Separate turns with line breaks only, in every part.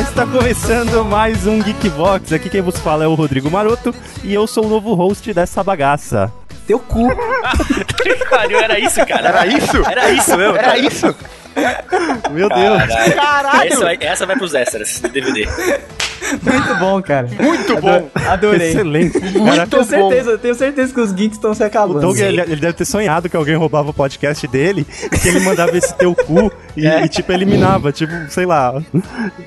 Está começando mais um Geekbox. Aqui quem vos fala é o Rodrigo Maroto e eu sou o novo host dessa bagaça.
Teu cu.
Que pariu, era isso, cara?
Era isso?
Era isso mesmo.
Era isso?
Meu Deus,
Essa, vai, essa vai pros extras do DVD.
Muito bom, cara.
Muito bom.
Adorei.
excelente.
Cara,
Cara,
tenho certeza, eu tenho certeza que os geeks estão se
o
acabando.
Doug, é- ele, ele deve ter sonhado que alguém roubava o podcast dele, que ele mandava esse teu cu e,
É.
e, tipo, eliminava, tipo, sei lá.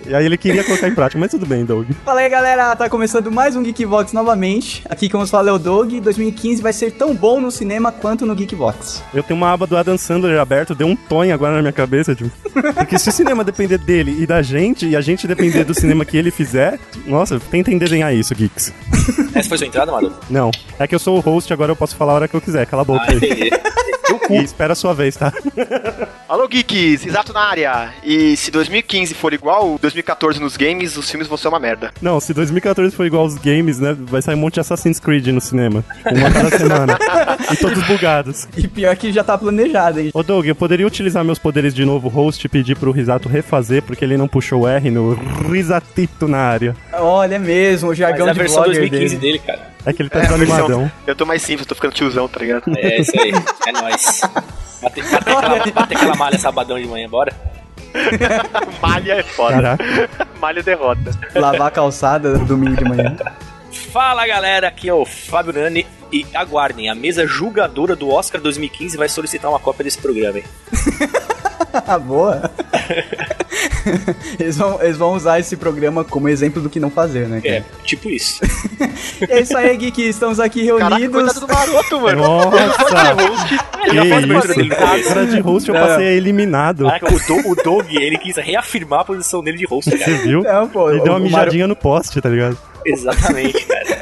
E aí ele queria colocar em prática, mas tudo bem, Doug.
Fala aí, galera. Tá começando mais um Geekbox novamente. Aqui, como eu falei, é o Doug. 2015 vai ser tão bom no cinema quanto no Geekbox.
Eu tenho uma aba do Adam Sandler aberto, deu um tonho agora na minha cabeça, tipo. Porque se o cinema depender dele e da gente, e a gente depender do cinema que ele fizer, nossa, tentem desenhar isso, Geeks.
Essa foi É, sua entrada, Madu?
Não. É que eu sou o host, agora eu posso falar a hora que eu quiser. Cala a boca
Ah,
aí.
entendi.
E espera a sua vez, tá?
Alô, geeks, exato na área. E se 2015 for igual 2014 nos games, os filmes vão ser uma merda.
Não, se 2014 for igual aos games, né? Vai sair um monte de Assassin's Creed no cinema. Uma cada semana. E todos bugados.
E pior que já tá planejado, hein?
Ô Doug, eu poderia utilizar meus poderes de novo host e pedir pro Risato refazer, porque ele não puxou o R no Risatito na área.
Olha mesmo, o
Mas
jargão
é a
de
versão
blogger
2015
dele.
dele, cara.
É que ele tá
É, a versão-
desanimadão.
Eu tô mais simples, eu tô ficando tiozão, tá ligado?
É isso aí. É nóis. Bater aquela, bate aquela malha sabadão de manhã, bora?
Malha é foda.
Caraca.
Malha derrota.
né?
Lavar a calçada domingo de manhã.
Fala galera, aqui é o Fábio Nani. E aguardem, a mesa julgadora do Oscar 2015 vai solicitar uma cópia desse programa, hein?
Ah, boa. eles, vão, eles vão usar esse programa como exemplo do que não fazer, né?
É,
cara?
tipo isso.
É isso aí, Geek. Estamos aqui
Caraca,
reunidos.
coitado do maroto, mano.
Nossa!
é Ele
Que
já faz parte
isso?
dele.
Cara de host eu
É.
passei a eliminado.
Ah,
Caraca, o, Do- o Doug, ele quis reafirmar a posição dele de host,
Você
cara.
viu?
então,
Não, pô,
Ele deu uma
o Mario-
mijadinha no poste, tá ligado?
Exatamente, cara.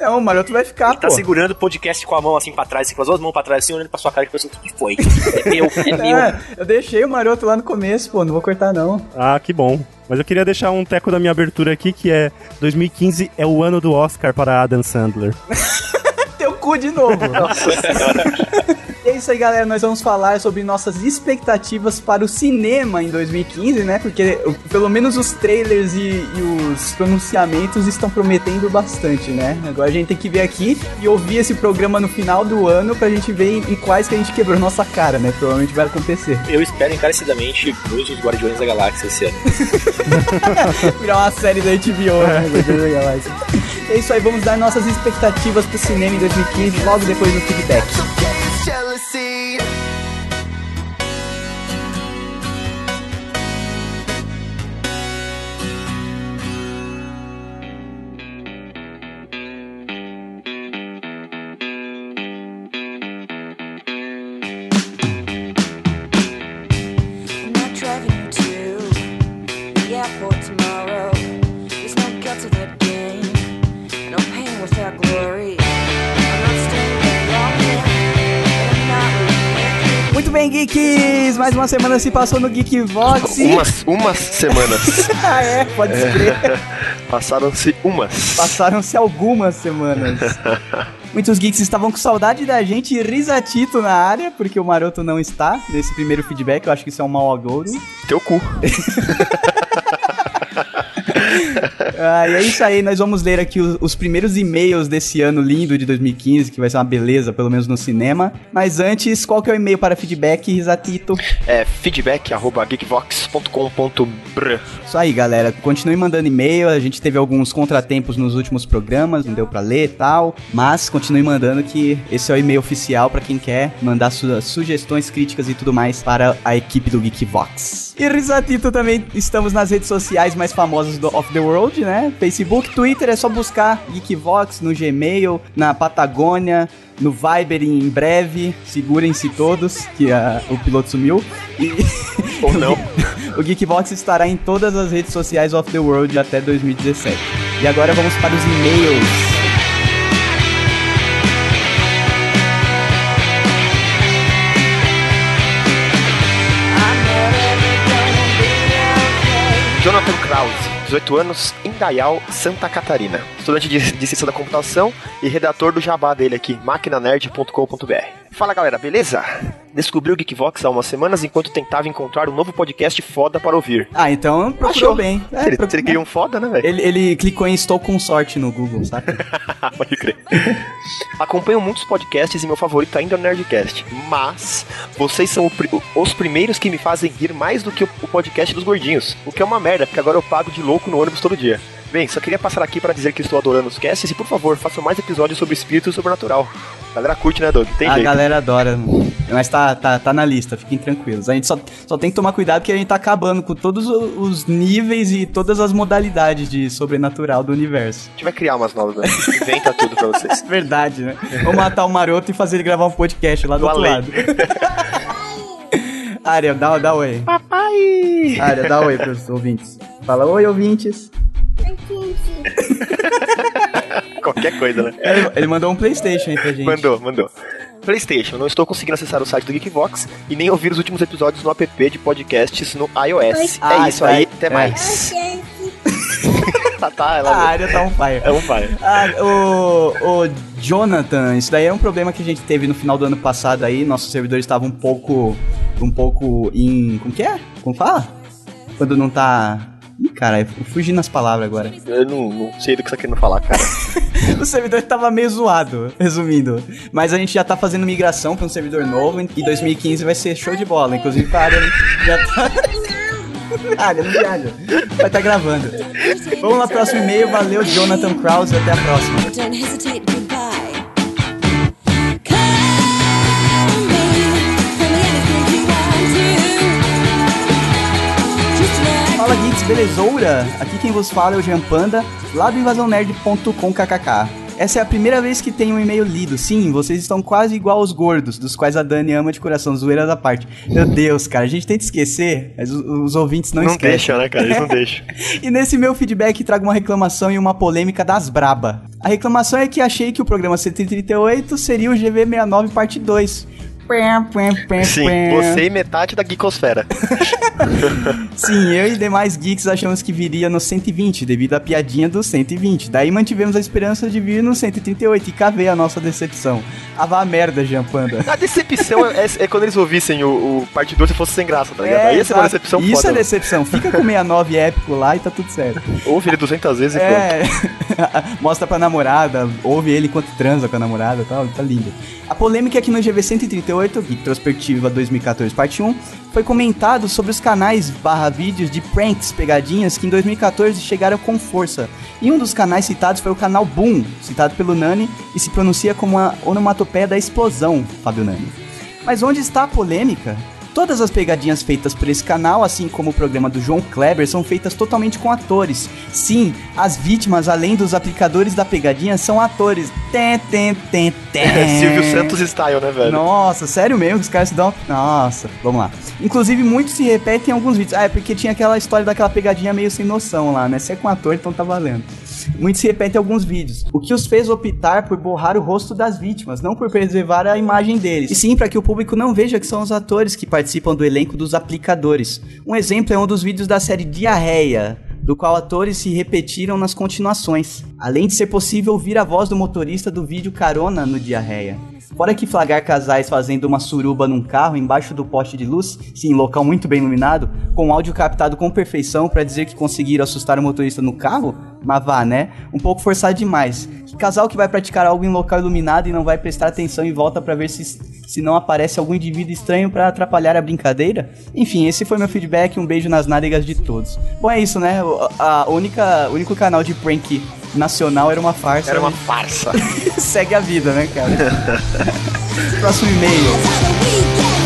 Não, o maroto vai ficar, pô.
Tá segurando o podcast com a mão assim pra trás, assim, com as duas mãos pra trás, assim, olhando pra sua cara e pensando, o que que foi? É meu, é meu.
É, eu deixei o maroto lá no começo, pô, não vou cortar não.
Ah, que bom. Mas eu queria deixar um teco da minha abertura aqui, que é 2015 é o ano do Oscar para Adam Sandler.
Teu cu de novo. e é isso aí, galera. Nós vamos falar sobre nossas expectativas para o cinema em 2015, né? Porque o- pelo menos os trailers e, e os pronunciamentos estão prometendo bastante, né? Agora a gente tem que ver aqui e ouvir esse programa no final do ano pra gente ver em, em quais que a gente quebrou nossa cara, né? Provavelmente vai acontecer.
Eu espero encarecidamente dois dos Guardiões da Galáxia esse ano.
Virar uma série da HBO, né? Meu Deus, legal, mas- É isso aí, vamos dar nossas expectativas pro cinema em 2015, logo depois do feedback.
I'm not driving to the airport tomorrow. There's no guilt to that game, no pain without glory. I'm not staying there long, and I'm not really here.
Muito bem, geeks! Mais uma semana se passou no Geekvox. e-
Umas, umas semanas.
Ah, é, pode crer.
Passaram-se umas.
Passaram-se algumas semanas. Muitos geeks estavam com saudade da gente e risatito na área, porque o Maroto não está nesse primeiro feedback. Eu acho que isso é um mau agouro.
Teu cu.
Ah, e é isso aí, nós vamos ler aqui os, os primeiros e-mails desse ano lindo de 2015, que vai ser uma beleza, pelo menos no cinema. Mas antes, qual que é o e-mail para feedback, Risatito?
É feedback.geekvox.com.br
Isso aí, galera. Continue mandando e-mail. A gente teve alguns contratempos nos últimos programas, não deu pra ler e tal. Mas continue mandando que esse é o e-mail oficial pra quem quer mandar suas sugestões, críticas e tudo mais para a equipe do Geekvox. E Risatito também estamos nas redes sociais mais famosas do Off the World, né? Facebook, Twitter, é só buscar Geekvox no Gmail, na Patagônia, no Viber em breve. Segurem-se todos, que ah, o piloto sumiu. E.
Ou não.
O Geekbox estará em todas as redes sociais of the world até 2017. E agora vamos para os e-mails.
I know that it's gonna be okay.
Jonathan Krause, 18 anos, Indaial, Santa Catarina. Estudante de, de ciência da computação e redator do jabá dele aqui, maquinanerd.com.br. Fala galera, beleza?
descobriu o Geekvox há umas semanas enquanto tentava encontrar um novo podcast foda para ouvir.
Ah, então procurou
Achou.
bem. É,
ele,
procurou-
ele queria um foda, né, velho?
ele, ele clicou em Estou com sorte no Google, saca?
Ah, Pode crer. Acompanho muitos podcasts e meu favorito ainda é o Nerdcast. Mas vocês são o pri- os primeiros que me fazem rir mais do que o o podcast dos gordinhos. O que é uma merda, porque agora eu pago de louco no ônibus todo dia. Bem, só queria passar aqui para dizer que estou adorando os casts e, por favor, façam mais episódios sobre espírito sobrenatural. A galera curte, né, Doug? Tem
a
jeito.
galera adora, mano. Mas tá, tá, tá na lista, fiquem tranquilos. A gente só, só tem que tomar cuidado que a gente tá acabando com todos o- os níveis e todas as modalidades de sobrenatural do universo.
A gente vai criar umas novas, né? Inventa tudo pra vocês.
Verdade, né? Vou matar o maroto e fazer ele gravar um podcast lá do
Do
outro
além.
lado. Ariel, dá, dá oi.
Papai!
Ariel, dá oi pros ouvintes. Fala oi, ouvintes.
Qualquer coisa, né?
Ele, ele mandou um Playstation aí pra gente.
Mandou, mandou. PlayStation, não estou conseguindo acessar o site do Geekbox e nem ouvir os últimos episódios no app de podcasts no iOS.
Ah,
é isso aí,
tá.
até
É.
mais. tá, tá,
A
ela.
área tá on fire.
É um pai.
Ah, o, o Jonathan, isso daí é um problema que a gente teve no final do ano passado aí. Nossos servidores estavam um pouco. Um pouco em. Como que é? Como fala? Quando não tá. Ih, cara, eu fugi nas palavras agora.
Eu não, não sei do que você tá querendo falar, cara.
O servidor tava meio zoado, resumindo. Mas a gente já tá fazendo migração pra um servidor novo e 2015 vai ser show de bola. Inclusive, pra área já tá. Área, não viaja. Vai tá gravando. Vamos lá, próximo e-mail. Valeu, Jonathan Krause. Até a próxima.
Don't hesitate, goodbye. Call me, tell me anything you want to. Just let
Fala Geeks, belezoura? Aqui quem vos fala é o Jean Panda, lá do invasãonerd.com.kkk. Essa é a primeira vez que tenho um e-mail lido. Sim, vocês estão quase igual aos gordos, dos quais a Dani ama de coração, zoeiras à parte. Meu Deus, cara, a gente tenta esquecer, mas os, os ouvintes não,
Não,
esquecem.
deixa, né, cara? Eles não deixam.
E nesse meu feedback trago uma reclamação e uma polêmica das braba. A reclamação é que achei que o programa 138 seria o GV69 parte 2.
Sim,
É.
você e metade da Geekosfera.
Sim, eu e demais geeks achamos que viria no 120, devido à piadinha do 120. Daí mantivemos a esperança de vir no 138 e cavei a nossa decepção. Ah, vá a merda, Jean Panda.
A decepção é, é- é quando eles ouvissem o, o parte 2 e fosse sem graça, tá ligado? aí ia ser uma
É, exato.
decepção
Isso
foda.
é decepção. Fica com o 69 épico lá e tá tudo certo.
Ouve ele 200 vezes e pronto.
É, mostra pra namorada, ouve ele enquanto transa com a namorada e tal, tá lindo. A polêmica aqui no GV 138, Retrospectiva 2014 parte 1, foi comentado sobre os canais barra vídeos de pranks, pegadinhas, que em 2014 chegaram com força. E um dos canais citados foi o canal Boom, citado pelo Nani, e se pronuncia como a onomatopeia da explosão, Fábio Nani. Mas onde está a polêmica? Todas as pegadinhas feitas por esse canal, assim como o programa do João Kleber, são feitas totalmente com atores. Sim, as vítimas, além dos aplicadores da pegadinha, são atores. Tê, tê, tê, tê.
É, Silvio Santos style, né, velho?
Nossa, sério mesmo que os caras se dão. Nossa, vamos lá. Inclusive, muitos se repetem em alguns vídeos. Ah, é porque tinha aquela história daquela pegadinha meio sem noção lá, né? Se é com ator, então tá valendo. Muitos se repetem em alguns vídeos. O que os fez optar por borrar o rosto das vítimas, não por preservar a imagem deles. E sim, para que o público não veja que são os atores que participam do elenco dos aplicadores. Um exemplo é um dos vídeos da série Diarreia do qual atores se repetiram nas continuações, além de ser possível ouvir a voz do motorista do vídeo Carona no Diarreia. Fora que flagrar casais fazendo uma suruba num carro embaixo do poste de luz, sim, local muito bem iluminado, com áudio captado com perfeição pra dizer que conseguiram assustar o motorista no carro? Mas vá, né? Um pouco forçado demais. Que casal que vai praticar algo em local iluminado e não vai prestar atenção e volta pra ver se, se não aparece algum indivíduo estranho pra atrapalhar a brincadeira? Enfim, esse foi meu feedback. Um beijo nas nádegas de todos. Bom, é isso, né? O- A única, o único canal de prank nacional era uma farsa.
Era uma farsa.
Segue a vida, né, cara? Próximo e-mail.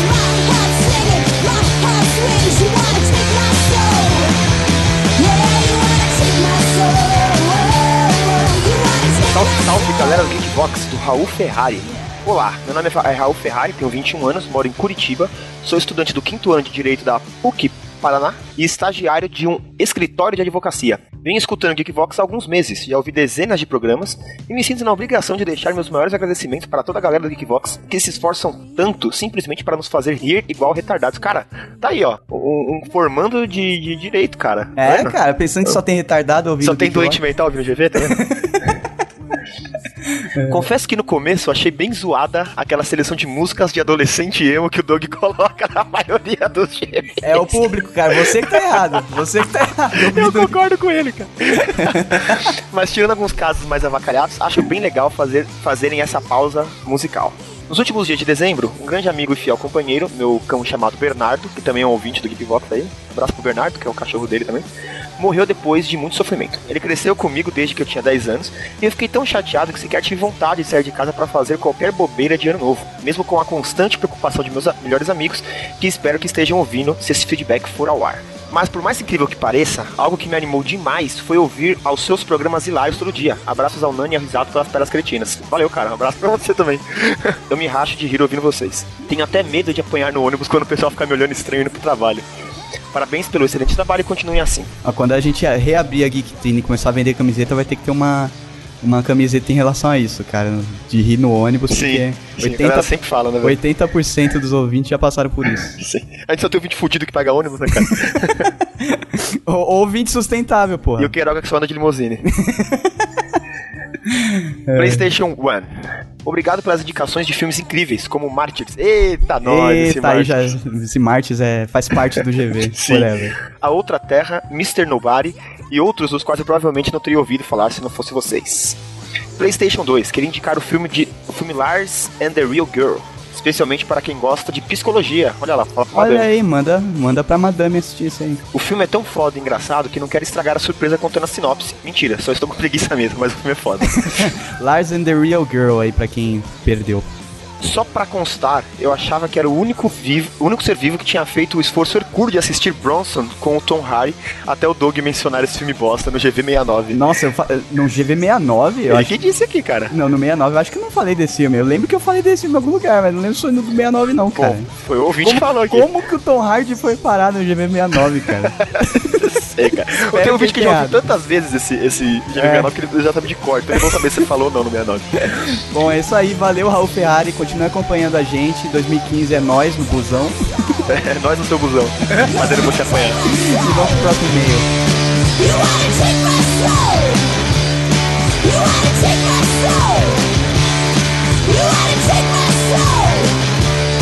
Salve, salve galera do Geekbox, do Raul Ferrari. Olá, meu nome é Fa- é Raul Ferrari, tenho 21 anos, moro em Curitiba, sou estudante do quinto ano de Direito da PUC Paraná e estagiário de um escritório de advocacia. Venho escutando Geekbox há alguns meses, já ouvi dezenas de programas e me sinto na obrigação de deixar meus maiores agradecimentos para toda a galera do Geekbox que se esforçam tanto simplesmente para nos fazer rir igual retardados. Cara, tá aí ó, um, um formando de, de direito, cara. Tá
É,
vendo?
cara, pensando que só tem retardado ouvindo.
Só tem
Big Brother.
doente mental ouvindo GV, tá vendo? Confesso que no começo eu achei bem zoada aquela seleção de músicas de adolescente emo que o Doug coloca na maioria dos GMs.
É o público, cara. Você que tá errado. Você que tá errado.
Eu concordo com ele, cara.
Mas tirando alguns casos mais avacalhados, acho bem legal fazer, fazerem essa pausa musical. Nos últimos dias de dezembro, um grande amigo e fiel companheiro, meu cão chamado Bernardo, que também é um ouvinte do Geekbox aí, abraço pro Bernardo, que é o cachorro dele também, morreu depois de muito sofrimento. Ele cresceu comigo desde que eu tinha 10 anos, e eu fiquei tão chateado que sequer tive vontade de sair de casa para fazer qualquer bobeira de ano novo, mesmo com a constante preocupação de meus a- melhores amigos, que espero que estejam ouvindo se esse feedback for ao ar. Mas por mais incrível que pareça, algo que me animou demais foi ouvir aos seus programas hilários todo dia. Abraços ao Nani e ao Risato pelas peras cretinas. Valeu, cara. Um abraço pra você também. Eu me racho de rir ouvindo vocês. Tenho até medo de apanhar no ônibus quando o pessoal fica me olhando estranho indo pro trabalho. Parabéns pelo excelente trabalho e continuem assim.
Ó, Quando a gente reabrir a Geek Trine e começar a vender camiseta, vai ter que ter uma, uma camiseta em relação a isso, cara. De rir no ônibus,
Sim,
porque
sim, a galera sempre fala, né, velho?
80, 80% dos ouvintes já passaram por isso.
Sim. A gente só tem ouvinte fudido que paga ônibus, né, cara?
O, ouvinte sustentável, porra.
e o Queiroga que só anda de limusine. É. PlayStation 1. Obrigado pelas indicações de filmes incríveis, como Martyrs. Eita, nós, esse
Eita, aí
Martyrs.
já, esse Martins é, faz parte do GV.
Sim.
Whatever.
A Outra Terra, Mr. Nobody e outros dos quais eu provavelmente não teria ouvido falar se não fosse vocês. PlayStation 2, queria indicar o filme de o filme Lars and the Real Girl, especialmente para quem gosta de psicologia. Olha lá, fala pra
Olha
Madame.
aí, manda, manda pra madame assistir isso aí.
O filme é tão foda e engraçado que não quero estragar a surpresa contando a sinopse. Mentira, só estou com preguiça mesmo, mas o filme é foda.
Lars and the Real Girl aí, pra quem perdeu.
Só pra constar, eu achava que era o único, vivo, o único ser vivo que tinha feito o esforço hercúleo de assistir Bronson com o Tom Hardy até o Doug mencionar esse filme bosta no GV69.
Nossa, eu fa... no GV69, eu
Ele
acho.
que disse aqui, cara.
Não, no 69 eu acho que eu não falei desse filme. Eu lembro que eu falei desse filme em algum lugar, mas não lembro se foi no 69 não, cara.
Bom, foi o ouvinte
Como,
que falou aqui.
como que o Tom Hardy foi parar no GV69, cara?
É, cara. Eu tenho um vídeo que
ter
eu já ouvi
errado.
tantas vezes esse, esse
É.
GV69 que ele já sabe de cor, então eu não vou saber se ele falou ou não no 69.
Bom, é isso aí. Valeu, Raul Ferrari. Continue acompanhando a gente. 2015 é nós no busão.
É nós no seu busão, fazendo você apanhar.
E vamos pro próximo e-mail.
You wanna take my soul. You wanna take my soul. You wanna take my soul.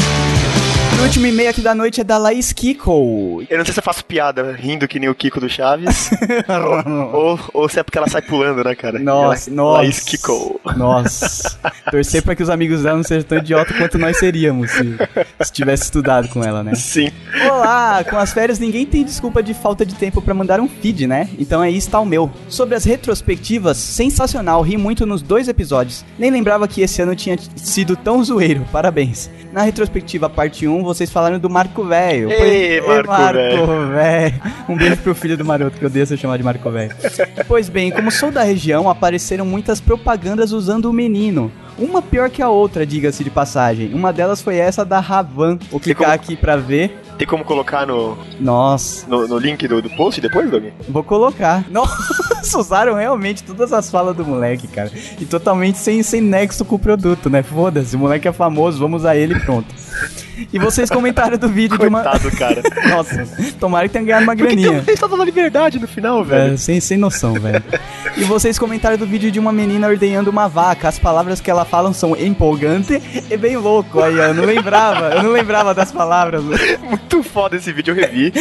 O último e-mail aqui da noite é da Laís Kiko.
Eu não sei se eu faço piada rindo que nem o Kiko do Chaves, ou, ou se é porque ela sai pulando, né, cara?
Nossa,
ela,
nossa.
Laís Kiko.
Nossa. Torcer pra que os amigos dela não sejam tão idiota quanto nós seríamos se, se tivesse estudado com ela, né?
Sim.
Olá! Com as férias ninguém tem desculpa de falta de tempo pra mandar um feed, né? Então aí está o meu. Sobre as retrospectivas, sensacional, ri muito nos dois episódios. Nem lembrava que esse ano tinha t- sido tão zoeiro, parabéns. Na retrospectiva parte 1, vocês falaram do Marco Velho.
Ei,
Pois- é,
Marco
Velho. Um beijo pro filho do maroto que eu deixo chamar de Marco Velho. Pois bem, como sou da região, apareceram muitas propagandas usando o menino. Uma pior que a outra, diga-se de passagem. Uma delas foi essa da Ravan. Vou clicar
como-
aqui pra ver.
Tem como colocar no,
Nossa,
no, no link do, do post depois, Doug?
vou colocar. Nossa, usaram realmente todas as falas do moleque, cara. E totalmente sem, sem nexo com o produto, né? Foda-se, o moleque é famoso, vamos usar ele e pronto. E vocês comentaram do vídeo
Coitado, cara.
de uma. Nossa, tomara que tenha ganhado uma
Por que tem
graninha.
uma estátua da liberdade no final, velho?
É, sem, sem noção, velho. E vocês comentaram do vídeo de uma menina ordenhando uma vaca. As palavras que ela fala são empolgante e bem louco. Aí, ó, eu não lembrava, eu não lembrava das palavras.
Muito foda esse vídeo, eu revi.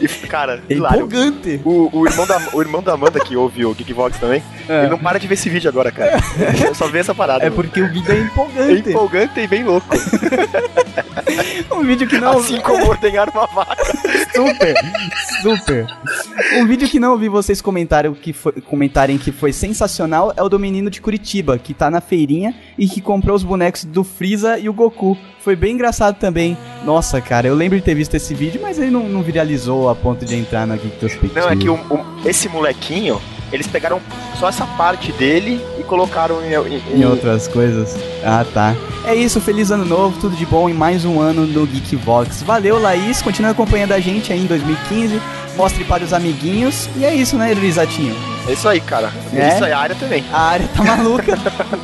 E, cara, hilário.
Empolgante.
O, o irmão da, o irmão da Amanda que ouve o Geekvox também,
É.
ele não para de ver esse vídeo agora, cara. Eu só vê essa
É
parada. mano.
porque o vídeo é
É
empolgante.
empolgante e bem louco.
Um vídeo que não.
Assim como ordenhar uma vaca.
Super, super. Um vídeo que não ouvi vocês comentaram que foi, comentarem que foi sensacional é o do menino de Curitiba, que tá na feirinha e que comprou os bonecos do Freeza e o Goku. Foi bem engraçado também. Nossa, cara, eu lembro de ter visto esse vídeo, mas ele não, não viralizou a ponto de entrar na Geek Perspectiva.
Não, é que o- o- esse molequinho, eles pegaram só essa parte dele e colocaram em, em-
Em outras coisas. Ah, tá. É isso, feliz ano novo, tudo de bom e mais um ano no Geekvox. Valeu, Laís. Continua acompanhando a gente aí em 2015. Mostre para os amiguinhos. E é isso, né, Luizatinho?
É isso aí, cara.
É?
Isso aí, a área também.
A área tá maluca,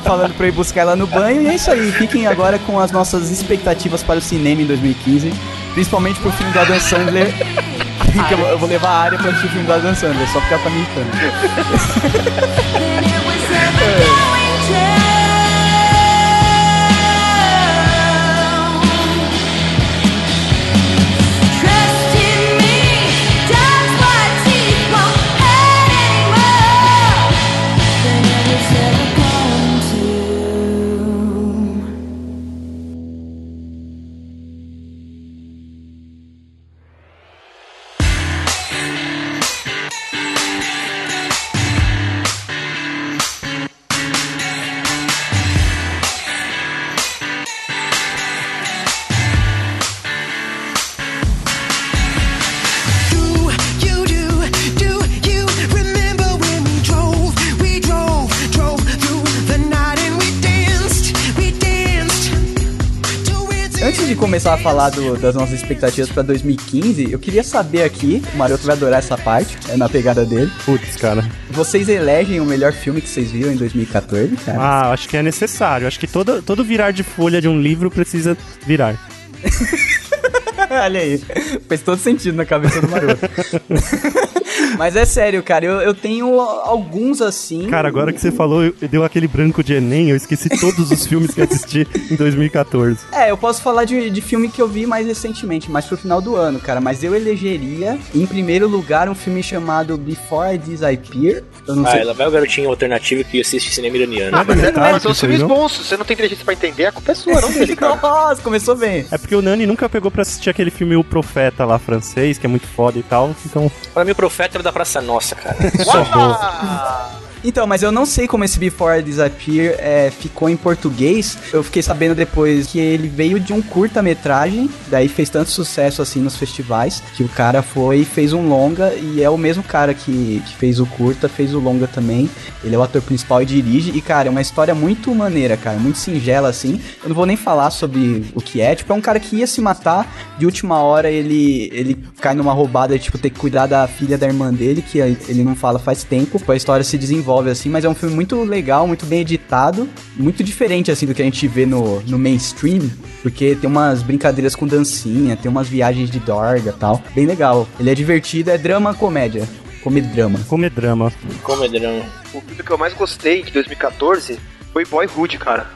falando pra eu ir buscar ela no banho. E é isso aí, fiquem agora com as nossas expectativas para o cinema em 2015, principalmente pro filme do Adam Sandler. que eu, eu vou levar a área pra assistir o filme do Adam Sandler, só porque ela tá me irritando.
Then it was never going to.
começar a falar do- das nossas expectativas pra 2015, eu queria saber aqui, o Maroto vai adorar essa parte, é na pegada dele.
Putz, cara.
Vocês elegem o melhor filme que vocês viram em 2014, cara?
Ah, acho que é necessário. Acho que todo, todo virar de folha de um livro precisa virar.
Olha aí, fez todo sentido na cabeça do Maroto. Mas é sério, cara, eu, eu tenho alguns assim.
Cara, agora que você falou, eu- deu aquele branco de Enem, eu esqueci todos os filmes que eu assisti em 2014.
É, eu posso falar de, de filme que eu vi mais recentemente, mais pro final do ano, cara. Mas eu elegeria, em primeiro lugar, um filme chamado Before I Disappear. Eu não
Ah,
sei.
ela vai o garotinho alternativo que assiste cinema iraniano.
Ah,
Mas
mas é-
Não, mas
Tá,
são
isso aí,
filmes
não?
bons. Se você não tem inteligência pra entender, a culpa é sua, não dele, cara.
Nossa, começou bem.
É porque o Nani nunca pegou pra assistir aquele filme O Profeta lá francês, que é muito foda e tal. Então,
pra mim, o profeta era da Praça Nossa, cara.
só vou.
Então, mas eu não sei como esse Before I Disappear é, ficou em português. Eu fiquei sabendo depois que ele veio de um curta-metragem, daí fez tanto sucesso assim nos festivais, que o cara foi e fez um longa, e é o mesmo cara que, que fez o curta, fez o longa também. Ele é o ator principal e dirige, e cara, é uma história muito maneira, cara, muito singela assim. Eu não vou nem falar sobre o que é, tipo, é um cara que ia se matar, de última hora ele, ele cai numa roubada e, tipo, ter que cuidar da filha da irmã dele, que ele não fala faz tempo. A história se desenvolve assim, mas é um filme muito legal, muito bem editado, muito diferente assim do que a gente vê no, no mainstream, porque tem umas brincadeiras com dancinha, tem umas viagens de dorga e tal. Bem legal. Ele é divertido, é drama comédia. Comedrama.
Comedrama.
Comedrão.
O filme que eu mais gostei de 2014 foi Boyhood, cara.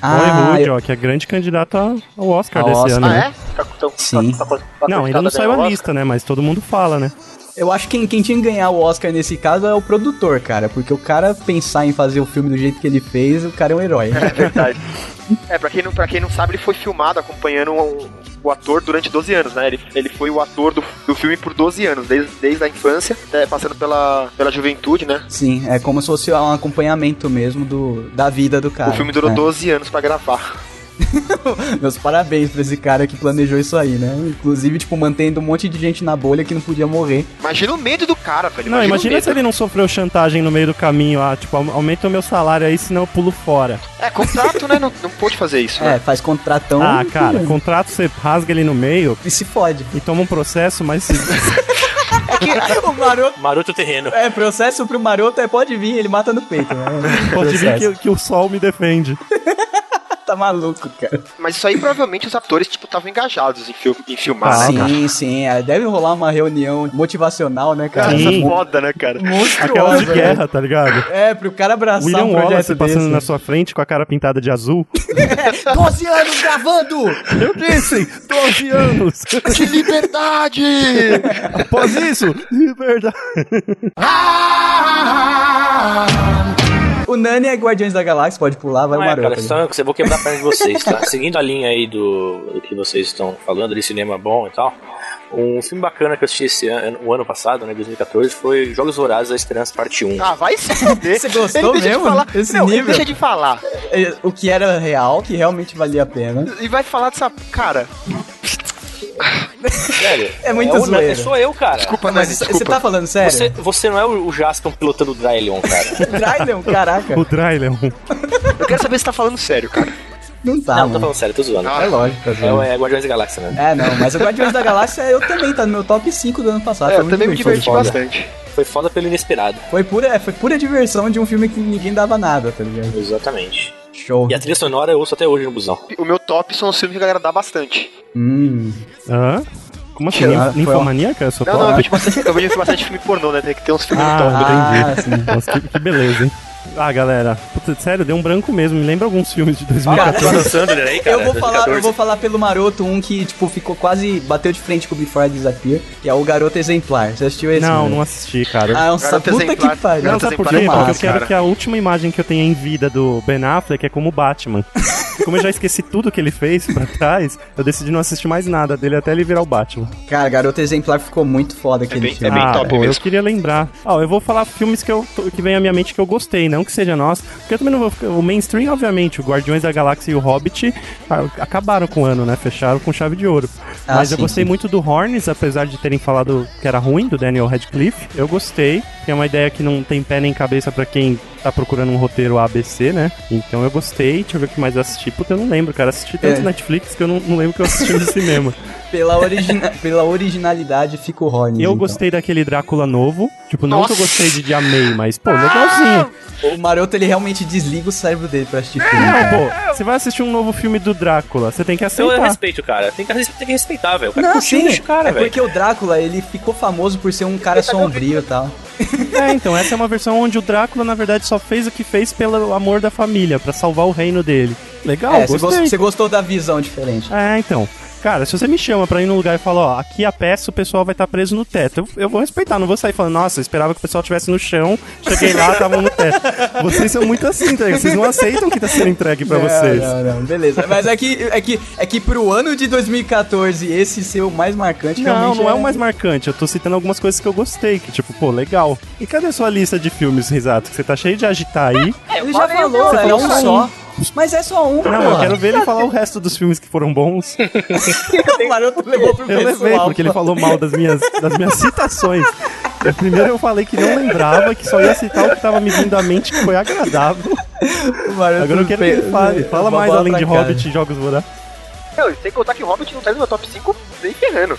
Ah, Boy
eu-
ó, que é grande candidato ao Oscar
Ao
desse
Oscar.
ano.
Ah,
né?
é? Tá, então,
Sim.
Tá, tá, tá, tá
Não, ainda
acreditado
não saiu
ganhar o
a
Oscar?
lista, né? Mas todo mundo fala, né?
Eu acho que quem, quem tinha que ganhar o Oscar nesse caso é o produtor, cara. Porque o cara pensar em fazer o filme do jeito que ele fez, o cara é um herói.
É verdade. É, pra quem, não, pra quem não sabe, ele foi filmado acompanhando o, o ator durante 12 anos, né? Ele, ele foi o ator do, do filme por 12 anos, desde, desde a infância, até passando pela, pela juventude, né?
Sim, é como se fosse um acompanhamento mesmo do, da vida do cara.
o filme durou
É.
12 anos pra gravar.
Meus parabéns pra esse cara que planejou isso aí, né? Inclusive, tipo, mantendo um monte de gente na bolha que não podia morrer.
Imagina o medo do cara, velho.
Não,
o
imagina
medo.
se ele não sofreu chantagem no meio do caminho, ah, tipo, au- aumenta o meu salário aí, senão eu pulo fora.
É, contrato, né? Não, não pôde fazer isso,
É,
né?
faz contratão.
Ah, cara, contrato você rasga ele no meio
E se fode.
e toma um processo, mas
É o maroto.
Maroto Terreno.
É, processo pro maroto é pode vir, ele mata no peito, né?
pode vir
Processo.
que, que o sol me defende.
Tá maluco, cara.
Mas isso aí provavelmente os atores, tipo, estavam engajados em, fil em filmar,
Ah,
né, cara?
sim, sim. é, Deve rolar uma reunião motivacional, né, cara?
Sim.
Essa foda, né, cara?
Aquela de
Monstruosa. né?
guerra, tá ligado?
É, pro cara abraçar
William
um projeto
Wallace passando
desse.
na sua frente com a cara pintada de azul.
12 anos gravando!
Eu disse, 12 anos!
De liberdade!
Após isso, liberdade.
O Nani é Guardiões da Galáxia, pode pular,
um
vai
Não
o
é, cara,
maroto.
só
né?
eu vou quebrar a perna de vocês, tá? Seguindo a linha aí do, do que vocês estão falando, de cinema bom e tal, um filme bacana que eu assisti esse ano, o ano passado, né, 2014, foi Jogos Vorazes da Esperança Parte 1.
Ah, vai se fuder.
Você gostou
ele deixa
mesmo?
De falar...
Esse
não,
nível?
ele deixa de falar.
É, o que era real, que realmente valia a pena.
E vai falar dessa... Cara,
Sério.
É muito
o-
zoeira.
Sou eu, cara.
desculpa, Nani,
Mas isso- você
é desculpa.
tá falando sério?
Você, você não é o o Jaspion pilotando o Drylion, cara.
Dryden, caraca.
O Drylion.
Eu quero saber se tá falando sério, cara.
Não tá,
não, tô
mano.
falando sério, tô zoando.
Ah,
É lógico, tá
É, o-
zoando.
é Guardiões da Galáxia, né?
É, não, mas o Guardiões da Galáxia eu também, tá no meu top 5 do ano passado.
É,
foi
eu
muito
também me diverti
divertido.
bastante.
Foi foda pelo inesperado.
Foi pura, é, foi pura diversão de um filme que ninguém dava nada, tá ligado?
Exatamente.
Show.
E a trilha sonora eu ouço até hoje no busão.
O meu top são os filmes que a galera dá bastante.
Hum.
Hã? Como assim?
Sei lá,
Ninf-
foi
Ninfomaníaca? é sua
Não, não, eu
palavra?
vejo bastante, eu vejo bastante filme pornô, né? Tem que ter uns filmes no top.
Ah,
Ah,
entendi.
sim.
Nossa, que, que beleza, hein? Ah, galera, puta, sério, deu um branco mesmo. Me lembra alguns filmes de
Ah,
2014.
Adam Sandler aí,
eu, vou falar, eu vou falar pelo maroto um que, tipo, ficou quase. bateu de frente com o Before I Disappear, que é o Garoto Exemplar. Você assistiu
é
esse?
não,
mano?
não assisti, cara.
Ah, é um
Garoto
puta
Exemplar.
que pariu.
não,
Garoto
sabe por
Exemplar
quê?
é
Porque eu
massa,
quero
cara.
que a última imagem que eu tenha em vida do Ben Affleck é como Batman. E como eu já esqueci tudo que ele fez pra trás, eu decidi não assistir mais nada dele até ele virar o Batman.
Cara, Garoto Exemplar ficou muito foda aquele
bem- é
filme.
bem
ah,
top
bom, eu
mesmo.
queria lembrar. Ó, eu vou falar filmes que, eu, tô- que vem à minha mente que eu gostei, não que seja nós. Porque eu também não vou ficar. O mainstream, obviamente, o Guardiões da Galáxia e o Hobbit ah, acabaram com o ano, né? Fecharam com chave de ouro.
Ah,
Mas eu
sim,
gostei
sim.
muito do Horns, apesar de terem É falado que era ruim, do Daniel Radcliffe. Eu gostei. Tem uma ideia que não tem pé nem cabeça pra quem tá procurando um roteiro ABC, né? Então eu gostei, deixa eu ver o que mais eu assisti. Puta, eu não lembro, cara. Assisti tanto
É.
Netflix que eu não, não lembro o que eu assisti no cinema.
Pela, origina- pela originalidade fica o Rollins.
Eu
então.
gostei daquele Drácula novo. Tipo, não que eu
Nossa!
gostei de, de amei, mas, pô, legalzinho.
O Maroto ele realmente desliga o cérebro dele pra assistir filme.
É,
Não,
É
pô, você vai assistir um novo filme do Drácula, você tem que
Ah! Então Eu, eu
aceitar.
respeito, o cara. Tem que, res- tem que respeitar, velho. O cara
Não,
curtiu
sim,
o cara,
é
velho.
porque o Drácula, ele ficou famoso por ser um cara
tá
sombrio e tal.
É, então, essa é uma versão onde o Drácula, na verdade, só fez o que fez pelo amor da família, pra salvar o reino dele. Legal,
é, você,
gostei.
gostou, você gostou da visão diferente.
É, então. Cara, se você me chama pra ir num lugar e falar, ó, aqui a peça o pessoal vai estar preso no teto. Eu, eu vou respeitar, não vou sair falando, nossa, eu esperava que o pessoal estivesse no chão, cheguei lá, estavam no teto. Vocês são muito assim, tá? ligado? vocês não aceitam o que tá sendo entregue pra
Não,
vocês.
É, Não, não, beleza. Mas é que, é, que, é que pro ano de 2014, esse ser o mais marcante
Não,
realmente
não é o mais marcante. Eu tô citando algumas coisas que eu gostei, que tipo, pô, legal. E cadê a sua lista de filmes, Risato? Que você tá cheio de agitar aí.
Ele já falou, é
falou
um
só
só. Mas é só um,
Não, eu quero ver ele falar o resto dos filmes que foram bons.
ver. O Maroto levou pro
Eu levei,
pessoal.
porque ele falou mal das minhas, das minhas citações. Eu- Primeiro eu falei que não lembrava, que só ia citar o que tava me vindo à mente, que foi agradável.
O Maroto
Agora eu quero que ele
fez-
fale. Fala
Uma
mais
bola
além
pra
de
cara.
Hobbit e Jogos Vorazes.
Não, e sem contar que o Hobbit não tá no meu top 5 nem ferrando.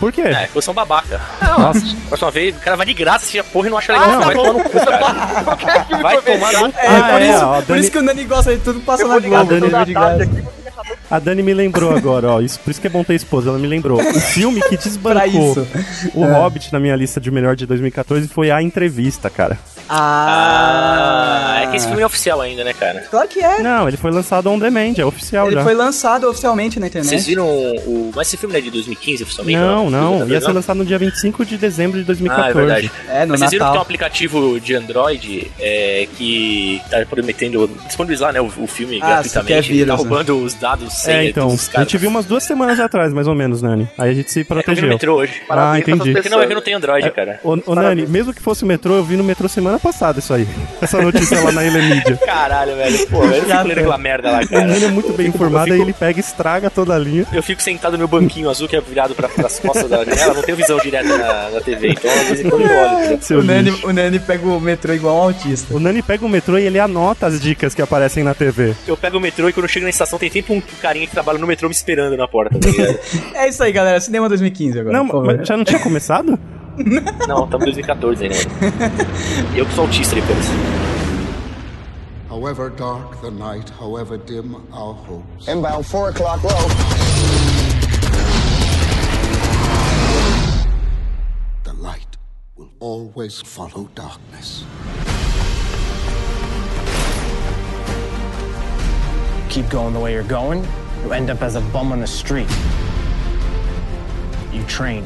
Por quê?
É, você é um babaca.
Nossa,
Próxima vez, o cara vai de graça assistir a porra e não acha legal.
Ah,
não,
tá
vai tomar no cu, cara.
Qualquer filme
Vai
que eu
tomar
vejo,
no cu.
É,
Ah,
por,
é,
isso,
ó,
por
Dani-
isso que o Nani gosta de tudo passa
eu
na
vou ligar
Dani
Globo.
toda
tudo
Vila
da
de
tarde
ligado.
aqui, vou ligar pra-
A Dani me lembrou agora, ó. Isso, por isso que é bom ter esposa. Ela me lembrou. O filme que
Pra
desbancou
isso. É.
o Hobbit na minha lista de melhor de 2014 foi a entrevista, cara.
Ah,
Ah, é que esse filme é oficial ainda, né, cara?
Claro que é.
Não, ele foi lançado on demand, é oficial
Ele
já.
foi lançado oficialmente na internet.
Vocês viram o. Mas esse filme não é de 2015 oficialmente?
Não, não. Ia ser
não?
lançado no dia 25 de dezembro de
Ah,
2014.
é verdade.
É, no
Mas vocês viram que tem um
Natal.
aplicativo de Android é, que tá prometendo disponibilizar né, o, o filme
Ah,
gratuitamente.
só que é vírus,
tá
né?
roubando os dados sem
É, então.
dos
A
caras.
gente viu umas duas semanas atrás, mais ou menos, Nani. Aí a gente se
É, Eu vi no
protegeu.
metrô hoje.
Ah,
Parabéns pra
entendi.
essas
Porque não, é que
pessoas.
eu não tenho Android, cara.
Ô, ô, Nani, mesmo que fosse o metrô, eu vi no metrô semana passada isso aí. Essa notícia lá na Elemídia.
Caralho, velho. Pô, eu
Já
fico lendo aquela merda lá,
O Nani é
cara.
muito bem informado, aí ele pega e estraga toda a linha.
Eu fico sentado no meu banquinho azul que é virado pra, pras costas da janela, não tenho visão direta na, na TV, então às vezes quando eu olho. né?
Seu
O Nani,
lixo.
o Nani pega o metrô igual um autista.
O Nani pega o metrô e ele anota as dicas que aparecem na TV.
Eu pego o metrô e quando eu chego na estação tem sempre um carinha que trabalha no metrô me esperando na porta, tá ligado?
É isso aí, galera. Cinema 2015 agora.
Não,
por favor.
mas já não tinha começado?
Não, estamos em 2014 ainda. E eu que sou autista depois.
However dark the night, however dim our hopes,
Inbound four o'clock low.
the light will always follow darkness.
keep going the way you're going, you end up as a bum on the street. You train.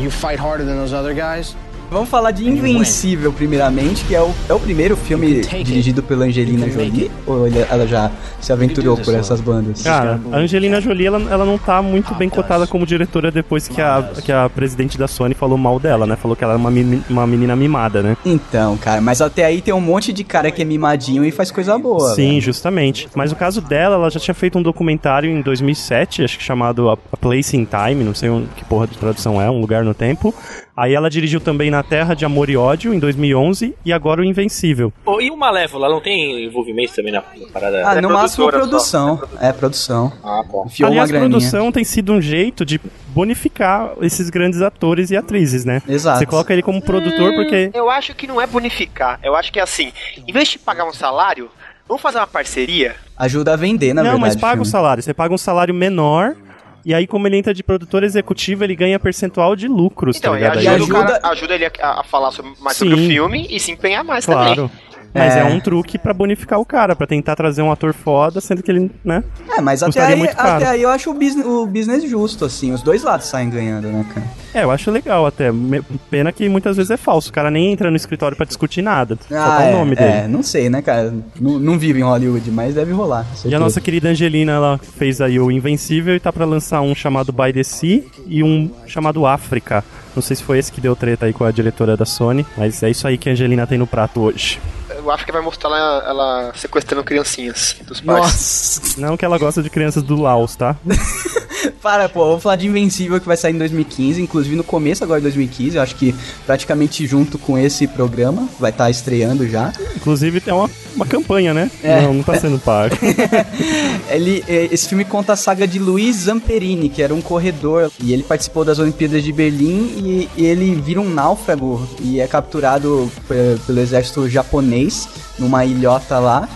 You fight harder than those other guys.
Vamos falar de Invencível, primeiramente, que é o, é o primeiro filme
take it.
dirigido pela Angelina
You can make
Jolie. Ou ele- ela já se aventurou por essas bandas?
Cara, a Angelina Jolie, ela, ela não tá muito
Ah,
bem cotada como diretora depois que a, que a presidente da Sony falou mal dela, né? Falou que ela era uma, meni- uma menina mimada, né?
Então, cara, mas até aí tem um monte de cara que é mimadinho e faz coisa boa.
Sim,
velho.
justamente. Mas o caso dela, ela já tinha feito um documentário em 2007, acho que chamado A A Place in Time, não sei um- que porra de tradução é, Um Lugar no Tempo. Aí ela dirigiu também Na Terra de Amor e Ódio, em 2011, e agora O Invencível.
Ô, e o Malévola não tem envolvimento também na, na parada?
Ah, no
É
máximo
produtora
produção. É produção.
Ah, bom.
Enfiou
Aliás,
uma
a
graninha.
produção tem sido um jeito de bonificar esses grandes atores e atrizes, né?
Exato.
Você coloca ele como produtor porque...
Eu acho que não é bonificar. Eu acho que é assim, em vez de pagar um salário, vamos fazer uma parceria?
Ajuda a vender, na
não,
verdade.
mas paga o
filme.
salário. Você paga um salário menor... E aí, como ele entra de produtor executivo, ele ganha percentual de lucros,
Então,
tá
e
ligado?
ajuda,
Aí-
o cara- ajuda ele a, a falar sobre- mais sobre
Sim.
o filme e se empenhar mais também.
Claro. Mas é.
É.
um truque pra bonificar o cara, pra tentar trazer um ator foda, sendo que ele, né?
É, mas até
Custaria
aí,
muito caro.
até aí eu acho o business, o business justo, assim. Os dois lados saem ganhando, né, cara?
É, eu acho legal até. Me- Pena que muitas vezes é falso. O cara nem entra no escritório pra discutir nada. só dá
é,
o nome
é,
dele.
não sei, né, cara? Não, não vivo em Hollywood, mas deve rolar. com
E
certeza.
a nossa querida Angelina, ela fez aí o Invencível e tá pra lançar um chamado By the Sea e um chamado África. Não sei se foi esse que deu treta aí com a diretora da Sony, mas é isso aí que a Angelina tem no prato hoje.
Eu acho que vai mostrar ela, ela sequestrando criancinhas dos pais.
Nossa!
Não que ela gosta de crianças do Laos, tá?
Para, pô, vamos falar de Invencível que vai sair em 2015, inclusive no começo agora de 2015, eu acho que praticamente junto com esse programa, vai estar estreando já.
Inclusive tem uma, uma campanha, né?
É.
Não, não tá sendo pago.
Ele, eh, esse filme conta a saga de Luiz Zamperini, que era um corredor, e ele participou das Olimpíadas de Berlim e, e ele vira um náufrago e é capturado eh, pelo exército japonês numa ilhota lá.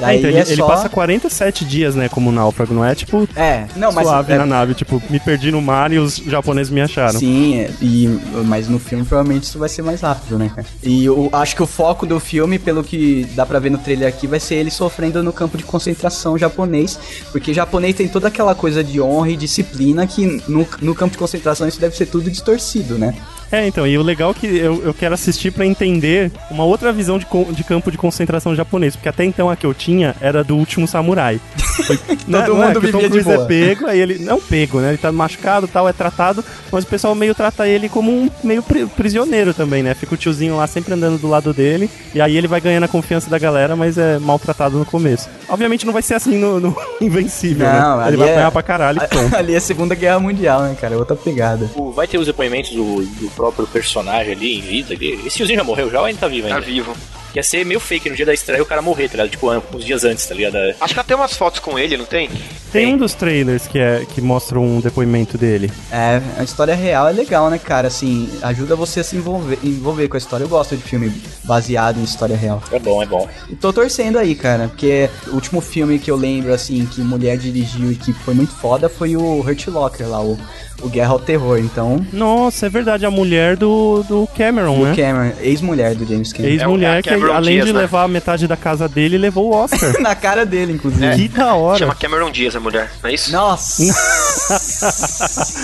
É,
Aí
então,
é
ele, ele
só-
passa 47 dias, né, como náufrago, não é tipo
É, não, mas
suave
é,
na nave, tipo, me perdi no mar e os japoneses me acharam.
Sim, é, e, mas no filme provavelmente isso vai ser mais rápido, né, cara? E eu acho que o foco do filme, pelo que dá pra ver no trailer aqui, vai ser ele sofrendo no campo de concentração japonês, porque japonês tem toda aquela coisa de honra e disciplina que no, no campo de concentração isso deve ser tudo distorcido, né?
É, então, e o legal é que eu, eu quero assistir pra entender uma outra visão de, co- de campo de concentração japonês, porque até então a que eu tinha era do último samurai. Foi- né,
Todo
não é?
mundo
Que o Tom
vivia de
Cruise
boa.
é pego, aí ele. Não pego, né? Ele tá machucado tal, é tratado, mas o pessoal meio trata ele como um meio pri- prisioneiro também, né? Fica o tiozinho lá sempre andando do lado dele, e aí ele vai ganhando a confiança da galera, mas é maltratado no começo. Obviamente não vai ser assim no, no Invencível,
Não,
né?
ali
Ele vai
é-
apanhar pra caralho e pronto.
Ali é a Segunda Guerra Mundial, né, cara? É Outra pegada.
O- Vai ter os depoimentos do, do próprio personagem ali em vida. que- Esse tiozinho já morreu já ou ainda tá vivo
Tá
ainda?
vivo.
Ia ser meio fake no dia da estreia o cara morrer, tá ligado? Tipo, an- uns dias antes, tá ligado?
Acho que até umas fotos com ele, não tem?
Tem um dos trailers que, é, que mostra um depoimento dele.
É, a história real é legal, né, cara? Assim, ajuda você a se envolver, envolver com a história. Eu gosto de filme baseado em história real.
É bom, é bom.
E Tô torcendo aí, cara, porque o último filme que eu lembro, assim, que mulher dirigiu e que foi muito foda foi o Hurt Locker lá, o, o Guerra ao Terror. Então,
Nossa, é verdade, a mulher do, do Cameron, né?
Cameron, ex-mulher do James Cameron.
Ex-mulher
É o- é a
que,
Cameron
além
Diaz,
de
né?
levar a metade da casa dele, levou o Oscar.
Na cara dele, inclusive.
Que da hora.
É. Chama Cameron Diaz a mulher, não é isso?
Nossa!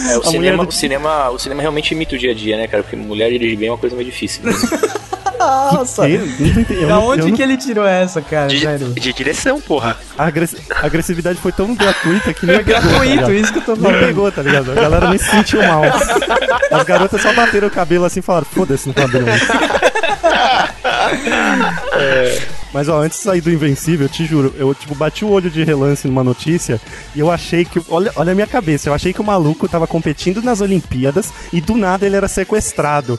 É,
mulher
o, cinema,
do-
o, cinema, o cinema realmente imita o dia a dia, né, cara? Porque mulher dirigir bem é uma coisa meio difícil. né?
Nossa!
Eu não tô entendendo. Eu
da
não-
onde
eu não-
que ele tirou essa, cara?
De,
Sério.
de direção, porra.
a, agressi- a agressividade foi tão gratuita que nem tá
É gratuito, isso que eu tô
Não
falando.
pegou, tá ligado? A galera nem se sentiu mal. As garotas só bateram o cabelo assim e falaram: foda-se no cabelo. É, Mas ó, antes de sair do Invencível, eu te juro, eu tipo bati o olho de relance numa notícia e eu achei que. Olha, olha a minha cabeça, eu achei que o maluco tava competindo nas Olimpíadas e do nada ele era sequestrado.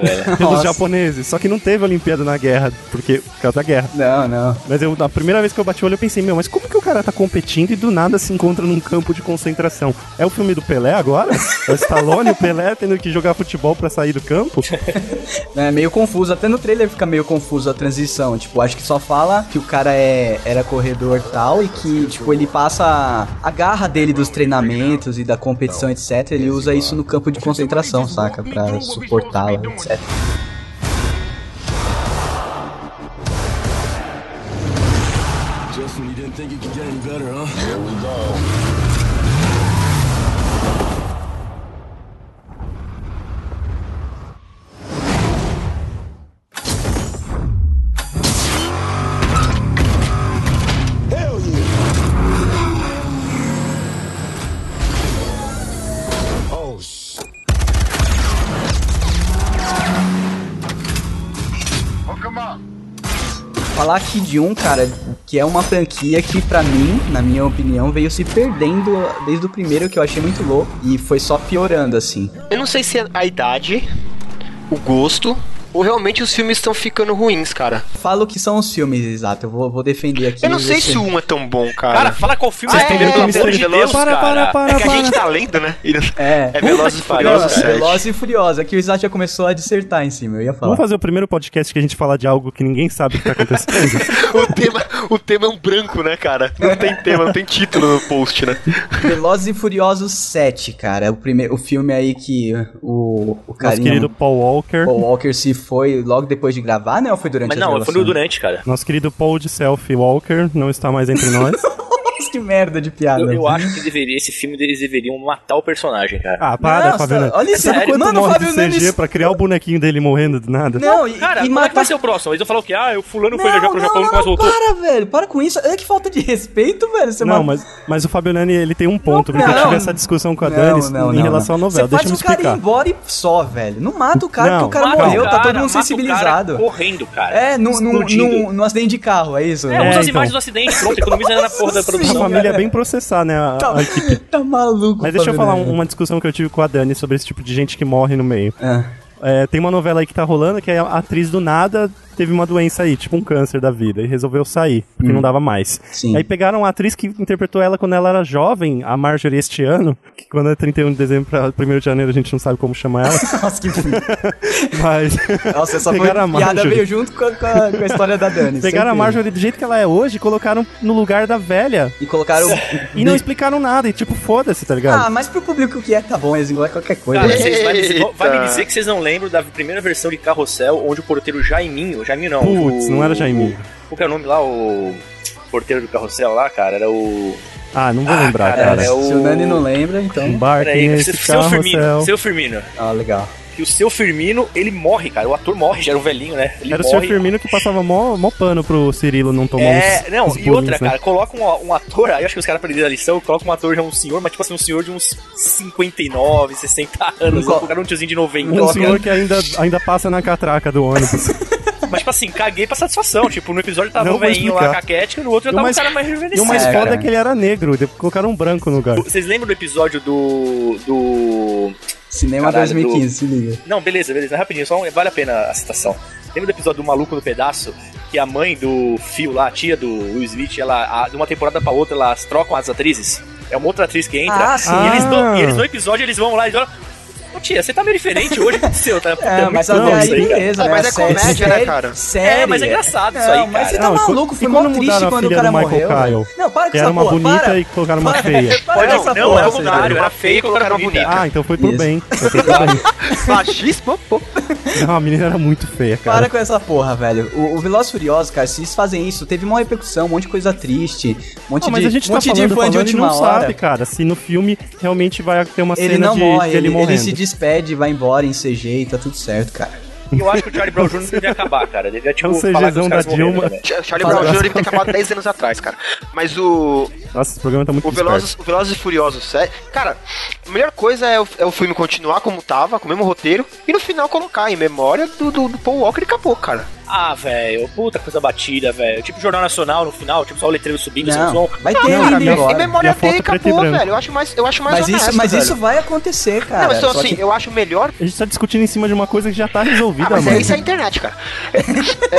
velho.
pelos
Nossa.
japoneses. Só que não teve Olimpíada na guerra, porque por causa da guerra.
Não, não.
Mas eu, na primeira vez que eu bati o olho, eu pensei, meu, mas como que o cara tá competindo e do nada se encontra num campo de concentração? É o filme do Pelé agora? É o Stallone, o Pelé tendo que jogar futebol pra sair do campo?
É meio confuso, até no trailer fica meio confuso a transição. Tipo, acho que só fala que o cara é, era corredor tal e que, tipo, ele passa a garra dele dos treinamentos e da competição, etc. Ele usa isso no campo de concentração, saca? Pra suportá-la, etc.
Justin, you didn't think you could get any better, huh?
Falar aqui de um, cara, que é uma franquia que, pra mim, na minha opinião, veio se perdendo desde o primeiro, que eu achei muito louco, e foi só piorando, assim.
Eu não sei se é a idade, o gosto, ou realmente os filmes estão ficando ruins, cara.
Falo que são os filmes, exato, eu vou, vou defender aqui.
Eu não
os
sei
filmes.
se o um é tão bom,
Cara,
cara.
fala qual filme
Vocês
é,
tão vendo
pelo
como
amor de
Mister
Deus,
Veloz?
Para, para,
cara.
para,
é que a
para.
gente tá lendo, né?
É.
É Velozes e
Não,
Furiosos
é
7.
Velozes e Furiosos. Aqui o Isaac já começou a dissertar em cima, eu ia falar.
Vamos fazer o primeiro podcast que a gente fala de algo que ninguém sabe o que tá acontecendo?
O tema, o tema é um branco, né, cara? Não tem tema, não tem título no post, né?
Velozes e Furiosos 7, cara. É o, primeiro, o filme aí que o, o
Nosso
carinha...
querido Paul Walker,
Paul Walker se foi logo depois de gravar, né? Ou foi durante
Mas
a
não, foi
gravação?
no durante, cara.
nosso querido Paul de Selfie Walker, não está mais entre nós.
Nossa, que merda de piada.
Eu, eu acho que deveria, esse filme eles deveriam matar o personagem, cara.
Ah, para,
Nossa,
Fabiano.
olha isso,
Sabe quanto
mano,
morre de
Fábio
CG
Nunes-
pra criar o bonequinho dele morrendo do nada?
Não, e, e
Cara, como é que
matar...
vai ser o próximo? Eles vão falar o quê? Ah, o fulano
Não,
foi viajar pro
não,
Japão e
não,
nunca mais voltou.
para, velho. Para com isso. É que falta de respeito, velho. Você
Não,
mata-
mas, mas o Fabiolani ele tem um ponto, porque
não.
eu tive essa discussão com a
Não,
Dani
não,
em
não,
relação
não.
à novela.
Você faz
Deixa eu
o
me
cara ir
explicar.
embora e só, velho. Não mata o cara,
Não,
porque o cara
mata o
morreu, tá
cara,
todo mundo
mata o
sensibilizado.
cara correndo, cara.
É, num, num,
Explodindo.
num, num acidente de carro, é isso?
É, usa
É,
as
então.
imagens do acidente, pronto, economiza na porra da
Nossa
produção
pra
Sim,
família
cara.
bem processar, né? a-
Tá,
a equipe.
tá maluco,
Mas deixa eu
Fábio
falar
é.
Neto.
um- uma discussão que eu tive com a Dani sobre esse tipo de gente que morre no meio.
Ah,
É, tem uma novela aí que tá rolando que a atriz do nada teve uma doença aí, tipo um câncer da vida, e resolveu sair, porque
Hum.
não dava mais.
Sim.
Aí pegaram a atriz que interpretou ela quando ela era jovem, a Marjorie este ano, que quando é 31 de dezembro pra 1 de janeiro a gente não sabe como chama ela,
Nossa, que
mas
Nossa, essa foi...
Pegaram a
piada
Marjorie.
veio junto com a, com a- com a história da Dani.
pegaram a
sempre.
Marjorie do jeito que ela é hoje e colocaram no lugar da velha.
E colocaram.
E não explicaram nada, e tipo, foda-se, tá ligado?
Ah, mas pro público que é, tá bom, eles engolem qualquer coisa.
Cara,
né?
vocês vai, me- vai me
Eita.
dizer que vocês não lembram da primeira versão de Carrossel, onde o porteiro Jaiminho. Jaiminho não.
Putz,
Ah, o-
não era Jaiminho.
Qual que é o nome lá? O porteiro do Carrossel lá, cara? Era o.
Ah, não vou
Ah,
lembrar,
cara,
cara.
é o-
Se o Nani não lembra, então.
Embarque
Peraí,
Um nesse
seu, seu
carro,
Firmino. Seu Firmino.
Ah, legal.
E o seu Firmino, ele morre, cara. O ator morre, já era um velhinho, né? Ele
Era o
morre.
seu Firmino que passava mó, mó pano pro Cirilo não tomar
É,
uns-
não,
uns
e
bullying,
outra,
né?
cara, coloca um, um ator, aí eu acho que os caras aprenderam a lição, coloca um ator já um senhor, mas tipo assim, um senhor de uns 59, 60 anos,
Não co-
colocaram um tiozinho de
Um
90,
senhor que ainda, ainda passa na catraca do ônibus.
mas tipo assim, caguei pra satisfação, tipo, no episódio tava
Não
o
vou
velhinho lá,
explicar.
caquético, e no outro já
E o
tava
mais-
um cara mais
E o
rejuvenescido.
mais
É,
foda
cara.
é que ele era negro, de- colocaram um branco no lugar.
Vocês lembram do episódio do... do...
Cinema
Caralho,
2015, se liga.
Não, beleza, beleza, rapidinho, só um- vale a pena a citação. Lembra do episódio do Maluco no Pedaço? Que a mãe do Phil lá, a tia do Will Smith, ela, a- de uma temporada pra outra, elas trocam as atrizes. É uma outra atriz que entra.
Ah, sim.
Ah.
E eles, no, e eles no episódio, eles vão lá e olham. Ô tia, você tá meio diferente hoje, o que aconteceu? Tá,
É, mas
bom
até aí,
isso aí, cara.
beleza.
Ah,
né?
mas é
Série-
comédia, né,
série-
cara?
Série.
É, mas é engraçado isso
Não,
aí,
Mas
cara.
você tá
Não, e co-
maluco, foi
e
mó
quando
triste
mudaram a
quando o
filha
cara
do Michael
morreu. né?
Kyle?
Não, para com
Que era
essa
uma
porra,
bonita
para.
e colocaram uma feia.
Para com
Não,
essa
não,
porra.
é o
vocês
contrário,
dois.
era
Era
feio e
feio,
colocaram
colocaram
bonita.
Ah, então foi pro
Isso.
bem. Foi pro bem.
Machismo, pô.
Não, a menina era muito feia,
Para
cara.
com essa porra, velho. O, o Velozes e Furiosos, cara, se eles fazem isso, teve uma repercussão, um monte de coisa triste, um monte
Não, mas
de,
a gente tá
um monte
falando,
de fã de
falando e
última
não
hora.
sabe, cara, se no filme realmente vai ter uma
ele
cena
não
de,
morre,
dele
ele, ele
morrendo.
se despede, vai embora em CG e tá tudo certo, cara.
Eu acho que o Charlie Brown Jr. devia acabar, cara. Devia, tipo,
É o
falar que os
CGzão
caras né?
da
morreram,
Dilma.
velho.
Ch- Charlie
Fala.
Brown Jr. ele tem acabado 10 anos atrás, cara. Mas o,
Nossa, esse programa tá muito
o,
esperto.
Velozes, o Velozes e Furiosos, sé- cara, a melhor coisa é o, é o filme continuar como tava, com o mesmo roteiro, e no final colocar em memória do, do, do Paul Walker e acabou, cara.
Ah, velho, puta coisa batida, velho. Tipo Jornal Nacional no final, tipo só o letreiro subindo, sem
Não,
som.
vai ter
Não,
ele
cara, é
indo
minha-
Em
embora.
E a
memória
foto
dele
preto e
acabou,
branco.
velho. Eu acho mais, eu acho mais
Mas isso,
honesto,
mas
velho.
isso vai acontecer, cara.
Não, mas então,
Só
assim,
que-
eu acho melhor.
A gente tá discutindo em cima de uma coisa que já tá resolvida,
Ah, mas
mano.
é isso é a internet, cara.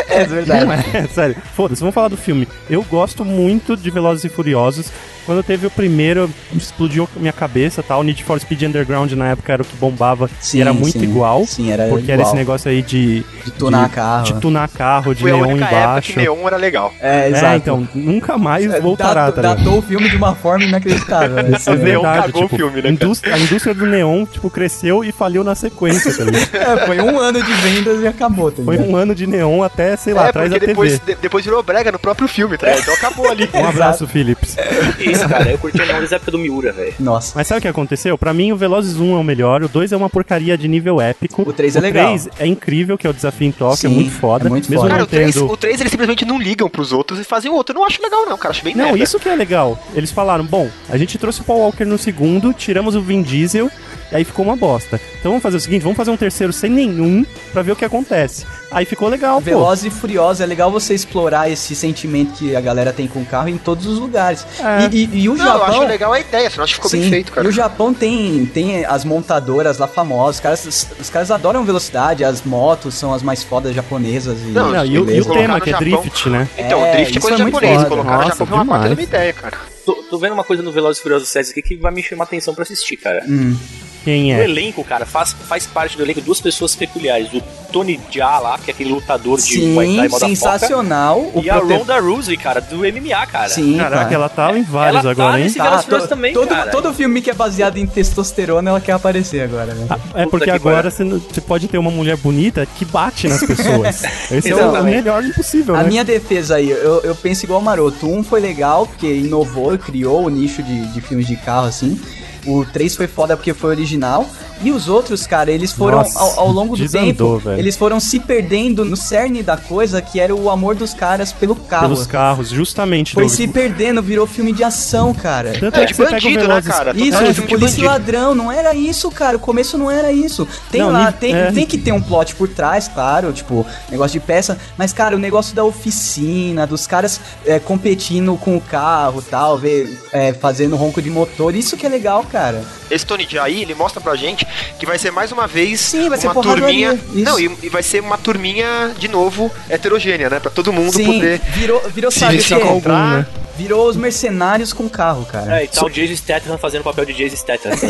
é verdade.
Não é, sério. Foda-se, vamos falar do filme. Eu gosto muito de Velozes e Furiosos. Quando teve o primeiro, explodiu minha cabeça, tal. Need for Speed Underground na época era o que bombava
Sim,
e era muito
sim.
igual.
Sim, era
Porque era
igual.
esse negócio aí de...
De tunar carro.
De tunar carro, de
Foi a
neon
única época que
embaixo.
Neon era legal.
É, exato. É,
É, então, nunca mais voltará, tá
Datou-
ligado?
Datou o filme de uma forma inacreditável. né? Isso
É
é-
Neon
verdade,
cagou o
tipo,
filme, né,
a indústria, a indústria do neon, tipo, cresceu e faliu na sequência, tá ligado?
É, foi um ano de vendas e acabou, tá
Foi
ligado?
um ano de neon até, sei lá,
é,
atrás
porque
da
depois,
TV.
de- depois virou brega no próprio filme, tá? ligado? Então acabou ali.
Um abraço, Philips.
é Isso, cara, eu curti não desde a época do Miura, velho.
Nossa.
Mas sabe o que aconteceu? Pra mim, o Velozes 1 é o melhor, o 2 é uma porcaria de nível épico.
O três é legal.
O 3 é incrível, que é o desafio em Tóquio, é
Sim,
muito foda.
é muito
mesmo
foda.
não
Cara, o 3,
tendo-
o três, eles simplesmente não ligam pros outros e fazem o outro. Eu não acho legal, não, cara. Acho bem
Não,
merda.
isso que é legal. Eles falaram, bom, a gente trouxe o Paul Walker no segundo, tiramos o Vin Diesel, e aí ficou uma bosta. Então vamos fazer o seguinte, vamos fazer um terceiro sem nenhum, pra ver o que acontece. Aí ficou legal, pô.
Veloz e Furiosa, é legal você explorar esse sentimento que a galera tem com o carro em todos os lugares.
É.
E, e- e o
Não, eu
Japão.
acho legal a ideia, senão acho que ficou
Sim.
bem feito, cara.
E o Japão tem, tem as montadoras lá famosas, os caras, os, os caras adoram velocidade, as motos são as mais fodas japonesas. E,
Não,
Não, e o, e o
beleza.
Colocar
tema,
no
que é
Japão.
drift, né?
Então,
É,
o drift
isso
é coisa
é muito
japonesa.
foda.
Colocar
Nossa,
no Japão foi uma baita
demais.
uma ideia, cara.
Tô, tô vendo uma coisa no Velozes e Furiosos 6 aqui que vai me chamar atenção pra assistir, cara.
Hum.
Quem
O
é?
elenco, cara, faz, faz parte do elenco duas pessoas peculiares. O Tony Jaa lá, que é aquele lutador de Muay Thai
Sim,
motherfucker,
sensacional. O
E a
prote-
Ronda Rousey, cara, do MMA, cara.
Sim,
Caraca,
cara.
ela tá em vários
Ela tá
agora, hein?
nesse- Velozes e Furiosos
to-
também,
todo,
cara.
todo filme que é baseado em testosterona, ela quer aparecer agora, né?
É porque
que
agora você não- você pode ter uma mulher bonita que bate nas pessoas. Esse é o
Exatamente.
melhor impossível,
A
né?
minha defesa aí, eu, eu penso igual o Maroto. Um foi legal, porque inovou e criou o nicho de, de filmes de carro, assim. O 3 foi foda porque foi original. E os outros, cara, eles foram
Nossa,
ao, ao longo do
desandou,
tempo.
velho.
Eles foram se perdendo no cerne da coisa que era o amor dos caras pelo carro.
Pelos carros, justamente.
Foi
Doug.
se perdendo, virou filme de ação, cara.
Tanto é, que
de
você pega o
bandido, né,
Velozes... É, tipo,
cara? Tá
Isso,
tocando
de
filme de
polícia e
bandido.
ladrão, não era isso, cara. O começo não era isso. Tem
Não,
lá,
nem-
tem,
é.
tem que ter um plot por trás, claro, tipo, negócio de peça. Mas, cara, o negócio da oficina, dos caras é, competindo com o carro tal, ver, é, fazendo ronco de motor, isso que é legal, cara.
Esse Tony Jaa aí, ele mostra pra gente que vai ser mais uma vez
Sim, vai ser
uma
porradaria,
turminha.
isso.
Não, e, e vai ser uma turminha de novo heterogênea, né? Pra todo mundo poder.
virou, virou
se
sabe o
identificar
quê?
com algum, né?
Virou os mercenários com carro, cara.
É,
então-
e tá o Jason Statham fazendo o papel de Jason Statham. assim.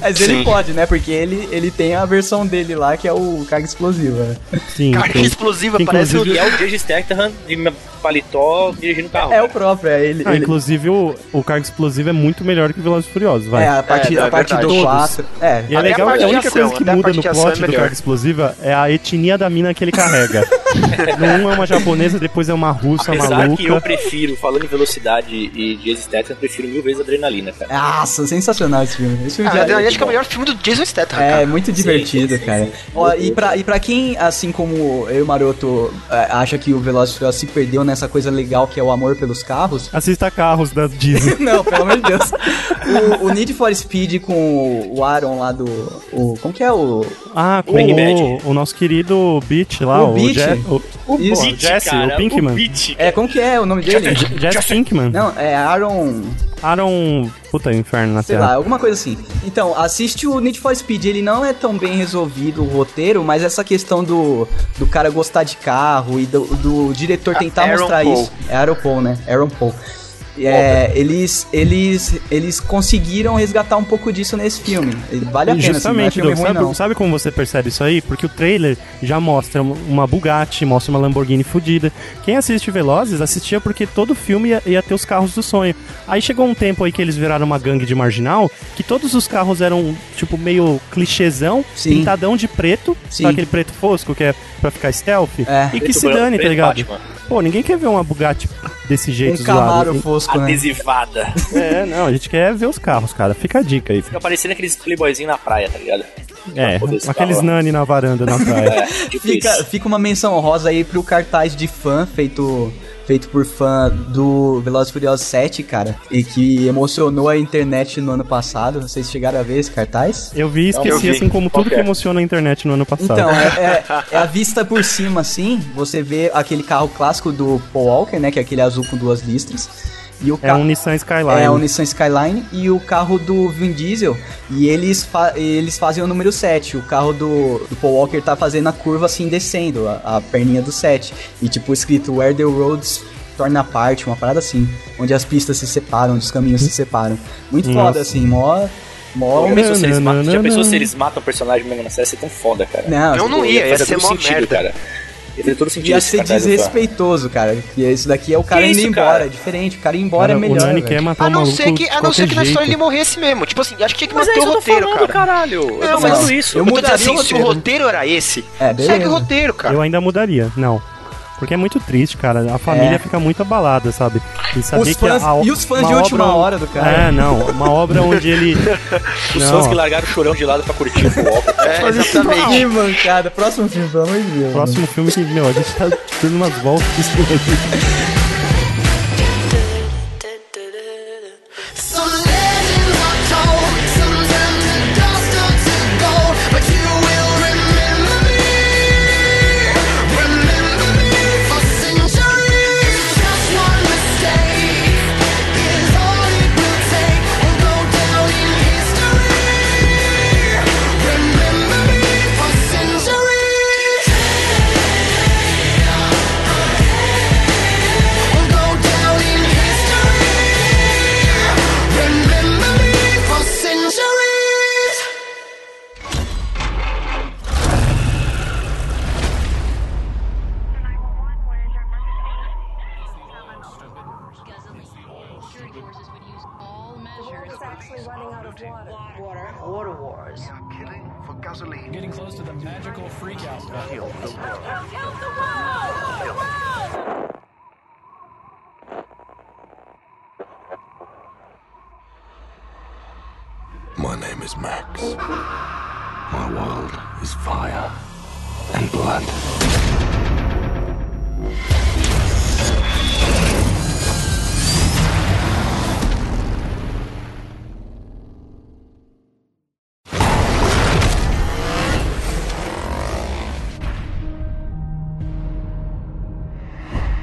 Mas ele
Sim.
pode, né? Porque ele, ele tem a versão dele lá, que é o carga explosiva. né?
Sim,
Carga
sim.
explosiva,
Inclusive-
parece o
e é o Jason Statham de paletó dirigindo o
Ah,
carro.
É o próprio, é ele.
Ah,
ele-
inclusive o, o carga explosiva é muito melhor que Velozes e Furiosos, vai.
É, a parte,
não, é
a parte do
verdade.
4.
E
É,
é
Até a
legal
parte
que a
de
única
ação,
coisa que
até a
muda
parte
no
de ação é
plot do
melhor.
carga explosiva é a etnia da mina que ele carrega. no um é uma japonesa, depois é uma russa
Apesar
maluca.
que eu prefiro, falando em velocidade e Jason Statham, eu prefiro mil vezes adrenalina, cara.
É, Nossa, sensacional esse filme. Esse filme
Cara,
já-
eu acho que é o melhor filme do Jason Statham,
é,
cara.
muito divertido, cara. Ó, e, pra, e pra quem, assim como eu e o Maroto, é, acha que o Velozes e Furiosos se perdeu nessa coisa legal que é o amor pelos carros...
Assista Carros da Disney.
Não, pelo amor de Deus. O, o Need for Speed com o Aaron lá do... O, como que é o...
Ah, com
Breaking
o, o nosso querido Beach lá,
O
o,
Beach?
Je- o,
O
Pô,
Isso.
Jesse, o Pinkman.
É, como que é o nome dele?
Jesse Pinkman.
Não, é Aaron...
Aaron. Puta, inferno na
Sei
Terra.
lá, alguma coisa assim. Então, assiste o Need for Speed, ele não é tão bem resolvido o roteiro, mas essa questão do, do cara gostar de carro e do, do diretor tentar
Aaron
mostrar
Paul.
isso. É Aaron Paul, né? Aaron Paul. E, É, eles, eles, eles conseguiram resgatar um pouco disso nesse filme. E Vale a
E
pena,
Justamente,
assim, não é filme
Doug,
ruim, não.
sabe, sabe como você percebe isso aí? Porque o trailer já mostra um- uma Bugatti, mostra uma Lamborghini fodida. Quem assiste Velozes assistia porque todo filme ia, ia ter os carros do sonho. Aí chegou um tempo aí que eles viraram uma gangue de marginal, que todos os carros eram, tipo, meio clichêzão,
Sim.
pintadão de preto,
Sim.
sabe aquele preto fosco que é pra ficar stealth,
É.
e que
Preto
se dane,
branco,
tá ligado?
preto
Pô, ninguém quer ver uma Bugatti desse jeito
Um
zoado.
Camaro fosco, né?
Adesivada.
É, não, a gente quer ver os carros, cara. Fica a dica aí.
Fica parecendo aqueles playboyzinhos na praia, tá ligado?
É,
Pra poder se
aqueles
falar.
nani na varanda na praia.
É, tipo
Fica,
isso.
fica uma menção rosa aí pro cartaz de fã feito feito por fã do Velozes e Furiosos 7, cara, e que emocionou a internet no ano passado. Vocês chegaram a ver esse cartaz?
Eu vi e esqueci,
Eu vi.
assim como tudo
Qualquer.
que emociona a internet no ano passado.
Então, é, é- é a vista por cima, assim, você vê aquele carro clássico do Paul Walker, né, que é aquele azul com duas listras, e o
é
carro...
um Nissan Skyline.
É, o Nissan Skyline e o carro do Vin Diesel. E eles, fa- eles fazem o número 7. O carro do, do Paul Walker tá fazendo a curva assim, descendo, a, a perninha do 7. E tipo, escrito Where the Roads torna parte, uma parada assim. Onde as pistas se separam, onde os caminhos se separam. Muito foda,
Nossa.
assim, mó. mó
Já pensou, se eles matam, já
Nananana.
pensou se eles matam o personagem mesmo na série? Ia ser tão foda, cara.
Não,
Eu não ia, ia
fazer
ser
todo
mó
sentido,
merda.
cara. Ia fazer todo sentido
Ia
esse
ser
cartaz do carro.
desrespeitoso, cara. E isso daqui é o cara
Que
indo
isso,
embora.
cara?
É diferente. O cara ir embora
Cara,
é melhor.
o Nani
velho.
quer matar
A
o
não
tá maluco
ser que, a não ser que na história ele morresse mesmo. Tipo assim, acho que tinha que
Mas é
manter
isso
o
que eu tô
roteiro,
falando,
cara.
caralho. Eu
Não,
tô
mas-
falando isso.
eu
Eu tô dizendo
mudaria o
assim, se o
roteiro.
roteiro era esse,
É,
segue
beleza.
o roteiro, cara.
Eu ainda mudaria, não. Porque é muito triste, cara. A família
É.
fica muito abalada, sabe? E saber
Os
que a-
fãs-
a-
e os fãs
uma
de última hora do cara.
É, não. Uma obra onde ele.
Os
Não.
fãs que largaram o chorão de lado pra curtir o Walker.
É, exatamente.
Que mancada. Próximo filme, pelo amor de Deus.
Próximo filme que, meu, a gente tá dando umas voltas.
Some legends are told, some turn to dust or to gold, but you will remember me. Remember me for centuries. Just one mistake is all it will take. Will go down in history. Remember me for centuries. Will go down in history. Remember me for centuries.
name is Max. My world is fire and blood.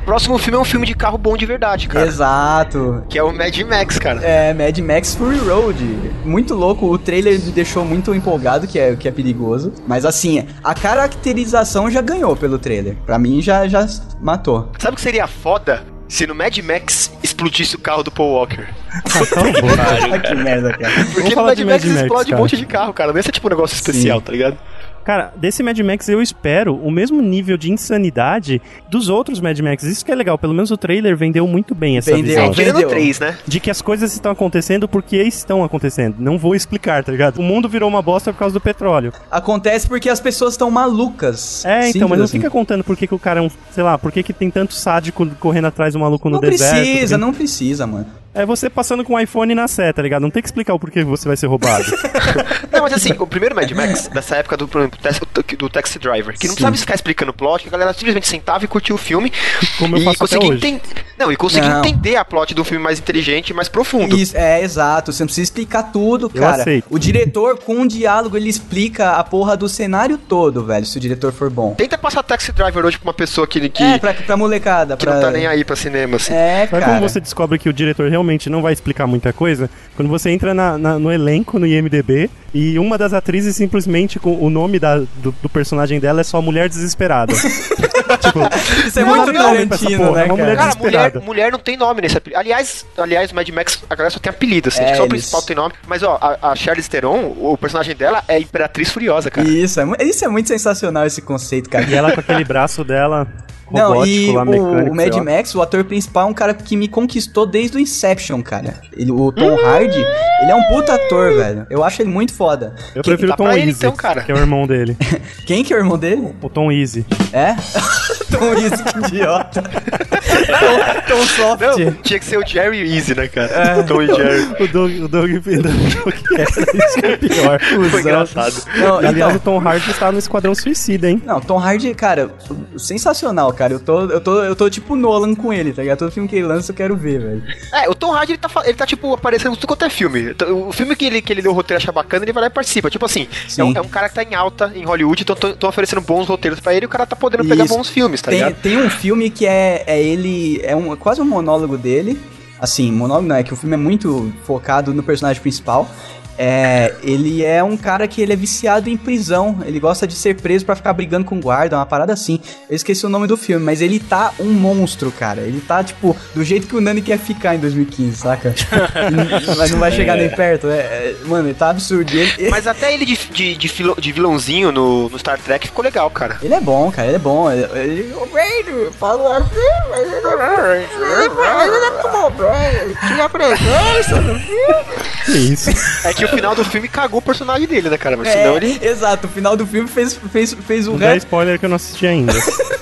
O próximo filme é um filme de carro bom de verdade, cara.
Exato.
Que é o Mad Max, cara.
É, Mad Max Fury Road. Muito louco, o trailer me deixou muito empolgado, que é, que é perigoso. Mas assim, a caracterização já ganhou pelo trailer. Pra mim já, já matou.
Sabe o que seria foda? Se no Mad Max explodisse o carro do Paul Walker.
tá
que merda, cara.
Porque no
falar
Mad
de
Max
Mad Max,
explode
cara.
um monte de carro, cara. Não ia ser tipo um negócio especial, tá ligado?
Cara, desse Mad Max eu espero o mesmo nível de insanidade dos outros Mad Max. Isso que é legal, pelo menos o trailer vendeu muito bem essa
Vendeu. É,
visão.
Vendeu.
Vendendo três, né?
De que as coisas estão acontecendo porque estão acontecendo. Não vou explicar, tá ligado? O mundo virou uma bosta por causa do petróleo.
Acontece porque as pessoas estão malucas.
É, então,
Simples
mas não
assim.
fica contando por que, que o cara é um. Sei lá, por que, que tem tanto sádico correndo atrás do maluco no
Não
deserto.
precisa,
porque-
não precisa, mano.
É você passando com o iPhone na seta, tá ligado? Não tem que explicar o porquê você vai ser roubado.
Não, mas assim, o primeiro Mad Max, dessa época do, por exemplo, Taxi- do Taxi Driver, que não
Sim.
precisava ficar explicando o plot, que a galera simplesmente sentava e curtia o filme.
Como eu
e
faço até
conseguia
hoje.
enten- Não, e conseguia
Não.
entender a plot do filme mais inteligente e mais profundo.
Isso, é, exato. Você não precisa explicar tudo, cara.
aceito.
O diretor, com um diálogo, ele explica a porra do cenário todo, velho, se o diretor for bom.
Tenta passar Taxi Driver hoje pra uma pessoa que, que,
É, pra, pra molecada.
que
pra...
não tá nem aí pra cinema, assim.
É,
Sabe
cara.
como você descobre que o diretor realmente não vai explicar muita coisa? Quando você entra na- na- no elenco, no IMDB, e uma das atrizes simplesmente com o nome da- do, do personagem dela é só Mulher Desesperada. Tipo,
Isso é
Não,
muito
não, não, essa
Tarantino,
porra,
né,
é uma mulher
cara?
Cara, mulher,
desesperada.
mulher não tem nome nesse apelido. Aliás, aliás, Mad Max, a galera só tem apelido, assim.
É,
acho que só o
eles-
principal tem nome. Mas, ó, a, a Charlize Theron, o personagem dela é Imperatriz Furiosa, cara.
Isso é, mu- isso é muito sensacional esse conceito, cara.
e ela com aquele braço dela robótico
Não, e
lá,
o,
mecânico.
o
sei
Mad
lá.
Max, o ator principal, é um cara que me conquistou desde o Inception, cara. Ele, o Tom Hardy, ele é um puta ator, velho. Eu acho ele muito foda.
Eu prefiro
tá
o Tom
pra ele,
Easy,
então, cara.
que é o irmão dele.
Quem que é o irmão dele?
O Tom Easy.
É? Tom Easy, que idiota. Tom, Tom Soft.
Não, tinha que ser o Jerry Easy, né, cara?
É.
Tom e Jerry.
O Doug, o Doug, o Doug era isso que é pior.
Foi engraçado.
Não,
Aliás, o
então,
Tom Hardy está no Esquadrão Suicida, hein?
não, Tom Hardy, cara, sensacional, cara. Eu tô, eu tô, eu tô tipo Nolan com ele, tá ligado? Todo filme que ele lança eu quero ver, velho.
É, o Tom Hardy, ele tá, fa- ele tá, tipo, aparecendo em tudo quanto é filme. T- O filme que ele, que ele lê o roteiro e acha bacana, ele vai lá e participa. Tipo assim, é um,
Sim.
é um cara que tá em alta em Hollywood, então estão oferecendo bons roteiros pra ele e o cara tá podendo pegar
Isso.
bons filmes, tá
Tem,
ligado?
tem um filme que é, é ele. É um, é quase um monólogo dele. Assim, monólogo não, é que o filme é muito focado no personagem principal. É, ele é um cara que ele é viciado em prisão. Ele gosta de ser preso pra ficar brigando com guarda, uma parada assim. Eu esqueci o nome do filme, mas ele tá um monstro, cara. Ele tá, tipo, do jeito que o Nani quer ficar em 2015, saca? mas não vai chegar nem perto. É, é, mano, ele tá absurdo. E ele-
Mas até ele de, de, de, filo- de vilãozinho no, no Star Trek ficou legal, cara.
Ele é bom, cara, ele é bom. Ele, ele, o Brando fala assim, mas ele não- ele não é como o Brando, tinha presença.
Que isso.
É que o final do filme cagou o personagem dele, né, cara? Mas senão ele.
É, exato, o final do filme fez, fez, fez o
Não dá
Né?
resto.
spoiler que eu não assisti ainda.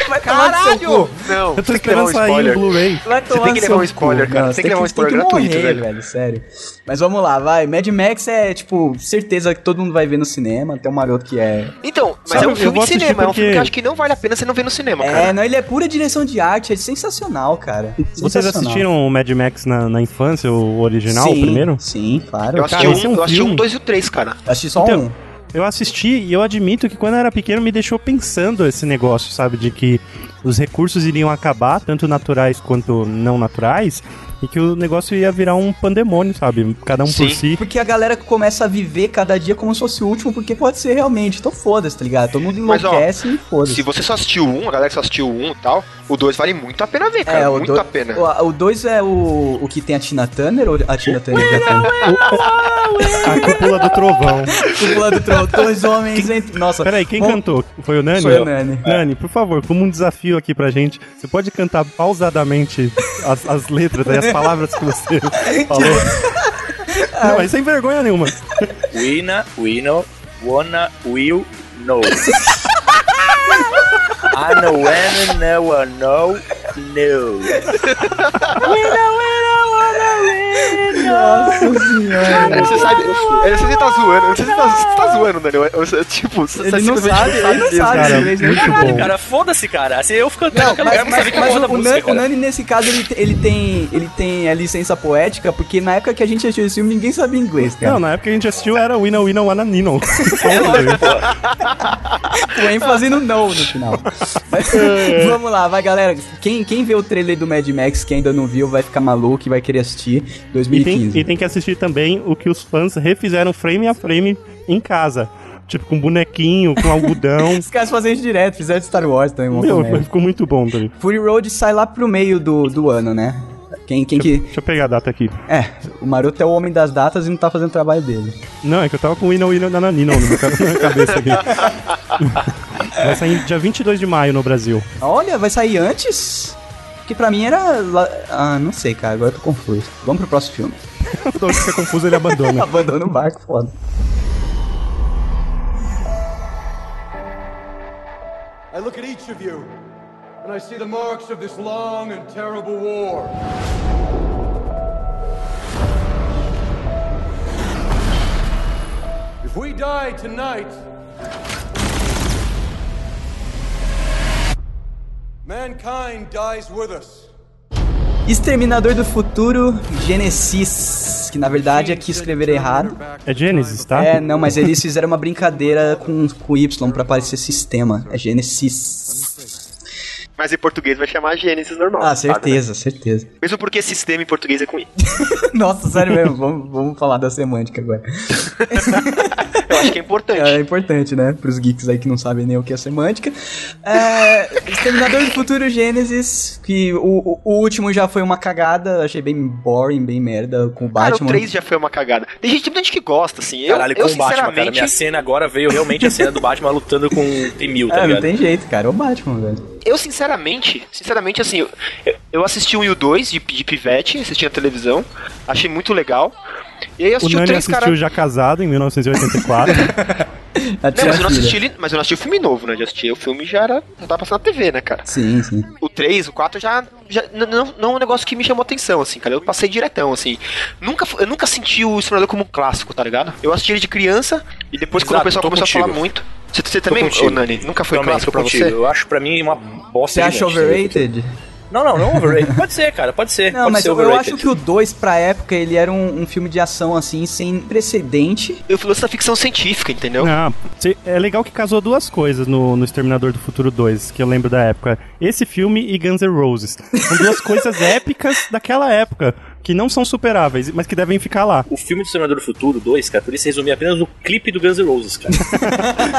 Vai tomar no seu cu.
Não,
Eu tô
tem que
esperando
levar um
sair
spoiler.
o Blu-ray.
Vai tomar
tem que
no
levar
seu
um spoiler,
cu.
cara,
Não,
tem que levar um
você tem
spoiler gratuito,
morrer,
velho.
Sério. Mas vamos lá, vai. Mad Max é, tipo, certeza que todo mundo vai ver no cinema. Tem um maroto que é.
Então, mas
Sabe,
é
eu
um filme
vou
de
assistir
cinema, é um filme
porque-
que eu acho que não vale a pena você não ver no cinema,
É,
cara.
não, ele é pura direção de arte, é sensacional, cara.
Vocês
Sensacional.
assistiram o Mad Max na, na infância, o original,
sim,
o primeiro?
Sim, claro.
Eu assisti
Cara, esse é
um,
um
eu assisti um,
filme.
dois e o três, cara.
Eu assisti só
Então,
um.
Eu assisti e eu admito que quando eu era pequeno me deixou pensando esse negócio, sabe? De que os recursos iriam acabar, tanto naturais quanto não naturais, e que o negócio ia virar um pandemônio, sabe? Cada um por
Sim.
si.
Porque a galera começa a viver cada dia como se fosse o último, porque pode ser realmente. Então foda-se, tá ligado? Todo mundo
Mas, ó,
enlouquece e
Se
foda-se.
você só assistiu um, a galera que só assistiu um e tal, o dois vale muito a pena ver, cara. muito
do-
a pena.
É, o- O 2 é o, o que tem a Tina Turner ou a Tina Turner já tem?
A cúpula do trovão.
O Blood do Troll, dois homens entre. Nossa,
Peraí, quem
bom,
cantou? Foi o Nani?
Foi o Nani.
Nani, por favor, como um desafio aqui pra gente, você pode cantar pausadamente as, as letras e as palavras que você falou? Não, é sem vergonha nenhuma.
Wina, Wino, Wanna, Will, No. I know when, no one, no, no.
Nossa senhora.
É, você sabe, é, você tá zoando, eu não sei se você tá, você tá zoando, Daniel. Eu- eu- Tipo, você
Ele não
simplesmente
sabe, ele não
disso,
sabe.
cara.
Cara,
inglês, né?
muito
Caralho,
bom.
cara, foda-se, cara. Assim, eu fico
Não,
cantando aquela
mas,
música,
mas,
sabe que
mas
porra da
o, Nani,
música,
o
cara.
Nani, nesse caso, ele, te- ele tem ele tem a licença poética, porque na época que a gente assistiu esse filme, ninguém sabia inglês, cara.
Não, na época que a gente assistiu era Wina Wina Wana Nino.
É, Com ênfase no não no final. Mas,
É.
Vamos lá, vai galera. Quem, quem vê o trailer do Mad Max que ainda não viu vai ficar maluco e vai querer assistir
e, tem,
2015.
e tem que assistir também o que os fãs refizeram frame a frame em casa. Tipo, com bonequinho, com algodão.
Os caras fazem isso direto, fizeram Star Wars também, uma
Meu,
comédia.
ficou muito bom, Dani.
Fury Road sai lá pro meio do, do ano, né? Quem, quem que.
Deixa eu pegar a data aqui.
É, o Maroto é o homem das datas e não tá fazendo o trabalho dele.
Não, é que eu tava com o Wina Wina Nananino na minha ca- na minha cabeça aqui. Vai sair dia 22 de maio no Brasil.
Olha, vai sair antes? Que pra mim era. la- Ah, não sei, cara, agora eu tô confuso. Vamos pro próximo filme.
O Dom fica confuso, ele abandona.
Abandona o barco, foda.
I look at each of you, and I see the marks of this long and terrible war. If we die tonight, mankind dies with us.
Exterminador do Futuro Genesis, que na verdade aqui escreveram errado.
É Genesis, tá?
É, não, mas eles fizeram uma brincadeira com, com Y pra parecer sistema. É Genesis.
Mas em português vai chamar Gênesis normal.
Ah,
sabe, né?
certeza, certeza.
Mesmo porque sistema em português é com I.
Nossa, sério mesmo, vamos, vamos falar da semântica agora.
Eu acho que é importante.
É importante, né? Pros geeks aí que não sabem nem o que é semântica. É, Exterminador do Futuro Gênesis, que o, o- o último já foi uma cagada, achei bem boring, bem merda, com o
Cara, o
Batman. É,
3 já foi uma cagada. Tem gente, tem gente que gosta, assim. Eu,
Caralho,
eu
com o Batman, cara.
sinceramente,
Minha cena agora veio realmente a cena do Batman lutando com o T-1000, tá
é, não
ligado?
tem jeito, cara, é o Batman, velho.
eu sinceramente, sinceramente, assim, eu, eu assisti o 1 e o 2 de, de pivete, assisti na televisão, achei muito legal. E aí eu
O
assisti o,
Nani
3,
assistiu
cara.
já casado em 1984.
Até
Não, mas
a
eu não
filha.
assisti ele, mas eu não assisti o filme novo, né? Já assisti o filme já era. Já tava passando na TV, né, cara?
Sim, sim.
O 3, o 4 já, já n- não, não é um negócio que me chamou atenção, assim, cara. Eu passei diretão, assim. Nunca, fu- eu nunca senti o Exterminador como um clássico, tá ligado? Eu assisti ele de criança e depois quando
Exato,
o pessoal
tô
começou a falar
contigo.
muito. Você, você
Tô
também,
contigo.
ô, Nani, nunca foi
Também,
clássico
tô
pra
contigo.
você?
Eu acho pra mim uma bosta
Você acha
gigante.
overrated?
Não, não, não overrated. Pode ser, cara, pode ser.
Não,
pode
mas
ser
eu, eu
overrated.
acho que o 2, pra época, ele era um, um filme de ação, assim, sem precedente.
Eu falo da ficção científica, entendeu?
Não, cê- é legal que casou duas coisas no, no Exterminador do Futuro 2, que eu lembro da época. Esse filme e Guns N' Roses. São duas coisas épicas daquela época, que não são superáveis, mas que devem ficar lá.
O filme do Exterminador do Futuro 2, cara, poderia se resumir apenas no clipe do Guns N' Roses, cara.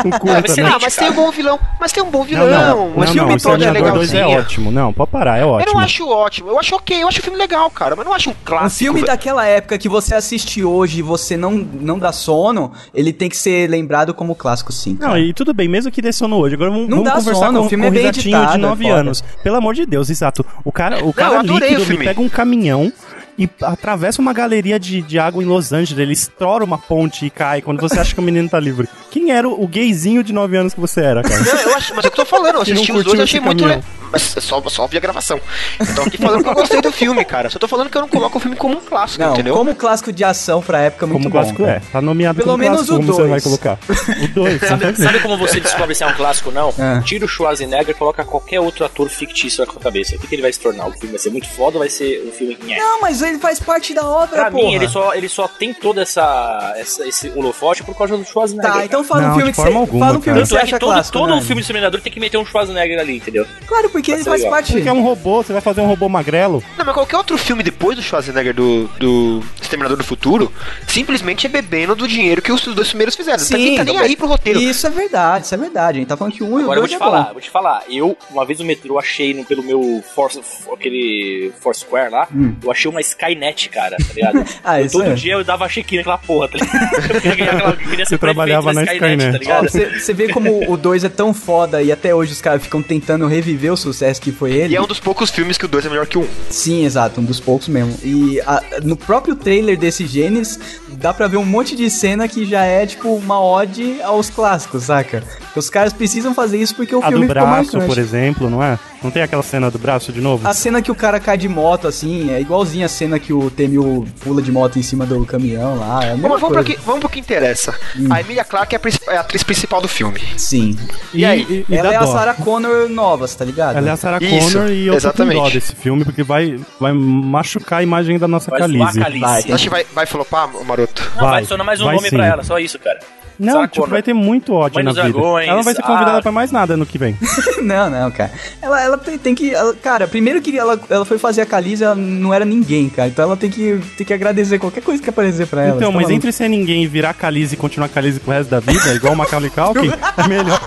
O curta, né?
Ah, mas tem um bom vilão. Mas tem um bom vilão. o
não,
filme
não,
todo é
Exterminador 2 é
legalzinho.
ótimo. Não, pode parar, é
eu
ótimo.
não acho ótimo. Eu acho ok. Eu acho o filme legal, cara. Mas não acho um
Um
clássico.
filme
velho.
daquela época que você assiste hoje e você não, não dá sono, ele tem que ser lembrado como clássico, sim.
Não, e tudo bem, mesmo que dê sono hoje. Agora vamos,
Não
vamos
dá
conversar
sono,
com
o filme
com
é bem
risatinho
editado,
de
é
9
foda.
anos. Pelo amor de Deus, exato. O cara, o cara
eu adorei o
líquido, ele
filme.
pega um caminhão e atravessa uma galeria de, de água em Los Angeles, ele estoura uma ponte e cai quando você acha que o menino tá livre. Quem era o, o gayzinho de 9 anos que você era, cara?
Não, eu acho, mas é o que eu tô falando, eu
Que não
assisti os
curtiu
dois e achei
esse
muito.
caminhão.
le- Mas eu só, só vi a gravação. Eu tô aqui falando que eu gostei do filme, cara. Só tô falando que eu não coloco o filme como um clássico,
Não,
entendeu?
como clássico de ação pra época, é muito
Como
bom.
clássico é.
cara.
Tá nomeado
Pelo
como
menos
clássico,
o
como você
dois.
vai colocar. O 2.
Sabe como você descobre se é um clássico ou não?
É.
Tira o Schwarzenegger e coloca qualquer outro ator fictício na sua cabeça. O que, que ele vai se tornar? O filme vai ser muito foda ou vai ser um filme... nhé?
Não, mas ele faz parte da obra,
Pra
porra.
mim, ele só, ele só tem toda essa, essa esse holofote por causa do Schwarzenegger.
Tá,
cara.
então fala um
Não,
filme
de
que você,
forma alguma,
fala um filme
cara.
que
Tanto
você
é que
acha
todo,
clássico,
todo
né?
o filme do Exterminador tem que meter um Schwarzenegger ali, entendeu?
Claro, porque ele
ser
faz
legal.
parte.
Porque é um robô, você vai fazer um robô magrelo?
Não, mas qualquer outro filme depois do Schwarzenegger do, do Exterminador do Futuro, simplesmente é bebendo do dinheiro que os dois primeiros fizeram. Não tá nem- tá nem aí pro roteiro.
Isso é verdade, isso é verdade. A gente tá falando que um e o
Agora eu vou
dois
te
é
falar, tá
bom.
vou te falar. Eu, uma vez no metrô, achei no, pelo meu Force, aquele Force Square lá,
Hum.
eu achei uma Skynet, cara, tá ligado?
Ah,
Eu
isso
todo
é.
dia eu dava chiquinha naquela porra, tá ligado? Eu queria ganhar aquela- eu queria ser
Você trabalhava
prefeito
na Skynet.
tá ligado?
Você você vê como o 2 é tão foda e até hoje os caras ficam tentando reviver o sucesso que foi ele.
E é um dos poucos filmes que o 2 é melhor que o 1.
Sim, exato, um dos poucos mesmo. E a- no próprio trailer desse Genes, dá pra ver um monte de cena que já é tipo uma ode aos clássicos, saca? Os caras precisam fazer isso porque o
A
filme
do braço,
ficou
por
marcante.
exemplo, não é? Não tem aquela cena do braço de novo?
A cena que o cara cai de moto, assim, é igualzinha a cena que o Temil pula de moto em cima do caminhão lá. É a mesma
Vamos, vamos,
coisa.
pro que, vamos pro que interessa. A Emilia Clarke é a, princip- é a atriz principal do filme.
Sim.
E,
aí?
E, e
Ela
dá
é a
dó.
Sarah Connor novas, tá ligado?
Ela é a Sarah
Isso,
Connor e eu
exatamente.
tô com dó desse filme, porque vai, vai machucar a imagem da nossa
Vai zoar
Khaleesi.
a Khaleesi.
Vai,
Você acha que vai, vai flopar, maroto?
Não, vai,
Vai,
adicionar mais um
vai
nome
sim.
pra ela, só isso, cara. né?
Não,
Sarah
tipo,
Connor.
vai ter muito ódio
Mãe
na
dos
vida.
Dragões,
ela não vai ser convidada
ah.
pra mais nada no que vem.
não, não, cara. Ela, ela tem, tem que. ela- cara, primeiro que ela, ela foi fazer a Caliza, ela não era ninguém, cara. Então ela tem que, tem que agradecer qualquer coisa que aparecer pra ela.
então,
você tá
mas
maluco?
entre ser ninguém e virar Khaleesi e continuar Khaleesi pro resto da vida, igual o Macaulay Culkin, é melhor.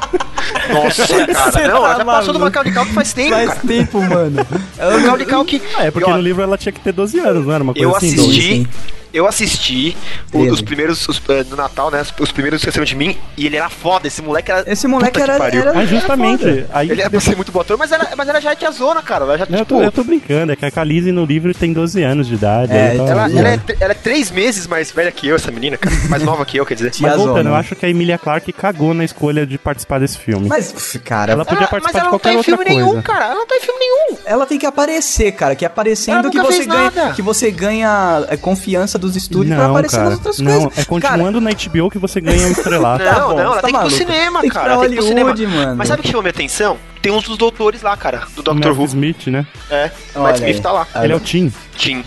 Nossa,
Você
cara. Não, ela
tá
já passou do
maluco.
Macaulay Culkin faz tempo,
Faz
cara.
tempo, mano. Ela não-
Macaulay Culkin...
Ah, é porque
E, ó,
no livro ela tinha que ter 12 anos, não era uma coisa
Eu
assim?
assisti,
sim.
eu assisti o-
Beleza.
os primeiros os, eh, do Natal, né? Os, os primeiros esqueceram de mim e ele era foda. Esse moleque era.
Esse moleque
Puta que
era,
pariu.
era-
Ah,
era foda.
justamente. Aí,
é Ele é era pra ser muito bom ator, mas era, mas era já de zona, cara. Ela já,
Não, eu,
tipo,
tô, eu tô brincando, é que a Khaleesi no livro tem 12 anos de idade.
É,
aí tá
ela,
zoando.
ela é, tre- ela é três meses mais velha que eu, essa menina, cara. Mais nova que eu, quer dizer.
Tia
Mas voltando,
Zona.
eu acho que a Emilia Clarke cagou na escolha de participar desse filme.
Mas, pff, cara,
Ela podia
Ela- mas
participar
ela
de
não
qualquer
tá em
outra
filme
coisa.
nenhum, cara. Ela não tá em filme nenhum.
Ela tem que aparecer, cara, que
Ela
aparecendo que
nunca
você
fez
ganha,
nada.
que você ganha é, confiança dos estúdios pra
Não,
aparecer nas
cara.
outras
Não,
coisas.
é continuando na HBO que você ganha um estrelato.
Não,
bom,
não,
você
ela
tá
tem que ir pro
maluco.
cinema,
Tem que ir
cara.
pra
Tem que ir pro cinema.
Hollywood, mano.
Mas sabe o que chamou minha atenção? Tem uns dos doutores lá, cara. Do
O
Dr.
Matt
Who.
Smith, né?
É, o
Olha
Matt Smith
aí.
tá lá.
Ah,
Ele é o Tim.
Tim.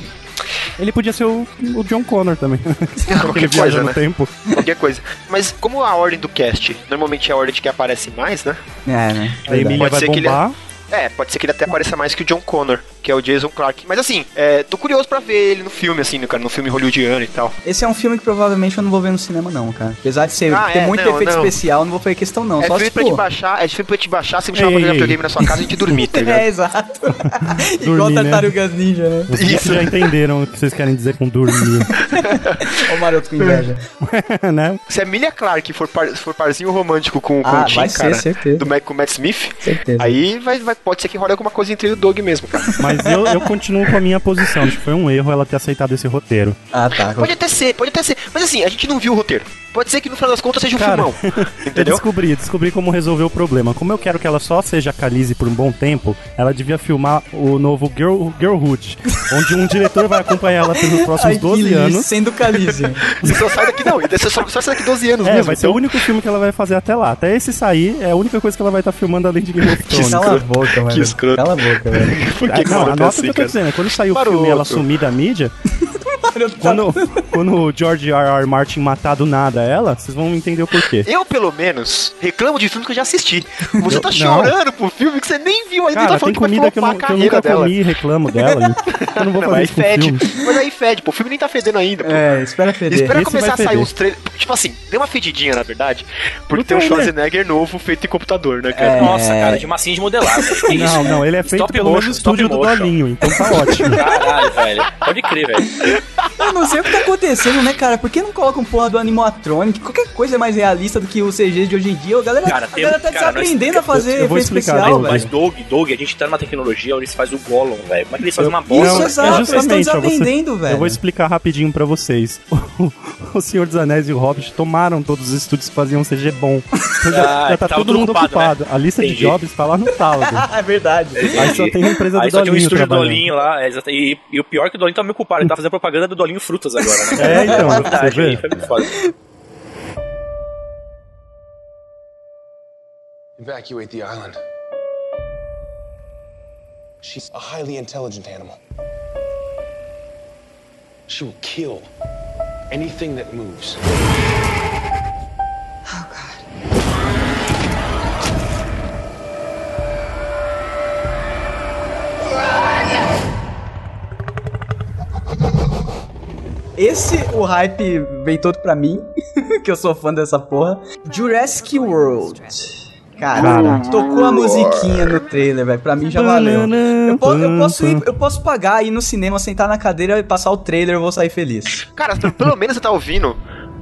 Ele podia ser o, o John Connor também. Ele
Qualquer
viaja
coisa,
no
né?
tempo.
Qualquer coisa. Mas como a ordem do cast normalmente é a ordem de quem aparece mais, né?
É, né?
A
Verdade.
Emilia
Pode
vai
ser que ele-
bombar.
É, pode ser que ele até apareça mais que o John Connor, que é o Jason Clark. Mas assim, é, tô curioso pra ver ele no filme, assim, no, cara, no filme hollywoodiano e tal.
Esse é um filme que provavelmente eu não vou ver no cinema, não, cara. Apesar de ser,
Ah,
ter
é,
muito
não,
efeito
não.
especial, não vou fazer questão, não.
é
Só tipo,
filme
se
pra te
for.
baixar, é filme pra te baixar, você me chamar pra
Ei,
jogar
ei.
videogame na sua casa e a gente dormir, tá ligado?
É, exato. Igual
Dormir, né?
Tartarugas Ninja, né?
Vocês
Isso.
já entenderam o que vocês querem dizer com dormir,
Olha o maroto com inveja.
né?
Se a Emilia Clarke for, par, for parzinho romântico com, com
Ah,
o Tim,
vai ser,
cara,
certeza.
do Mac, com o Matt Smith,
Certeza.
aí vai, vai- pode ser que role alguma coisa entre o Doug mesmo, cara.
Mas eu, eu continuo com a minha posição. Acho que foi um erro ela ter aceitado esse roteiro.
Ah, tá.
Pode até ser, pode até ser. Mas assim, a gente não viu o roteiro. Pode ser que no final das contas seja um
Cara,
filmão.
Eu
Entendeu?
descobri, descobri como resolver o problema. Como eu quero que ela só seja Khaleesi por um bom tempo, ela devia filmar o novo Girl, Girlhood, onde um diretor vai acompanhar ela pelos
Ai,
próximos
que
12
lixo,
anos.
Sendo Calícia.
Você só sai daqui, não. Você só, só sai daqui 12 anos
É,
mesmo. um
vai ser o único filme que ela vai fazer até lá. Até esse sair, é a única coisa que ela vai estar filmando além de Game of Thrones.
Cala a boca, mano.
escroto.
Cala a boca, velho.
Por
Ah, não,
maroto é
anota
assim,
o que eu tô
cara?
dizendo. Quando sair o
Maroto.
filme e ela sumir da mídia, quando, quando o George R. R. Martin matar do nada ela, vocês vão entender o porquê.
Eu, pelo menos, reclamo de filme que eu já assisti. Você tá
Não.
chorando pro filme que você nem viu ainda e
Cara,
tá
tem
falando que vai
comida que eu,
flopar
não-
a
que eu
carreira
nunca
dela.
comi e reclamo dela. né? Eu não vou
Não, é
fazer
mas
isso com
fede.
filme.
Mas aí fede, pô. O filme nem tá fedendo ainda, pô.
É, espera feder.
Espera
esse
começar
vai
a sair
feder.
uns trailers. Tipo assim, deu uma fedidinha, na verdade. Porque
No
tem um
trailer. É.
Schwarzenegger novo feito em computador, né, cara?
Nossa, cara, de massinha de modelado. Que isso,
Não,
cara?
não, ele é feito
Stop
pelo
motion,
mesmo estúdio do
stop motion.
Dolinho, então tá ótimo.
Caralho, velho. Pode crer, velho.
Eu não sei o que tá acontecendo, né, cara? Por que não colocam porra do animatronic? Qualquer coisa é mais realista do que o CG de hoje em dia. A galera,
Cara,
a
tem-
galera tá
cara, nós-
desaprendendo a fazer
eu vou
efeito
explicar,
especial,
né,
velho.
Mas Doug, Doug, a gente tá numa tecnologia onde se faz o Gollum, velho. Como é que eles fazem uma Ah, bola?
Isso,
Não,
exato,
é
nós estamos
justamente, ó, você-
aprendendo, velho.
Eu vou explicar rapidinho pra vocês. O, Senhor dos Anéis e o Hobbit tomaram todos os estúdios que faziam CG bom. Então já,
Ah,
já tá
tava
todo
tudo
mundo
ocupado,
ocupado.
né?
A lista de
Entendi.
jobs tá lá no talo.
Ah, é verdade.
Aí só tem a empresa
Aí
do
só tem um
Dolinho
estúdio do
trabalhando.
Dolinho lá, é, exata- e, e o pior é que o Dolinho tá meio culpado, ele tá fazendo propaganda do Dolinho Frutas agora, né?
É, então,
Essa
você
vantagem
vê?
aí foi muito foda.
Evacuate the island. She's a highly intelligent animal. She will kill anything that moves.
Esse, o hype vem todo pra mim, que eu sou fã dessa porra. Jurassic World. Cara,
Cara.
tocou a musiquinha no trailer, velho. Pra mim já valeu. Eu, po- eu posso ir- eu posso pagar, ir no cinema, sentar na cadeira e passar o trailer, eu vou sair feliz.
Cara, pelo menos você tá ouvindo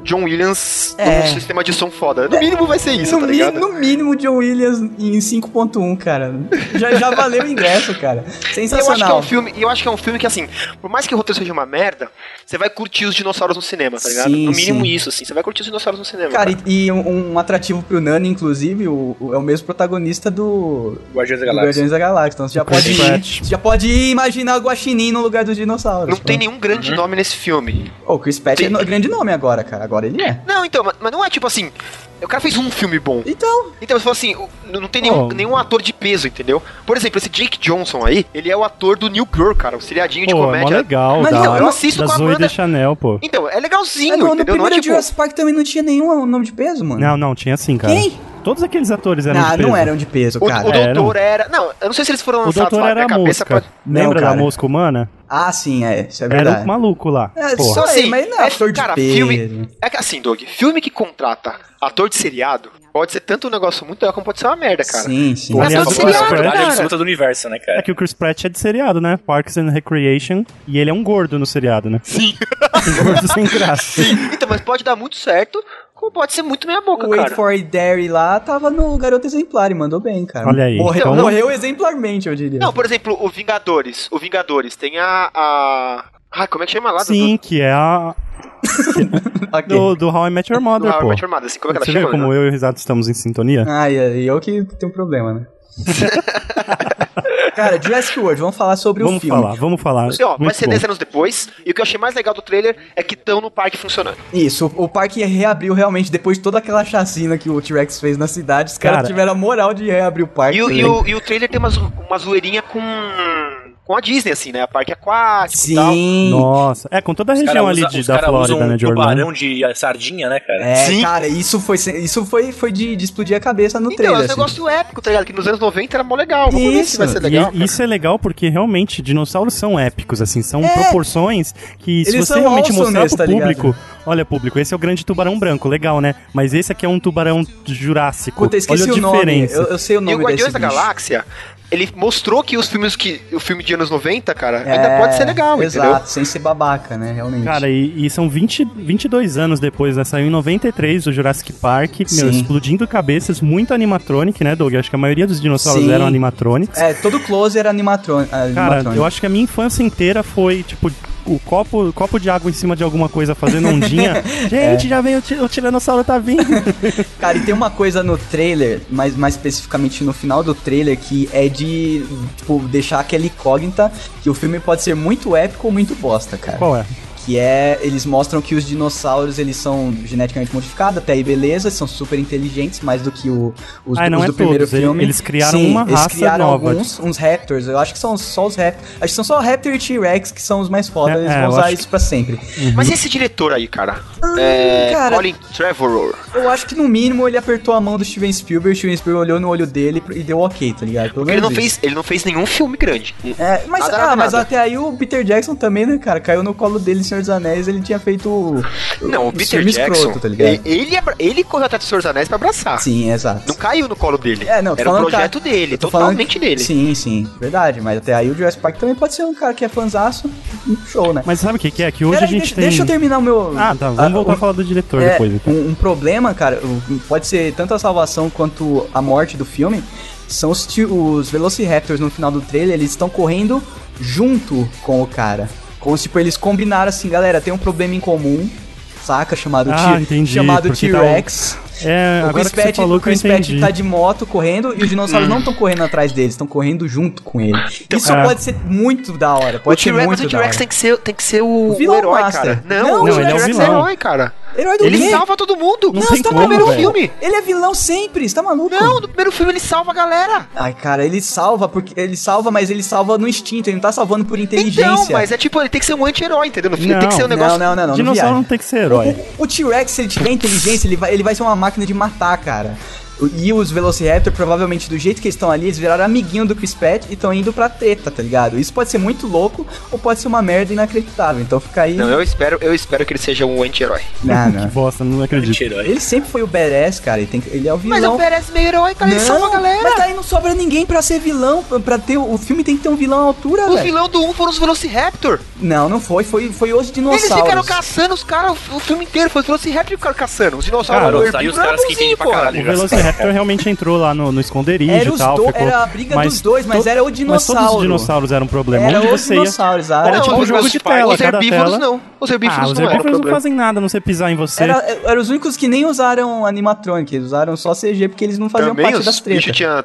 John Williams
É.
num sistema de som foda. No mínimo vai ser isso,
no,
tá
mi-
ligado?
no mínimo, John Williams em 5.1, cara. Já, já valeu o ingresso, cara.
E eu acho que é
Sensacional.
um filme, e eu acho que é um filme que assim, por mais que o roteiro seja uma merda, você vai curtir os dinossauros no cinema, tá ligado?
Sim,
no mínimo
sim.
isso, assim, você vai curtir os dinossauros no cinema.
Cara, e, e um, um atrativo pro Nani, inclusive, o- o- é o mesmo protagonista do,
Guardiões da
do
Galáxia.
Guardiões da Galáxia. Então você já pode, ir,
Pratt.
você já pode ir imaginar o Guaxinim no lugar dos dinossauros.
não tem
Pronto.
nenhum grande nome nesse filme.
Ô, O Chris Pratt é
tem-
no- grande nome agora, cara. Agora ele é.
Não, então, mas, mas não é tipo assim, o cara fez um filme bom.
Então,
Então, você fala assim, o- n- não tem
Oh.
nenhum, nenhum ator de peso, entendeu? Por exemplo, esse Jake Johnson aí, ele é o ator do New Girl, cara, o seriadinho de
Pô, é mó
comédia. então,
legal.
Mas
da,
eu- eu
assisto
da
com a
Zoe
Amanda-
de Chanel, pô.
Então, é legalzinho,
é, no, no
entendeu? Não é
primeiro
tipo...
Jurassic Park também não tinha nenhum nome de peso, mano.
Não, não, tinha sim, cara.
Quem? Ah,
Todos aqueles atores eram
Não,
de peso.
não eram de peso,
O,
cara.
o
É,
doutor era... Não, eu não sei se eles foram
O
lançados
doutor
lá,
era a
minha cabeça
mosca.
pra...
Lembra
Não,
da
cara.
mosca humana?
Ah, sim, é. Isso é
Era
verdade.
o maluco lá. porra.
É, só
Então,
assim, mas não é ator de
cara,
peso.
filme. É que assim, Doug, filme que contrata ator de seriado pode ser tanto um negócio muito legal como pode ser uma merda, cara.
Sim, sim.
Mas
Aliás, o
todo
Uma
Chris
seriado,
Pratt-
verdade
cara.
absoluta do universo, né,
É
cara?
que o Chris Pratt é de seriado, né? Parks and Recreation. E ele é um gordo no seriado, né? Sim. Um gordo sem graça.
Então, mas pode dar muito certo, como pode ser muito meia boca,
O Wait
cara.
for Derry lá tava no Garoto Exemplar e mandou bem, cara.
Olha aí.
Morreu,
Então-
morreu exemplarmente, eu diria.
Não, por exemplo, o Vingadores. O Vingadores tem a. a... Ah, como é que chama lá?
Sim, que é a.
Ok.
Do, do How I Met Your
Do, do
Mother,
Howard
pô.
Match Armada, assim, como é que ela
Você
chama?
vê como eu e o Risato estamos em sintonia?
Ah, e e eu que tenho um problema, né? Cara, Jurassic World, vamos falar sobre o
Vamos
filme.
falar, vamos falar.
Assim, ó, vai
Muito
ser
bom.
10 anos depois, e o que eu achei mais legal do trailer é que estão no parque funcionando.
Isso, o, o parque reabriu realmente depois de toda aquela chacina que o T-Rex fez na cidade. Os caras
Cara.
tiveram a moral de reabrir o parque.
E o, e o, e o trailer tem uma, zo- uma zoeirinha com. com a Disney, assim, né? A parque aquático e tal. Então,
Sim.
Nossa. É, com toda a
Os
região
cara
ali
usa-
de-
os
da
cara
Flórida,
usam um
né? De Orlando.
um
tubarão de sardinha, né, cara?
É,
Sim.
cara, isso foi, se- isso foi, foi de, de explodir a cabeça no
Então,
trailer.
é um
assim.
negócio épico, tá ligado? Que nos anos 90 era mó legal. Vamos ver se
Isso.
vai ser
E
legal. cara.
isso é legal porque realmente dinossauros são épicos, assim, são
É.
proporções que se
Eles
você
são
realmente
awesome
mostrar
nesse,
pro
tá ligado?
público, olha público, esse é o grande tubarão branco, legal, né? Mas esse aqui é um tubarão jurássico.
Puta, esqueci
olha a
o nome.
diferença.
Eu, eu sei o nome
E o Guardiões da
desse bicho.
Galáxia, ele mostrou que os filmes que. O filme de anos 90, cara, ainda
É,
pode ser legal,
Exato,
entendeu?
sem ser babaca, né? Realmente.
Cara, e, e são 20, 22 anos depois, né? Saiu em 93 o Jurassic Park, meu,
Sim.
explodindo cabeças, muito animatronic, né, Doug? Acho que a maioria dos dinossauros
Sim.
eram animatronics.
É, todo close era animatron-
Cara,
animatrônico.
eu acho que a minha infância inteira foi, tipo, o copo, copo de água em cima de alguma coisa fazendo ondinha.
É.
Gente, já veio o, ti- o Tiranossauro, tá vindo.
Cara, e tem uma coisa no trailer, mas mais especificamente no final do trailer, que é de, tipo, deixar aquela incógnita que o filme pode ser muito épico ou muito bosta, cara.
Qual é?
Que é, eles mostram que os dinossauros, eles são geneticamente modificados, até aí beleza, são super inteligentes, mais do que o, os,
Ah,
os
não é
do primeiro
todos, ele-
filme.
eles criaram uma raça
eles criaram
nova. tipo.
alguns, uns raptors, eu acho que são só os raptors, acho que são só raptor e T-Rex que são os mais foda,
É,
eles
é,
vão
eu
usar
acho
isso pra sempre.
Uhum. Mas e esse diretor aí, cara?
Ah,
É,
cara.
Colin Trevorrow.
Eu acho que no mínimo ele apertou a mão do Steven Spielberg, o Steven Spielberg olhou no olho dele e deu ok, tá ligado? Pelo
Porque ele não,
menos isso.
fez, ele não fez nenhum filme grande.
É, mas,
Nada,
ah,
nada,
mas
nada.
até aí o Peter Jackson também, né, cara? Caiu no colo dele, Senhor dos Anéis, ele tinha feito. o-
Não, o
os
Peter
filmes
Jackson.
escroto, tá ligado?
ele, ele, abra- ele correu até o Senhor dos Anéis pra abraçar.
Sim, exato.
Não caiu no colo dele.
É, não, tô
Era um
falando, cara,
projeto dele,
eu tô falando
totalmente
que-
dele.
Sim, sim, verdade. Mas até aí o Jurassic Park também pode ser um cara que é fanzaço, show, né?
Mas sabe o que, que é? Que hoje
Pera
a
aí,
gente
deixa,
tem.
deixa eu terminar o meu.
Ah, tá. Vamos
Ah,
voltar
o-
a falar do diretor
É,
depois. Então.
um, um problema, cara, o- pode ser tanto a salvação quanto a morte do filme. São os, ti- os Velociraptors no final do trailer, eles estão correndo junto com o cara. Como se tipo, eles combinaram assim, galera, tem um problema em comum, saca? Chamado
Ah,
T-
entendi,
chamado
porque tá
T-Rex.
É,
O
agora
Chris
que você
Pratt,
falou
o
que eu
Chris Pratt
entendi. Hum.
tá de moto correndo e os dinossauros não estão correndo atrás deles, estão correndo junto com ele. Isso
cara-
pode ser muito da hora, pode ser
T-Rex-
muito
mas Então, o
da hora.
T-Rex tem que ser, tem que ser o,
O vilão
o herói,
master.
cara. Não,
Não,
o
ele
não,
é o
T-Rex é,
vilão.
herói, cara.
Herói do
Ele
quê?
salva todo mundo.
Não
é. Não,
tem
você tá
como,
maluco?
velho.
filme.
Ele é vilão sempre, você tá maluco?
Não, no primeiro filme ele salva a galera.
Ai, cara, ele salva, porque ele salva, mas ele salva no instinto, ele não tá salvando por inteligência.
Então, mas é tipo, ele tem que ser um anti-herói, entendeu? No filme
Não,
tem que ser um negócio.
Não, não, não, não, não
Dinossauro não
viaja.
tem que ser herói.
O T-Rex, se ele tiver inteligência, ele vai, ele vai ser uma máquina de matar, cara. E os Velociraptor, provavelmente, do jeito que eles estão ali, eles viraram amiguinho do Chris Pratt e estão indo pra treta, tá ligado? Isso pode ser muito louco ou pode ser uma merda inacreditável. Então fica aí.
Não, eu espero, eu espero que ele seja um anti-herói.
Não, não.
Bosta, não acredito.
Anti-herói.
Ele sempre foi o badass, cara. Ele, tem, que- ele é o vilão.
Mas oferece meio herói, cara, ele salva a galera.
é,
Mas daí não sobra ninguém pra ser vilão. pra- Pra ter, o filme tem que ter um vilão à altura,
O
velho.
vilão do 1 foram os Velociraptor.
Não, não foi. Foi, foi hoje
Eles
dinossauros.
ficaram caçando os caras o filme inteiro. Foi os Velociraptor que ficaram caçando. Os dinossauros.
Cara,
eram
tá aí os caras
herbívoros,
que entendem pra
pô.
O
caralho.
Velociraptor realmente entrou lá no, no esconderijo
Era,
e
os
tal.
do-
ficou-
era a briga dos dois, mas
to-
era o
Mas todos
dinossauro.
os dinossauros eram um problema.
Era
Onde
os
você ia...
dinossauros, ah,
Era
não,
tipo um
os
jogo de
Velociraptor-
tela,
Os
cada
herbívoros
tela...
não. Os
Ah, os
herbívoros não eram
herbívoros não
problema.
fazem nada, a não sei pisar em você.
Era, eram os únicos que nem usaram animatronic, eles usaram só CG porque eles não faziam
Também
parte
os
das
bichos
tretas.
tinha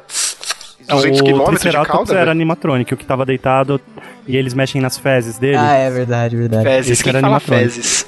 Ah,
200
o
quilômetros de
Triceratops
cauda.
era
velho.
animatrônico, o que tava deitado e eles mexem nas fezes dele.
Ah, é verdade, verdade.
Fezes,
Esse
quem
cara
fala
era animatrônico.
fezes?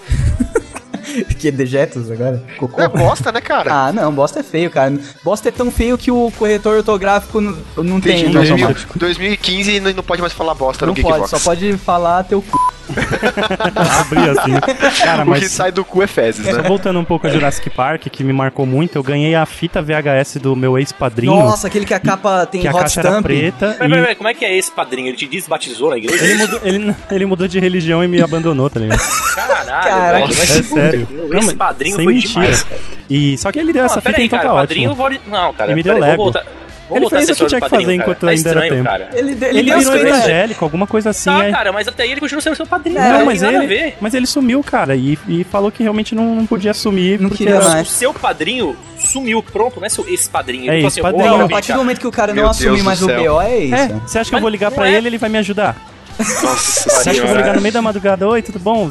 que dejetos agora? Cocô?
É bosta, né, cara?
Ah, não, bosta é feio, cara. Bosta é tão feio que o corretor ortográfico n- não tem. Não,
Desde 2000
não.
2015 não não pode mais falar bosta
não
no
pode,
Kickbox.
só pode falar teu cu.
Abri assim. Cara,
O que
mas.
sai do cu é fezes,
Só
né?
voltando um pouco a Jurassic Park, que me marcou muito, eu ganhei a fita VHS do meu ex-padrinho,
Nossa, aquele que a capa tem
que a
hot
caixa era
stamp.
preta.
Peraí,
e-
peraí, peraí, como é que é esse padrinho? Ele te desbatizou na igreja?
Ele mudou, ele- ele mudou de religião e me abandonou, tá ligado?
Caralho,
Cara,
velho.
É
Mas
sério.
Não, esse padrinho
sem
foi
mentira.
demais,
E, só que ele deu essa
Não,
fita,
peraí,
então
cara,
tá
padrinho
ótimo.
vou- Não, cara,
Ele me deu
peraí, vou
lego.
voltar. Vou
Ele
voltar
fez
essa
o que tinha
história do
que
padrinho,
fazer
cara.
enquanto
Tá
ainda era
estranho,
tempo.
cara.
Ele, ele,
Ele
deu as
virou
coisas-
evangélico, alguma coisa assim.
Tá,
aí-
cara, mas até aí ele continua sendo seu padrinho.
É,
Não,
tem
mas
nada a
ele,
ver.
mas ele sumiu, cara, e, e falou que realmente não, não podia assumir.
Não
porque
queria
era-
mais.
O seu padrinho sumiu, pronto, não é seu ex-padrinho.
É
Ele falou
ex-padrinho.
"Ô,
Não,
Não,
a
vem
partir
cá."
do momento que o cara
Meu
não
Deus
assume
do
mais o
céu.
BO, é isso.
É, você acha que eu vou ligar
Mas
pra
não é.
ele ele vai me ajudar?
Nossa
Você acha que eu vou ligar no meio da madrugada? Oi, tudo bom?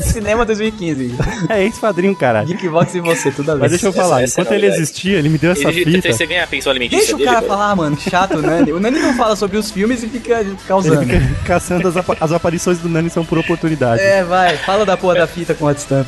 Cinema 2015.
É ex-padrinho, cara.
Geekbox e você, tudo a ver.
Mas deixa eu falar,
Essa é a
enquanto ele
novidade.
existia, ele me deu essa
Ele
fita.
tenta você ganha a pensão alimentícia
Deixa o
dele,
cara
velho.
falar, mano. Chato, o Nani. O Nani não fala sobre os filmes e fica
Ele
causando.
fica caçando as, apa- as aparições do Nani são por oportunidade.
É, vai. Fala da porra da fita com hot stamp.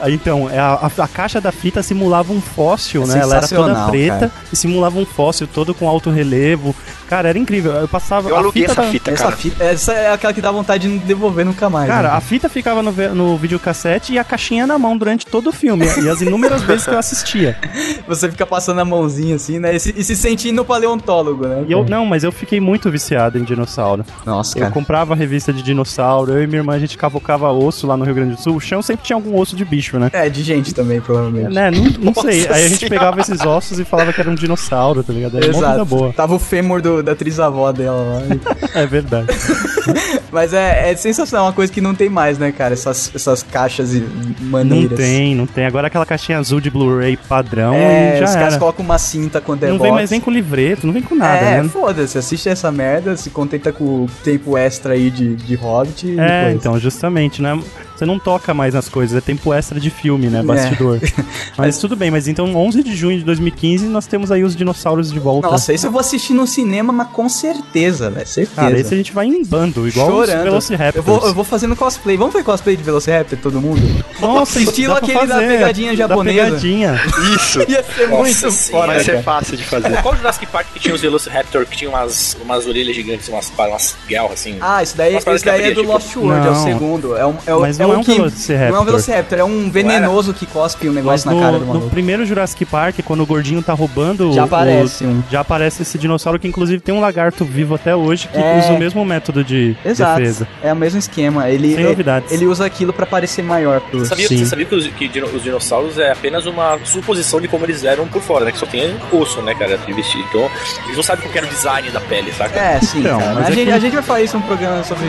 Aí, Então, é a, a- a caixa da fita simulava um fóssil,
É
né? Ela era toda
sensacional,
preta
cara.
e simulava um fóssil todo com alto relevo. Cara, era incrível. Eu passava.
Eu
a
aluguei
fita
essa
da-
fita,
Essa
cara.
fita, essa é aquela que dá vontade de não devolver nunca mais.
Cara,
né?
a fita ficava no, ve- no videocassete e a caixinha na mão durante todo o filme. E as inúmeras vezes que eu assistia.
você fica passando a mãozinha assim, né? E se, e se sentindo paleontólogo, né?
E eu, não, mas eu fiquei muito viciado em dinossauro.
Nossa,
Eu comprava a revista de dinossauro, eu e minha irmã a gente cavocava osso lá no Rio Grande do Sul. O chão sempre tinha algum osso de bicho, né?
É, de gente também, provavelmente.
Né, não, não
Nossa
sei. Aí a gente
Senhora.
pegava esses ossos e falava que era um dinossauro, tá ligado? Era uma coisa
Exato.
boa.
Tava o fêmur do- da trisavó dela lá.
É verdade.
Mas é, é sensacional, uma coisa que não tem mais, né, cara? Essas, essas caixas e
Não
maneiras.
tem, não tem. Agora aquela caixinha azul de Blu-ray padrão
É,
e
os
já
caras
era.
colocam uma cinta quando é
Não
box.
vem mais nem com livreto, não vem com nada,
é,
né?
foda-se, assiste essa merda, se contenta com o tempo extra aí de, de Hobbit e
É,
depois.
então, justamente, né? Você não toca mais nas coisas, é tempo extra de filme,
É.
né? Bastidor. mas tudo bem, mas então 11 de junho de 2015 nós temos aí os dinossauros de volta.
Nossa, esse eu vou assistir no cinema, mas com certeza, velho, certeza.
Cara, esse a gente vai em bando, igual os
Chorando.
Velociraptors.
Eu vou, eu vou fazendo cosplay. Vamos fazer cosplay de Velociraptor, todo mundo?
Nossa,
Estilo
dá pra
aquele da
fazer,
pegadinha
Da
japonesa.
pegadinha.
Isso.
Ia ser
Nossa
muito
senhora,
foda,
Mas é
cara.
fácil de fazer.
Qual Jurassic Park que tinha os Velociraptor que tinha umas, umas orelhas gigantes, umas, umas galras assim?
Ah, isso daí,
Mas parece
isso daí
que
é do
abria, tipo-
Lost World, é o
Não.
segundo. É um, é o,
Mas
é
não
o
é um
que,
Velociraptor.
Não é um Velociraptor, é um venenoso que cospe um
Mas
negócio na cara do
no, no
maluco.
primeiro Jurassic Park, quando o gordinho tá roubando.
Já
o-
aparece um.
Já aparece esse dinossauro que, inclusive, tem um lagarto vivo até hoje que
É.
usa o mesmo método de
Exato.
defesa.
É o mesmo esquema. Ele,
Sem novidades.
ele usa aquilo pra parecer maior pro.
Você sabia,
Sim.
você sabia que, os, que dino- os dinossauros é apenas uma suposição de como eles eram por fora, né? Que só tem osso, né, cara, de vestir. Então, eles não sabem qual que era o design da pele, saca?
É, sim,
Então,
cara.
mas
A,
é
gente,
que-
a gente vai falar isso num programa sobre.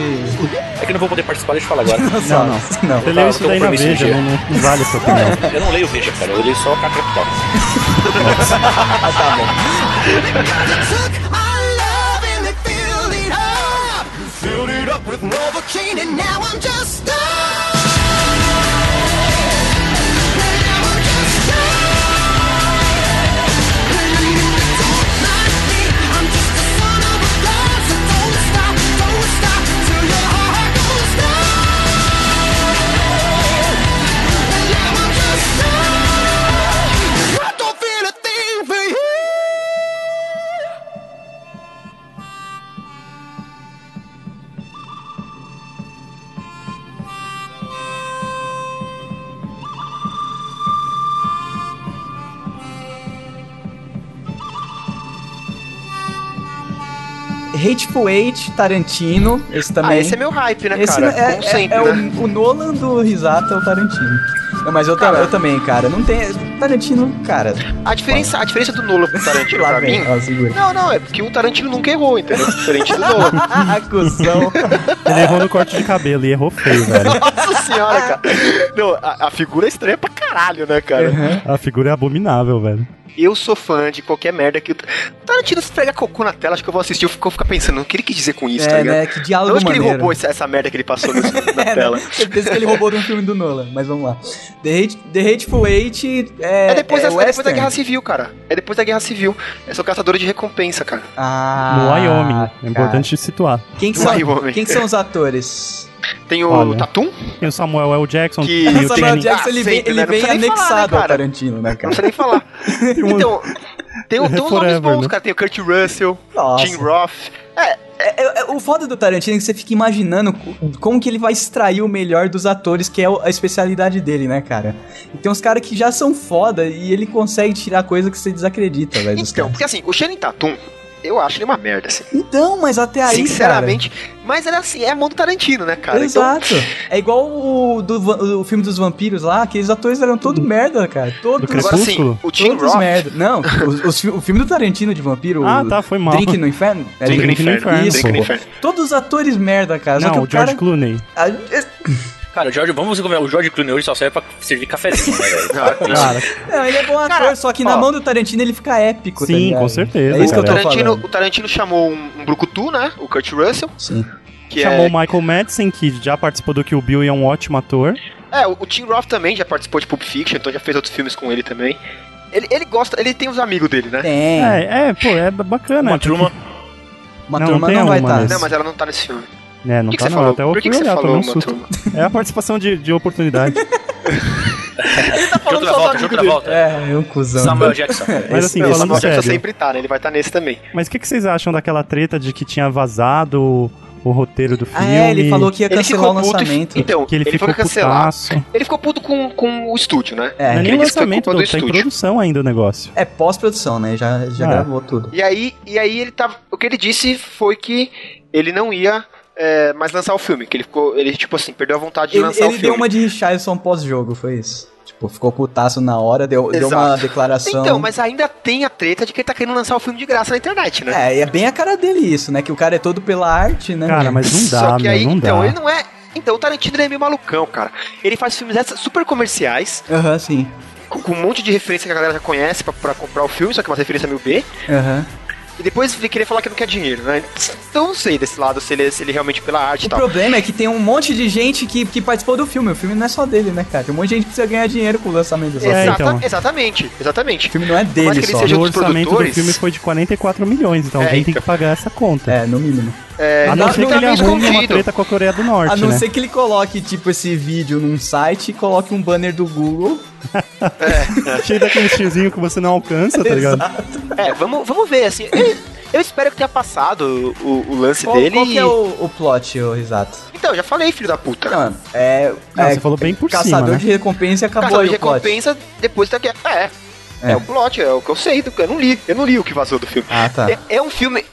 É, que eu não vou poder participar, deixa eu falar agora.
Não, não. não.
Você
Tá,
leu
eu
é isso
tô
daí na
compromisso
Veja, né?
de-
não, não- não vale a sua opinião.
eu não leio Veja, cara, eu leio só a Capital.
Took our love and they filled it up. Filled it up with Novocaine and now I'm just stuck. Now I'm just stuck. I'm just a son of a gun, so don't stop, don't stop till your heart goes down. And now I'm just stuck. I don't feel a thing for you.
Now
Hateful Eight, Tarantino, esse também.
Ah, esse é meu hype, né,
Esse
cara?
é,
Como
é-
sempre,
é o-
né?
o, Nolan do Risata é o Tarantino. Não, mas eu, ta- eu também, cara. Não tem. Tarantino, cara.
A diferença, a diferença do Nolan pro Tarantino
Lá
pra
vem.
mim.
Ó, segura.
Não, não, é porque o Tarantino nunca errou, entendeu? Diferente do Nolan.
Acusão.
Ele errou no corte de cabelo e errou feio, velho.
Nossa senhora, cara. Não, a, a figura é estranha pra caralho, né, cara?
Uhum.
A figura é abominável, velho.
Eu sou fã de qualquer merda que. o Tarantino se pega cocô na tela, acho que eu vou assistir. Eu fico, eu fico pensando, o que ele quis dizer com isso, tá
é,
ligado?
né? Que
De
diálogo
onde que ele
maneiro.
roubou essa, essa merda que ele passou no- na
É,
tela?
né? Certeza que ele roubou de um filme do Nolan, mas vamos lá. The, Hate, The Hateful Eight é. é
É depois, da, é depois da
western.
Guerra Civil, cara. É depois da Guerra Civil. Eu sou caçadora de recompensa, cara.
Ah,
No Wyoming. É
cara.
importante situar.
Quem que, são,
Wyoming.
quem que são os atores?
Tem o
Olha.
Tatum?
Tem o Samuel L. Jackson,
Que-
tem o
Samuel
Samuel
Channing,
Jackson, ele
Ah,
vem,
sempre,
ele
né? Não
vem
precisa nem
anexado
falar, né,
ao
cara?
Tarantino, né,
Não
cara?
precisa nem falar. então, tem, o- tem uns nomes
Forever,
bons,
né?
cara. Tem o Kurt Russell,
Nossa.
Tim Roth. É,
É, é- é- o foda do Tarantino é que você fica imaginando co- como que ele vai extrair o melhor dos atores, que é o- a especialidade dele, né, cara? E tem uns caras que já são foda e ele consegue tirar coisa que você desacredita, velho. dos
então,
caras.
porque assim, o Shannon Tatum, eu acho ele uma merda, assim.
Então, mas até aí,
Sinceramente. Mas ele é assim, é a mão do Tarantino, né,
Cara,
cara?
Exato. É igual o, do, va- o filme dos vampiros lá, aqueles atores eram todos merda, cara. Todos,
Do
Hum. Agora sim,
Crepúsculo?
o Tim
todos
Roth.
merda. Não, os- os fi- o filme do Tarantino de vampiro.
Ah,
o
tá, foi mal.
Drink no Inferno? É
Drink no Inferno,
Isso,
Drink no
pô.
Inferno.
Todos os atores merda, cara. Só que
Não,
o
o George
cara...
Clooney.
Ah,
Cara, o George, vamos ver, o George Clooney hoje só serve pra servir cafezinho, né,
Ah,
velho?
Cara,
Não, ele é bom ator, só que na
ó.
mão do Tarantino ele fica épico, tá
Sim,
ligado?
com certeza,
É isso que eu
O
tô
cara.
Tarantino,
falando.
o Tarantino chamou um, um brucutu, né? O Kurt Russell,
Sim.
que
chamou
é...
o Michael Madsen, que já participou do Kill Bill e é um ótimo ator.
É, o o Tim Roth também já participou de Pulp Fiction, então já fez outros filmes com ele também. Ele, ele gosta, ele tem os amigos dele, né?
Tem.
É, é, pô, é bacana.
Uma turma.
Uma
Não,
turma
tem
não vai
uma,
estar.
mas-
Não, mas ela não tá nesse filme. Por
É, não
que, que
tá
você
não,
falou?
até eu
Por
fui
que, que você
olhar,
falou
tomei um
uma
susto.
turma?
É a participação de, de oportunidade.
Ele tá falando
Outra
só
volta,
os amigos
outra
dele.
volta.
É, é um cuzão.
Samuel Jackson.
Mas assim,
Não, o
falando
Samuel Jackson
sério,
sempre tá, né? Ele vai estar nesse também.
mas o que, que vocês acham daquela treta de que tinha vazado o, o roteiro do
Ah,
filme?
é, ele falou que ia
Ele
cancelar
ficou
o
puto. e-
lançamento.
Então,
tá que ele,
ele
ficou
foi cancelar.
putaço.
Ele ficou puto com, com o estúdio, né?
Não é
É,
nem
Ele disse que foi
lançamento,
culpa do
tá em
estúdio.
produção ainda o negócio.
é pós-produção, né? Já, já
Ah.
gravou tudo.
E aí, e aí ele tava. O que ele disse foi que ele não ia é, mais lançar o filme. Que ele ficou. Ele, tipo assim, perdeu a vontade de
Ele,
lançar
ele
o
deu
filme.
uma de Richardson pós-jogo, foi isso. Tipo, ficou putaço na hora, deu, deu uma
Exato.
declaração.
Então, mas ainda tem a treta de que ele tá querendo lançar o filme de graça na internet, né?
É, e é bem a cara dele isso, né? Que o cara é todo pela arte, né?
Cara, mas não dá,
Só que
meu,
aí,
não
então,
dá.
ele não é. Então, o Tarantino ele é meio malucão, cara. Ele faz filmes dessas super comerciais,
Aham, sim.
com, com um monte de referência que a galera já conhece pra, pra comprar o filme, só que é uma referência meio B.
Aham.
E depois ele queria falar que não quer dinheiro, né? Então, eu não sei desse lado se ele, se ele realmente pela arte e
O
tal.
problema é que tem um monte de gente que, que participou do filme. O filme não é só dele, né, cara? Tem um monte de gente que precisa ganhar dinheiro com o lançamento dessa
É,
coisa.
Exata-
então. Tipo,
Exatamente, exatamente.
O filme não é
mais
dele
que ele
só.
seja-
O
dos
orçamento do
produtores?
filme foi de 44 milhões, então
É,
alguém tem
então.
que pagar essa conta.
É, no mínimo.
É,
A
então,
não ser que
tá
ele
meio
arrume uma
escondido.
treta com a Coreia do Norte,
A não
né?
ser que ele coloque, tipo, esse vídeo num site e coloque um banner do Google.
Cheio daquele tiozinho que você não alcança, tá ligado?
É, vamos, vamos ver, assim. Eu, eu espero que tenha passado o, o lance
Qual,
dele.
qual que é
e-
o, o plot, ô Risato?
Então, já falei, filho da puta.
Não, é,
Não,
é
você falou bem por cima,
Caçador
né?
de recompensa e acabou
Caçador
aí Tá é
de
o plot.
recompensa, depois tá aqui. É, é.
É.
É o plot, é o que eu sei, do, eu não li, eu não li o que vazou do filme.
Ah, tá.
É, é um filme.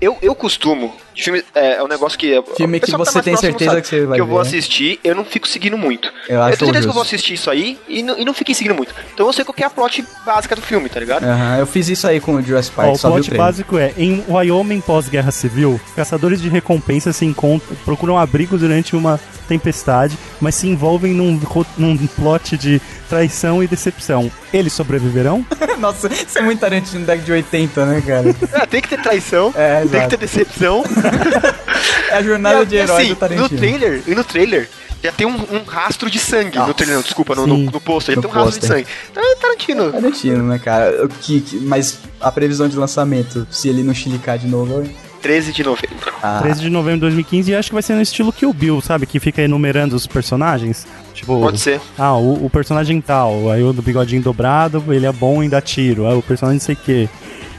Eu, eu costumo. de Filme, é, é um negócio que.
Filme
o pessoal
que
tá mais
você tem
próximo
certeza que você vai
Que eu
ver,
vou
né?
assistir, eu não fico seguindo muito.
Eu acho
tenho certeza que
justo.
eu vou assistir isso aí e não, e não fiquei seguindo muito. Então eu sei qual que é a plot básica do filme, tá ligado?
Aham, eu fiz isso aí com o Jurassic Park,
Ó, o
só vi o
plot
trailer.
básico é: em Wyoming pós-guerra civil, caçadores de recompensa se encontram, procuram abrigo durante uma tempestade, mas se envolvem num, ro- num plot de traição e decepção. Eles sobreviverão?
Nossa, isso é muito Tarantino da década de 80, né, cara?
É, tem que ter traição,
É,
tem
exato.
que ter decepção.
É a jornada de
E,
herói
assim,
do Tarantino.
No trailer, e no trailer já tem um, um rastro de sangue. No trailer, não, desculpa, no, no,
Sim.
no pôster, já
No
tem um rastro de
pôster.
sangue. Então é Tarantino.
Tarantino, né, cara? O que, que- mas a previsão de lançamento, se ele não chilicar de novo... é
13 de novembro.
Ah,
13 de novembro de 2015, e acho que vai ser no estilo Kill Bill, sabe? Que fica enumerando os personagens. Tipo,
Pode ser.
ah, o, o personagem tal, aí o do bigodinho dobrado, ele é bom em dar tiro, ah, o personagem não sei o quê.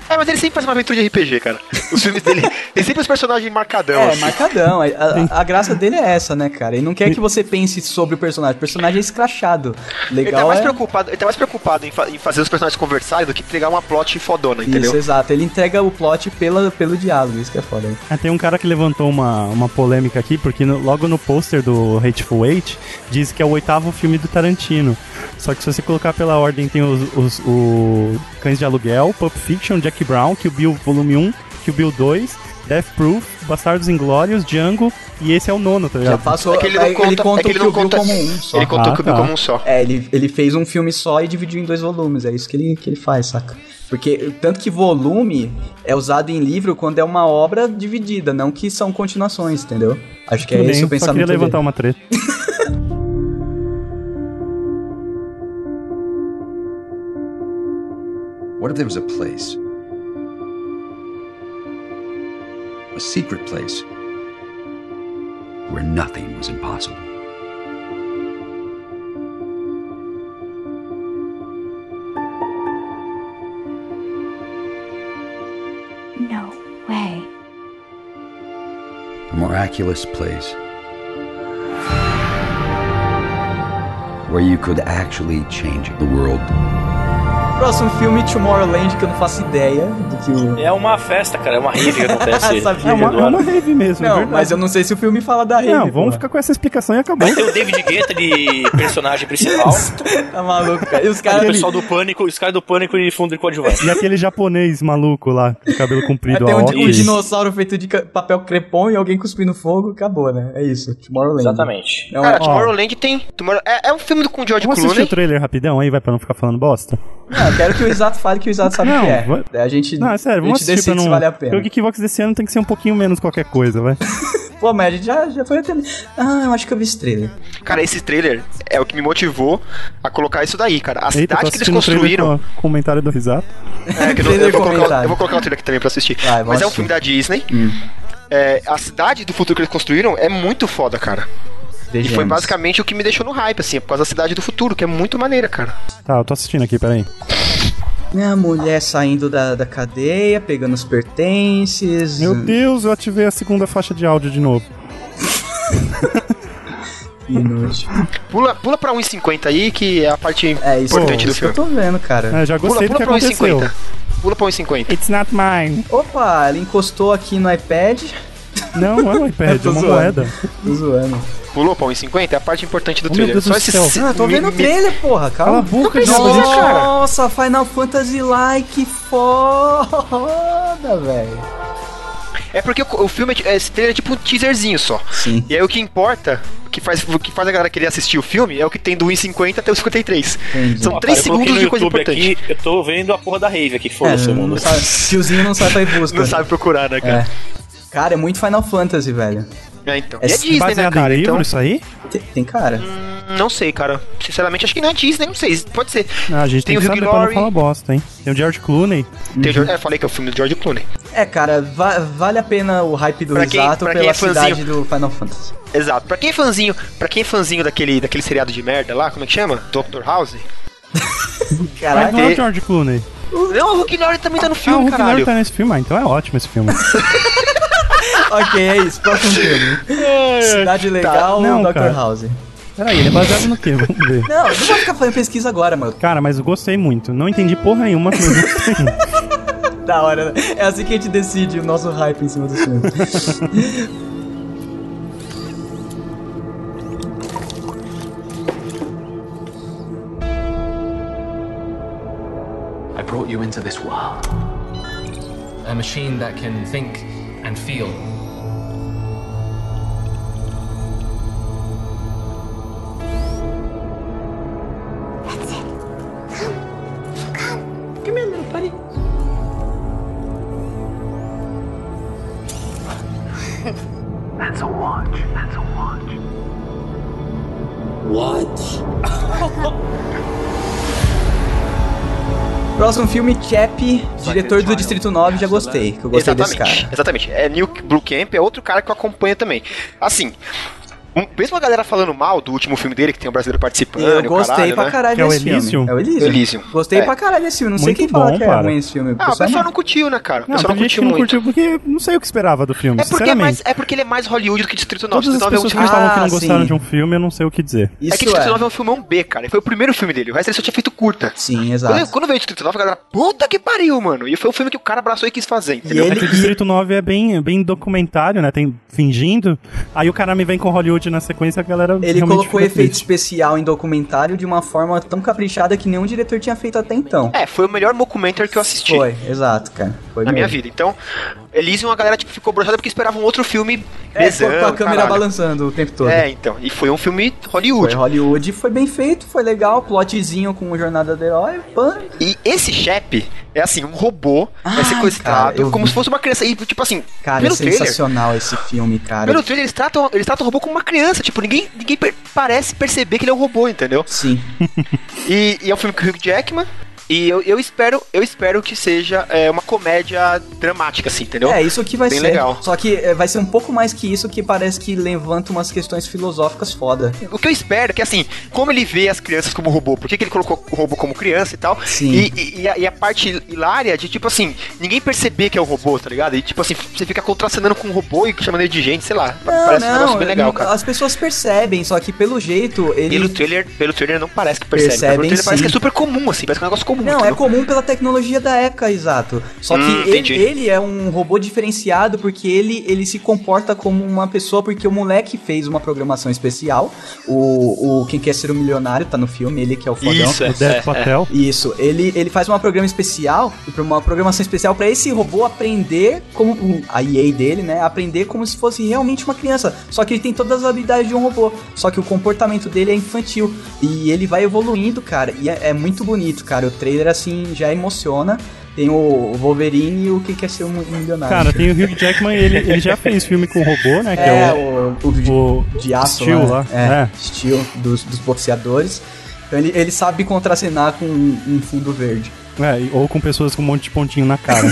É, Ah, mas ele sempre faz uma aventura de RPG, cara. Os filmes dele. Tem sempre os personagens marcadão.
É,
assim.
marcadão. A, a- a graça dele é essa, né, cara? Ele não quer que você pense sobre o personagem. O personagem é escrachado.
Ele tá,
Legal
mais
é...
preocupado, ele tá mais preocupado em, fa- em fazer os personagens conversarem do que entregar uma plot fodona, entendeu?
Isso, exato. Ele entrega o plot pela, pelo diálogo, isso que é foda. né?
Ah, tem um cara que levantou uma, uma polêmica aqui, porque no- logo no pôster do Hateful Eight diz que é o oitavo filme do Tarantino. Só que se você colocar pela ordem, tem os, os- o Cães de Aluguel, Pulp Fiction, Jack Brown, Kill Bill Volume 1, Kill Bill 2, Death Proof, Bastardos Inglórios, Django, e esse é o nono, tá
Já
ligado?
passou.
É que ele não
aí
conta,
conta
é que ele
o
não
Kill Bill
conta.
como um só.
Ele contou
Ah,
que o Bill
tá.
como um só.
É, ele, ele fez um filme só e dividiu em dois volumes, é isso que ele, que ele faz, saca? Porque tanto que volume é usado em livro quando é uma obra dividida, não que são continuações, entendeu? Acho que é
Tudo
esse o
bem, só
pensamento.
queria
dele.
levantar uma treta.
What if there was a place? A secret place where nothing was impossible.
No way.
A miraculous place where you could actually change the world.
um-
Próximo filme, Tomorrowland, que eu não faço ideia do que o.
É uma festa, cara, é uma rave que acontece.
Sabia.
É uma, é uma rave mesmo, é
Não,
verdade.
mas eu não sei se o filme fala da rave.
Não, vamos
porra.
ficar com essa explicação e acabou.
Mas tem o David Guetta de personagem principal.
Tá maluco, cara. E os
é
O
caras.
pessoal do Pânico, os caras do Pânico e fundo de coadjuvante.
E aquele japonês maluco lá, com o cabelo
Aí
comprido,
tem
a
um, di- um
óculos.
dinossauro feito de ca- papel crepom e alguém cuspindo fogo, acabou, né? É isso, Tomorrowland.
Exatamente.
É um-
Cara,
ó.
Tomorrowland tem. Tomorrow- é, é um filme com o George
Vamos assistir o
Clooney.
trailer rapidão aí, vai, pra não ficar falando bosta?
Não, eu quero que o Isato fale que o Isato sabe o
Não,
que é.
vai-
Daí A gente,
Não, é sério,
a
vamos
gente
assistir
decide
pra não...
se vale a
Porque
pena.
o Geekvox desse ano tem que ser um pouquinho menos qualquer coisa, vai.
Pô, mas a gente já, já foi até. Ah, eu acho que eu vi esse trailer.
Cara, esse trailer é o que me motivou a colocar isso daí, cara. A
Eita, tô
cidade que eles
assistindo o trailer
construíram.
com o comentário do Risato.
É, que eu, não- eu
Trailer
vou colocar,
comentário.
eu vou colocar o trailer aqui também pra assistir.
Vai, vamos
Mas é
assistir.
um
Hum.
filme da Disney. É, a cidade do futuro que eles construíram é muito foda, cara. E foi basicamente o que me deixou no hype, assim, por causa da cidade do futuro, que é muito maneira, cara.
Tá, eu tô assistindo aqui, peraí.
Minha mulher saindo da, da cadeia, pegando os pertences.
Hum.
Meu Deus, eu ativei a segunda faixa de áudio de novo.
Que nojo.
Pula, pula pra 1,50 aí, que é a parte
É isso,
importante
é
do
isso que eu
filme.
tô vendo, cara.
É, já
Pula,
gostei
pula um
do que
pra
aconteceu.
1,50. Pula pra 1,50.
It's not mine.
Opa, ela encostou aqui no iPad.
Não, não é um iPad, é
Tô
uma
zoando.
moeda.
Tô zoando.
Pulou pra 1,50 é a parte importante do
Oh, meu
trailer.
Deus
Só
do
esse.
céu.
Ah, tô vendo o trailer, porra,
Cala a
calma.
boca,
precisa,
João.
gente, cara.
Nossa, Final Fantasy like foda, velho.
É porque o, o filme, é ti- é, esse trailer é tipo um teaserzinho só.
Sim.
E aí o que importa, o que faz, o que faz a galera querer assistir o filme é o que tem do 1,50 até o 53. São 3
Ó, cara, eu coloquei
segundos
no
de coisa
YouTube
importante.
Aqui, eu tô vendo a porra da rave aqui,
É,
foda-se,
não
mundo.
sabe, tiozinho não sai pra ir busca.
Não sabe procurar, né, cara?
Cara, é muito Final Fantasy, velho.
É, então.
É
E é Disney, né,
Baseado
cara?
em livro,
Então,
isso aí?
Tem, tem cara.
não sei, cara. Sinceramente, acho que não é Disney, não sei. Pode ser.
Ah, a gente tem,
Tem o
que saber
Hugh
pra não
Laurie.
falar bosta, hein? Tem o George Clooney.
Tem o George- é, falei que é o filme do George Clooney.
É, cara, va- vale a pena o hype do
Pra quem-
Risato
pra quem
pela
é fãzinho.
cidade do Final Fantasy.
Exato. Pra quem é fãzinho, pra quem é fãzinho daquele, daquele seriado de merda lá, como é que chama? Dr. House?
Mas
Caraca,
não é o
tem-
George Clooney.
Não, o Rick Laurie também tá no
ah, o
filme,
Hulk Laurie
caralho.
tá nesse filme, ah, então é ótimo esse filme.
ok, é isso. Próximo filme.
tá.
Cidade Legal,
Não,
Dr.
cara.
House.
Peraí, ele é baseado no quê? Vamos ver.
Não, não vou ficar fazendo pesquisa agora, mano.
Cara, mas eu gostei muito. Não entendi porra nenhuma, mas eu gostei.
Da hora, né? É assim que a gente decide o nosso hype em cima do filme.
I brought you into this world. A machine that can think and feel.
That's a watch. That's a watch.
Próximo filme, Chap, diretor do Distrito 9, já gostei. Que eu gostei desse
Exatamente,
cara.
exatamente. É Neil Blue Camp, é outro cara que eu acompanho também. Assim, Um- mesmo a galera falando mal do último filme dele, que tem um brasileiro participando,
Eu
o
gostei
caralho,
pra
né?
caralho
Que é o
desse filme.
Elysium?
É o Elysium.
Elysium.
Gostei
É.
pra caralho desse filme. Não sei
Muito
quem fala
bom,
que é
cara.
ruim esse filme.
Ah, o
Pessoal,
pessoal não curtiu, né, cara? O
Não,
pessoal não
teve gente que
curtiu
não
muito.
curtiu porque não sei o que esperava do filme,
É porque, é, mais,
sinceramente.
é porque ele é mais Hollywood do que Distrito 9.
Todas as
Distrito 9 é um
pessoas que
tipo
me falam que não
Ah,
gostaram
sim.
de um filme, eu não sei o que dizer.
Isso
é que Distrito 9 é um filmão B, cara. Ele Foi o primeiro filme dele. O resto ele só tinha feito curta.
Sim,
Quando,
exato.
quando veio Distrito 9, a galera, puta que pariu, mano. E foi o filme que o cara abraçou e quis fazer,
E
entendeu?
É que o
ele, e-
Distrito 9 é bem, bem documentário, né? Tem fingindo. Aí o cara me vem com Hollywood na sequência, a galera.
ele
realmente
colocou
fica
efeito
triste.
especial em documentário de uma forma tão caprichada que nenhum diretor tinha feito até então.
É, foi o melhor mockumentary que eu assisti.
Foi, exato, cara. Foi
É, Na minha
mesmo.
vida. Então, Elysium, a galera tipo, ficou brochada porque esperava um outro filme
É, ficou com a
pesado,
câmera
caralho.
balançando o tempo todo.
É, então. E foi um filme Hollywood.
Foi Hollywood, foi bem feito, foi legal, plotzinho com o Jornada do Herói, pan.
E esse Shep é assim, um robô
Ai,
é sequestrado
cara, eu
como
vi.
se fosse uma criança. E tipo assim,
Cara, é
pelo trailer.
sensacional esse filme, cara.
Pelo trailer, eles tratam, eles tratam o robô como uma criança. Tipo, ninguém, ninguém per- parece perceber que ele é um robô, entendeu?
Sim.
E, e é um filme com o Hugh Jackman. E eu, eu espero eu espero que seja é, uma comédia dramática, assim, entendeu?
É, isso que vai
Bem
ser.
legal.
Só que é, vai ser um pouco mais que isso que parece que levanta umas questões filosóficas foda.
O que eu espero é que, assim, como ele vê as crianças como robô, por que, que ele colocou o robô como criança e tal?
Sim.
E, e- e a, e a parte hilária de, tipo assim, ninguém perceber que é um robô, tá ligado? E, tipo assim, você fica contracenando com um robô e chamando ele de gente, sei lá. parece um negócio bem legal,
não,
cara.
as pessoas percebem, só que pelo jeito ele.
Pelo trailer, pelo trailer não parece que percebe.
Percebem,
pelo trailer parece
sim.
que é super comum, assim, parece que é um negócio comum.
Não, é
entendeu?
comum pela tecnologia da época, exato. Só que
Hum,
ele,
entendi.
ele é um robô diferenciado porque ele, ele se comporta como uma pessoa, porque o moleque fez uma programação especial. O, o Quem Quer Ser o Milionário tá no filme, ele que é o fodão.
Isso, é.
O Dev Patel.
Isso, ele, ele faz uma programa especial, uma programação especial pra esse robô aprender como o- a EA dele, né? Aprender como se fosse realmente uma criança. Só que ele tem todas as habilidades de um robô, só que o comportamento dele é infantil e ele vai evoluindo, cara. E é, é muito bonito, cara. O trailer assim já emociona. Tem o Wolverine e o que quer ser um milionário.
Cara, tem o Hugh Jackman, ele, ele já fez filme com robô, né? Que é,
é,
o.
o, o,
o
de aço
Steel
lá,
lá,
né?
é.
É, estilo dos, dos boxeadores. Então ele, ele sabe contracenar com um- um fundo verde.
é, e- ou com pessoas com um monte de pontinho na cara.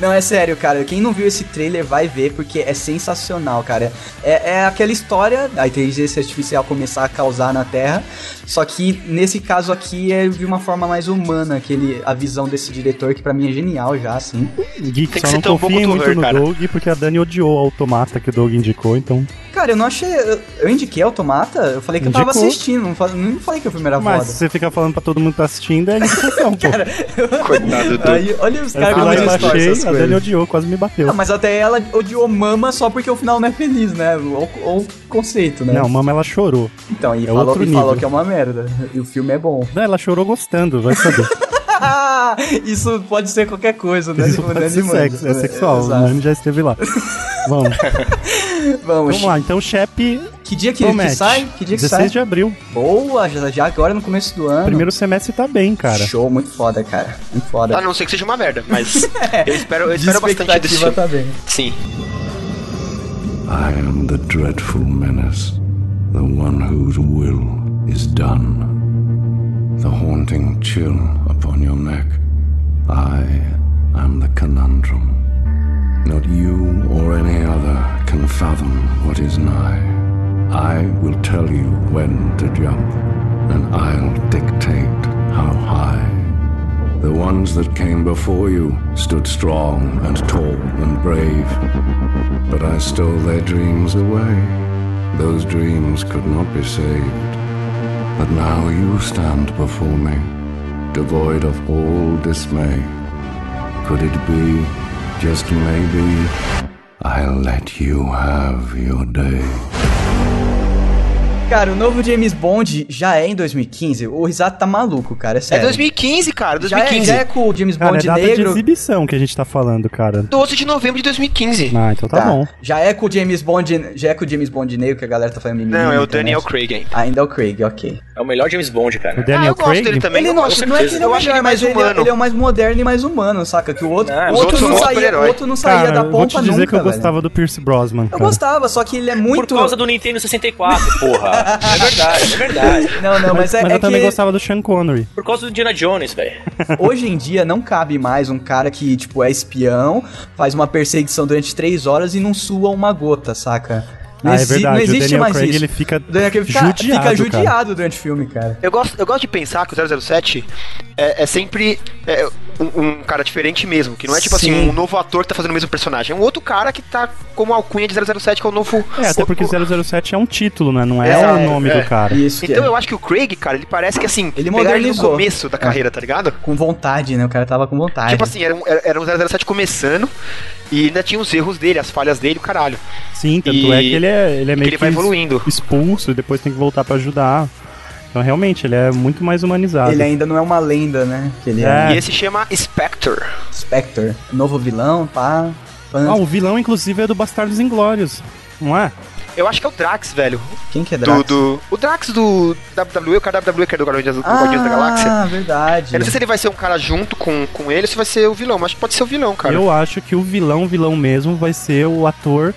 Não, é sério, cara. Quem não viu esse trailer vai ver, porque é sensacional, cara. É, é aquela história da inteligência artificial começar a causar na Terra. Só que nesse caso aqui é de uma forma mais humana, aquele, a visão desse diretor, que pra mim é genial já, assim.
Gui,
que
só
ser
não
tão bom
confiem
quanto o
muito
Her,
no
cara.
Doug, porque a Dani odiou o automata que o Doug indicou, então.
Cara, eu não achei. eu- Eu indiquei Automata? Eu falei que eu tava
Indicou.
assistindo, não falei, não falei que a primeira
Mas
Tá foda.
se você fica falando pra todo mundo que tá assistindo, é indicação, pô.
é Coitado do.
Aí, olha os
Eu fui
caras como
lá e
eles torcem
baixei,
essas
a Dani
coisas.
odiou, quase me bateu.
Ah, mas até ela odiou Mama só porque o final não é feliz, né? Ou ou o conceito, né?
Não, mama, ela chorou.
Então, e,
É
falou,
outro
e falou
nível.
que é uma merda. E o filme é bom.
Não, ela chorou gostando, vai saber.
Ah, isso pode ser qualquer coisa, né?
Isso
Não
pode ser
animando.
sexo, é sexual. O
exato.
Nani já esteve lá. Vamos,
Vamos.
vamos lá. Então o Shep
Que dia que, que
promete.
sai? Que dia que
16
sai? Ah,
de abril.
Boa, já, já agora no começo do ano.
Primeiro semestre tá bem, cara.
Show, muito foda, cara. Muito
A
foda.
não ser que seja uma merda, mas eu espero, Tá eu
De
espero bastante desse
É. expectativa
filme.
tá bem.
Sim.
I am the dreadful menace, the one whose will is done. The haunting chill upon your neck. I am the conundrum. Not you or any other can fathom what is nigh. I will tell you when to jump, and I'll dictate how high. The ones that came before you stood strong and tall and brave, but I stole their dreams away. Those dreams could not be saved. But now you stand before me, devoid of all dismay. Could it be, just maybe, I'll let you have your day?
Cara, o novo James Bond já é em 2015. O Risato tá maluco, cara. É
É
sério.
2015, cara,
Já é,
2015.
já é com o James
Cara,
Bond
é data de
negro.
exibição que a gente tá falando, cara.
12 de novembro de 2015.
Ah, então tá, bom.
Já é com o James Bond. Já é com o James Bond negro que a galera tá falando mimimi
Não, é
na
o
internet.
Daniel Craig ainda.
Ainda é o Craig, ok.
É o melhor James Bond, cara.
O Daniel
ah, eu gosto
Craig.
dele também.
Ele
eu
não,
gosto,
acha- não é que ele é
eu
o
acho
melhor,
ele mais
mas ele é,
humano.
ele é o mais moderno e mais humano, saca? Que o outro,
Ah,
o
os
outro,
outros
não
são
saía, o
super-herói.
outro não saía
Cara,
da
eu vou
ponta
te dizer
nunca,
que eu
velho.
gostava do Pierce Brosman,
Eu
cara.
gostava, só que ele é muito...
Por causa do Nintendo 64, porra. É verdade, é verdade.
Não, não, mas,
Mas,
é,
mas
é
eu também
que
gostava do Sean Connery.
Por causa do Indiana Jones, velho.
hoje em dia não cabe mais um cara que, tipo, é espião, faz uma perseguição durante três horas e não sua uma gota, saca?
Ah, é verdade,
não
o
existe
Daniel
mais
Craig,
isso.
ele fica
O Daniel Craig fica
judiado,
fica
cara.
judiado durante o filme, cara.
Eu gosto, eu gosto de pensar que o 007 é, é sempre é, um, um cara diferente mesmo. Que não é tipo assim,
Sim.
um novo ator que tá fazendo o mesmo personagem. É um outro cara que tá como a alcunha de 007, que é o novo.
É, até porque
o-
007 é um título, né? Não é,
É,
o nome
é.
do cara.
Isso, que
Então
é.
eu acho que o Craig, cara, ele parece que assim.
Ele
pegaram ele no
modernizou.
começo da
É.
carreira, tá ligado?
Com vontade, né? O cara tava com vontade.
Tipo assim, era um, era- era um 007 começando e ainda tinha os erros dele, as falhas dele, o caralho.
Sim, tanto
E-
é que ele é, ele é meio
ele vai evoluindo.
expulso e depois tem que voltar pra ajudar. Então, realmente, ele é muito mais humanizado.
Ele ainda não é uma lenda, né? Que ele é,
É.
E esse chama Spectre.
um Spectre. Novo vilão, pá. pã.
Ah, o vilão, inclusive, é do Bastardos Inglórios, não é?
Eu acho que é o Drax, velho.
Quem que é
Do,
Drax?
do- o Drax do WWE, o cara da WWE que é do Guardiões do Guardiões da Galáxia.
Ah, verdade.
Eu não sei se ele vai ser um cara junto com, com ele ou se vai ser o vilão, mas acho que pode ser o vilão, cara.
Eu acho que o vilão, vilão mesmo, vai ser o ator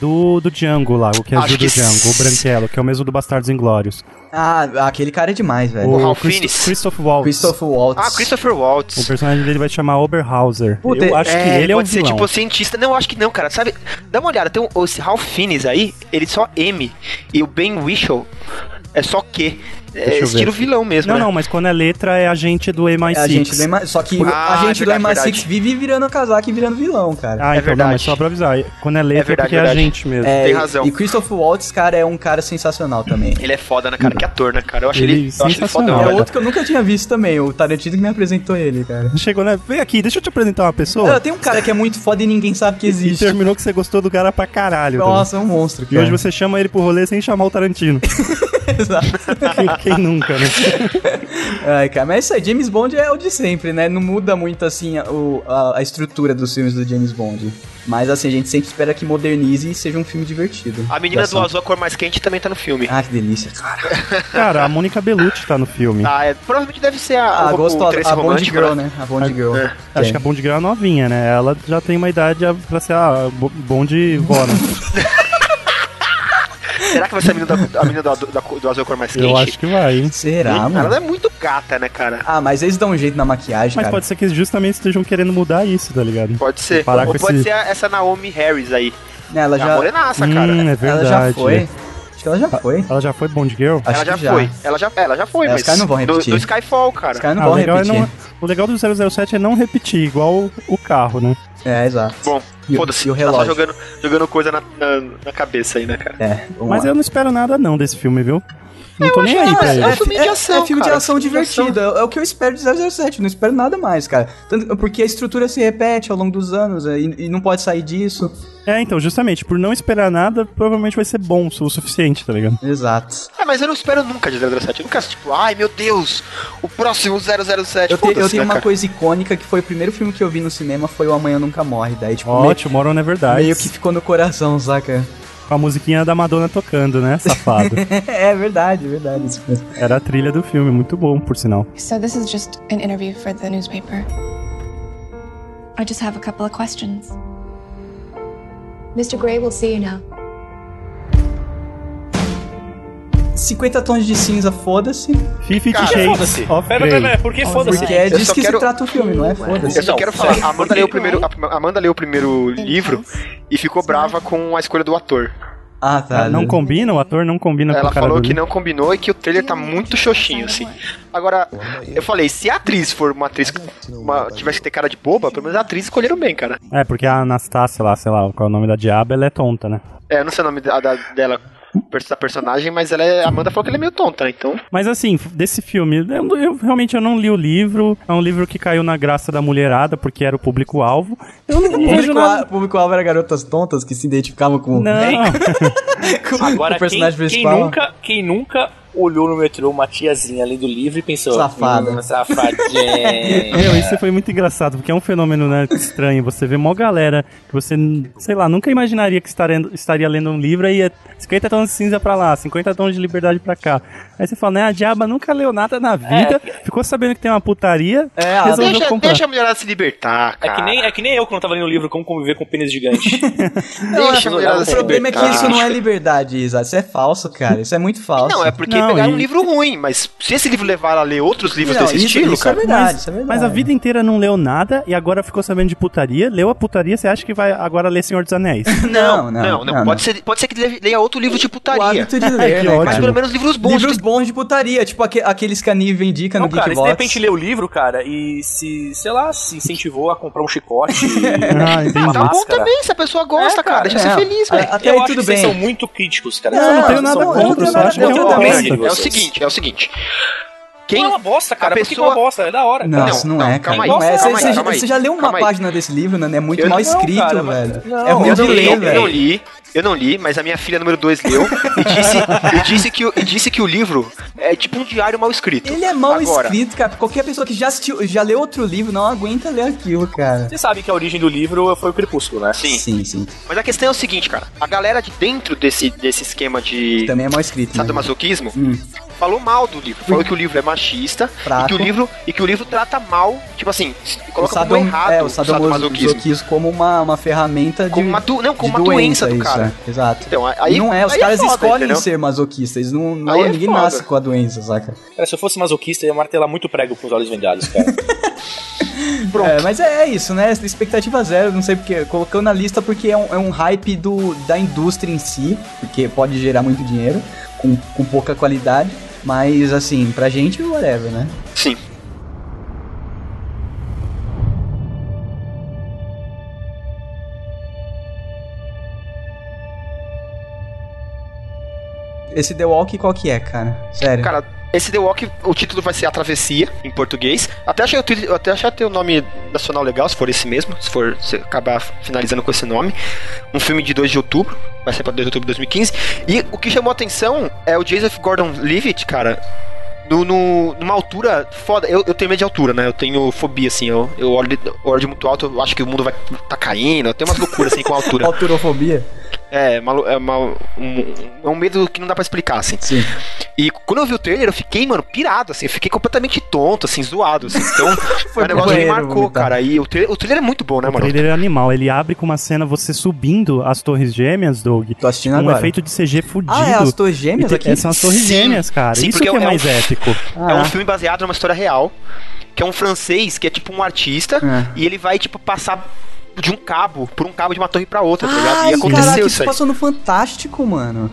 do, do Django lá, o que
Acho
ajuda
que
o Django, o
s-
Branquelo, que é o mesmo do Bastardos Inglórios.
Ah, aquele cara é demais, velho.
O
Ralph
Christo-
Fiennes.
Christoph Waltz.
Christopher Waltz.
Ah, Christopher
O
Waltz.
personagem dele vai chamar Oberhauser.
Puta,
Eu acho que ele é o
pode ser
vilão.
tipo cientista. Não, eu acho que não, cara. Sabe? Dá uma olhada, tem um, esse Ralph Fiennes aí, ele só M. E o Ben Whishaw é só Q. É
eu ver.
estilo vilão mesmo,
Não,
né?
não, mas quando é letra é agente do MI6.
É a gente do MI... Só que
Ah,
a gente
verdade,
do MI6
verdade.
vive virando casaca e virando vilão, cara.
Ah,
É
então não, mas
verdade.
só pra avisar. Quando é letra é,
verdade,
porque
verdade.
é agente mesmo.
É,
tem razão.
E Christopher Waltz, cara, é um cara sensacional também.
Ele é foda, né, cara? Que ator, né, cara? Eu acho
Ele
ele,
é
eu acho ele fodão,
sensacional.
É
velho.
outro que eu nunca tinha visto também, o Tarantino que me apresentou ele, cara.
Chegou, né? Vem aqui, deixa eu te apresentar uma
Cara,
pessoa.
tem um cara que é muito foda e ninguém sabe que
E
existe.
terminou que você gostou do cara pra caralho. também.
Nossa, é um monstro,
E
cara.
hoje você chama ele pro rolê sem chamar o Tarantino.
Exato.
quem, quem nunca, né?
Ai, cara, mas isso aí, James Bond é o de sempre, né? Não muda muito, assim, a, o- a- a estrutura dos filmes do James Bond. Mas, assim, a gente sempre espera que modernize e seja um filme divertido.
A menina
De
do
ação.
azul, a cor mais quente, também tá no filme.
Ah, que delícia, cara.
Cara, a Mônica Bellucci tá no filme.
Ah, é, provavelmente deve ser
A,
a, o- o
Ah, gostosa,
interesse
a Bond
romântico,
Girl, né? A Bond Girl.
É.
Ah, Acho
Tem.
que a Bond Girl é novinha, né? Ela já tem uma idade pra ser a Bo- Bond vó, né?
Será que vai ser a menina, da, a menina do, do, do azul, é a cor mais quente?
Eu acho que vai, hein?
Será,
Cara,
mano?
Ela é muito gata, né, cara?
Ah, mas eles dão um jeito na maquiagem,
Mas
cara.
pode ser que eles justamente estejam querendo mudar isso, tá ligado?
Pode ser.
Parar
Ou
com
pode
esse-
ser a- essa Naomi Harris aí.
Ela
É a
já,
morenaça,
Hum,
cara.
é
ela
verdade.
já foi. Acho que ela já foi.
Ela já foi Bond Girl?
Acho
ela já
que
foi. Ela já, ela já foi,
É,
mas.
os caras não vão
do-
repetir.
Do, Skyfall,
Os
cara.
caras não
Ah, o
vão
legal é
repetir.
não- o legal do 007 é não repetir, igual o carro, né?
É, exato.
Bom,
E o-
foda-se.
e o
Tá só
relógio.
jogando, jogando coisa na, na, na cabeça aí, né, cara?
É, vamos
Mas
lá.
eu não espero nada não desse filme, viu? Não tô nem aí pra ele.
é filme de
é-
ação,
é filme
cara,
de ação
filme de
divertido. É, é o que eu espero de 007. Não espero nada mais, cara. Tanto- porque a estrutura se repete ao longo dos anos é, e, e não pode sair disso.
É, então, justamente, por não esperar nada, provavelmente vai ser bom o suficiente, tá ligado?
Exato.
Ah, mas eu não espero nunca de 007. Eu nunca, tipo, ai meu Deus, o próximo 007.
Eu, te- eu
Foda-se,
tenho
né,
uma
cara?
coisa icônica que foi o primeiro filme que eu vi no cinema foi O Amanhã Nunca Morre. Daí, tipo, meio,
Ótimo, Moron é verdade.
meio que ficou no coração, saca?
Com a musiquinha da Madonna tocando, né, safado?
é verdade, é verdade. Isso mesmo.
Era a trilha do filme, muito bom, por sinal.
So, this is just an interview for the newspaper. I just have a couple of questions. Mr. Gray will see you now.
50 tons de cinza, foda-se.
Fifty
Cara,
Shades
foda-se.
of
Pera, pera,
Grey.
pera, por que foda-se?
Porque é
Eu
disso
só
que
quero- um
se trata o filme, não é? Foda-se.
Eu só
Não,
quero
sério,
falar, a Amanda
porque-
leu o primeiro, a Amanda leu o primeiro livro e ficou brava com a escolha do ator.
Ah, tá.
Não combina? O ator não combina com
Ela
o cara
falou
do
que não combinou e que o trailer tá muito xoxinho, assim. Agora, eu falei, se a atriz for uma atriz que uma- tivesse que ter cara de boba, pelo menos a atriz escolheram bem, cara.
É, porque a Anastácia lá, sei lá, qual é o nome da diaba, ela é tonta, né?
É, eu não sei o nome da, da- dela, pers- da personagem, mas ela é, a Amanda falou que ela é meio tonta, então.
Mas assim, f- desse filme, eu, eu realmente eu não li o livro. É um livro que caiu na graça da mulherada, porque era o público-alvo. Eu não, não vejo nada.
O público-alvo era garotas tontas que se identificavam com,
Não.
com
Agora,
o personagem
quem, quem
principal.
nunca, quem nunca olhou no metrô uma tiazinha ali do livro e pensou...
Safada.
"Hum, safadinha.
Meu, isso foi muito engraçado, porque é um fenômeno né, estranho. Você vê mó galera que você, n- sei lá, nunca imaginaria que estaria, estaria lendo um livro aí é 50 tons de cinza pra lá, 50 tons de liberdade pra cá. Aí você fala, né, a diaba nunca leu nada na vida, ficou sabendo que tem uma putaria,
É, a-
resolveu
Deixa,
comprar.
deixa a mulherada se libertar,
É
cara.
que, nem, é que nem eu que não tava lendo o livro Como Conviver com Pênis Gigante.
Deixa a mulherada
o
se
problema é que
libertar.
isso não é liberdade, Isa. Isso é falso, cara. Isso é muito falso.
Não, é porque
Não,
pegaram
e-
um livro ruim, mas se esse livro levar ela a ler outros livros
Não,
desse
isso-
estilo,
isso é
cara.
verdade,
mas,
isso é verdade.
mas a vida inteira não leu nada e agora ficou sabendo de putaria. Leu a putaria, você acha que vai agora ler Senhor dos Anéis?
Não, não, não, Pode, ser, pode ser que le- leia outro livro de
O
putaria.
hábito de ler,
Que
né,
ótimo.
Mas
cara?
pelo menos livros bons.
Livros bons de putaria, tipo aque- aqueles que a Nive indica
Não,
no
cara, se de
Geekbox.
repente lê o livro, cara, e se, sei lá, se incentivou a comprar um chicote.
Ah, entendi.
uma
né,
Tá bom
máscara.
também, se a pessoa gosta,
É,
cara,
cara,
Deixa
é.
ser feliz,
A-
velho.
Até
eu
aí
acho
tudo
que vocês
bem.
são muito críticos, cara.
Não,
Vocês
não tenho
são
nada
muito
contra,
críticos.
só acho que é
Eu
uma
gosto
bosta.
de
É o
É o
vocês.
seguinte, é o seguinte.
Quem...
Quem.
É uma bosta, cara.
A
Por que que é uma
pessoa-
bosta? É da hora.
Não,
Não, isso não,
não,
é, cara.
calma aí,
não é.
calma
Você-
aí,
você-
calma aí,
Você já leu uma
calma aí.
página desse livro, Nando? É muito
Eu-
mal
não,
escrito,
cara, mas-
velho.
não,
é ruim
Eu
de
não, li,
ler,
eu não
velho.
li, eu não li, mas a minha filha número 2 leu e disse, e disse, que, o- e disse que o livro é tipo um diário mal escrito.
Ele é mal
Agora,
escrito, cara. Qualquer pessoa que já assistiu, já leu outro livro não aguenta ler aquilo, cara.
Você sabe que a origem do livro foi o Crepúsculo, né?
Sim.
Sim, sim.
Mas a questão é o seguinte, cara. A galera de dentro desse, desse esquema de
Também é mal escrito. né?
sadomasoquismo
Hum.
falou mal do livro. Falou que o livro é machista
Fraco.
e que o livro e que o livro trata mal, tipo assim,
O
coloca
sadom,
como errado
é,
o
o
sadomasoquismo.
sadomasoquismo como uma, uma ferramenta de,
Como uma do- não, como
de
uma doença do
isso,
cara.
é. Exato.
Então, aí
não é, os
aí
caras
foda,
escolhem
entendeu?
ser masoquistas, eles não, não-
Aí é
ninguém
foda.
nasce com a doença, saca?
Cara, se eu fosse masoquista, eu ia martelar muito prego com os olhos vendados, cara.
É, mas é, é isso, né? Expectativa zero, não sei porque. Colocando na lista porque é um, é um hype do, da indústria em si, porque pode gerar muito dinheiro, com, com pouca qualidade. Mas assim, pra gente, whatever, né?
Sim.
Esse The Walk qual que é, cara? Sério.
Cara, esse The Walk, o título vai ser A Travessia, em português. Até achei, o tri- eu até achei até o nome nacional legal, se for esse mesmo, se for se acabar finalizando com esse nome. Um filme de 2 de outubro, vai ser pra 2 de outubro de 2015. E o que chamou a atenção é o Joseph Gordon-Levitt, cara... No, no- numa altura foda. Eu, eu tenho medo de altura, né? Eu tenho fobia, assim. Eu, eu olho, de, eu olho de muito alto, eu acho que o mundo vai tá caindo. Eu tenho umas loucuras, assim, com altura.
Autorofobia?
É, uma, lo- é uma- um, é um medo que não dá pra explicar, assim.
Sim.
E quando eu vi o trailer, eu fiquei, mano, pirado, assim. Eu fiquei completamente tonto, assim, zoado, assim. Então, foi
pro
um negócio que me
banheiro
marcou,
vomitar.
cara. E o trailer, o trailer é muito bom, né,
O
mano?
trailer é animal. Ele abre com uma cena você subindo as torres gêmeas, Doug.
Tô assistindo
Um
agora.
efeito de CG fudido.
Ah, é as torres
E
gêmeas
te-
aqui?
é, São as torres
Sim.
gêmeas, cara.
Sim,
Isso
porque
que é,
é um-
mais épico.
É um
Ah.
filme baseado numa história real, que é um francês que é tipo um artista
É.
e ele vai, tipo, passar de um cabo, por um cabo de uma torre pra outra, tá ligado?
Ai,
E aconteceu
caraca,
isso
isso
aí.
passou no Fantástico, mano.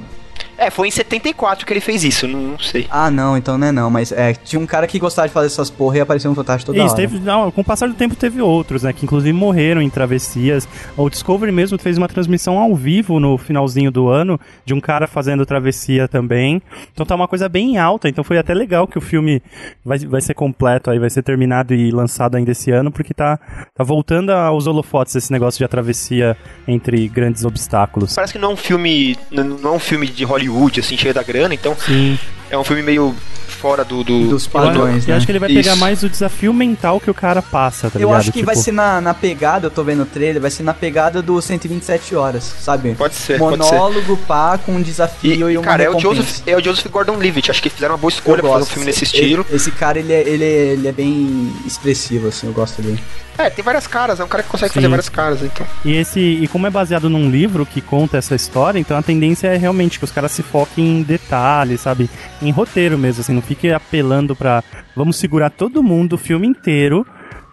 É, foi em 74 que ele fez isso, não, não sei.
Ah, não, então não é não, mas é, tinha um cara que gostava de fazer essas porra e apareceu no Fantástico toda
Isso,
hora.
teve, não, com o passar do tempo teve outros, né? Que inclusive morreram em travessias. O Discovery mesmo fez uma transmissão ao vivo no finalzinho do ano de um cara fazendo travessia também. Então tá uma coisa bem alta. Então foi até legal que o filme vai, vai ser completo aí, vai ser terminado e lançado ainda esse ano, porque tá, tá voltando aos holofotes esse negócio de a travessia entre grandes obstáculos.
Parece que não é um filme. Não não é um filme de Hollywood, assim, cheio da grana, então
Sim.
é um filme meio fora do. do-
Dos
Eu,
padrões,
eu
né?
acho que ele vai
Isso.
pegar mais o desafio mental que o cara passa, tá
Eu
ligado?
acho que
Tipo,
vai ser na, na pegada, eu tô vendo o trailer, vai ser na pegada do 127 horas, sabe?
Pode ser, pode ser.
Monólogo, pá, com um desafio e, uma
cara, é o,
recompensa.
Joseph, é o Joseph Gordon-Levitt. Acho que fizeram uma boa
Eu
escolha pra fazer um
gosto.
filme nesse
Esse-
estilo.
Esse cara, ele é, ele, é, ele é bem expressivo, assim, eu gosto dele.
É, tem várias caras. É um cara que consegue
Sim.
fazer várias caras, então.
E, esse, e como é baseado num livro que conta essa história, então a tendência é realmente que os caras se foquem em detalhes, sabe? Em roteiro mesmo, assim, não fique apelando pra. Vamos segurar todo mundo o filme inteiro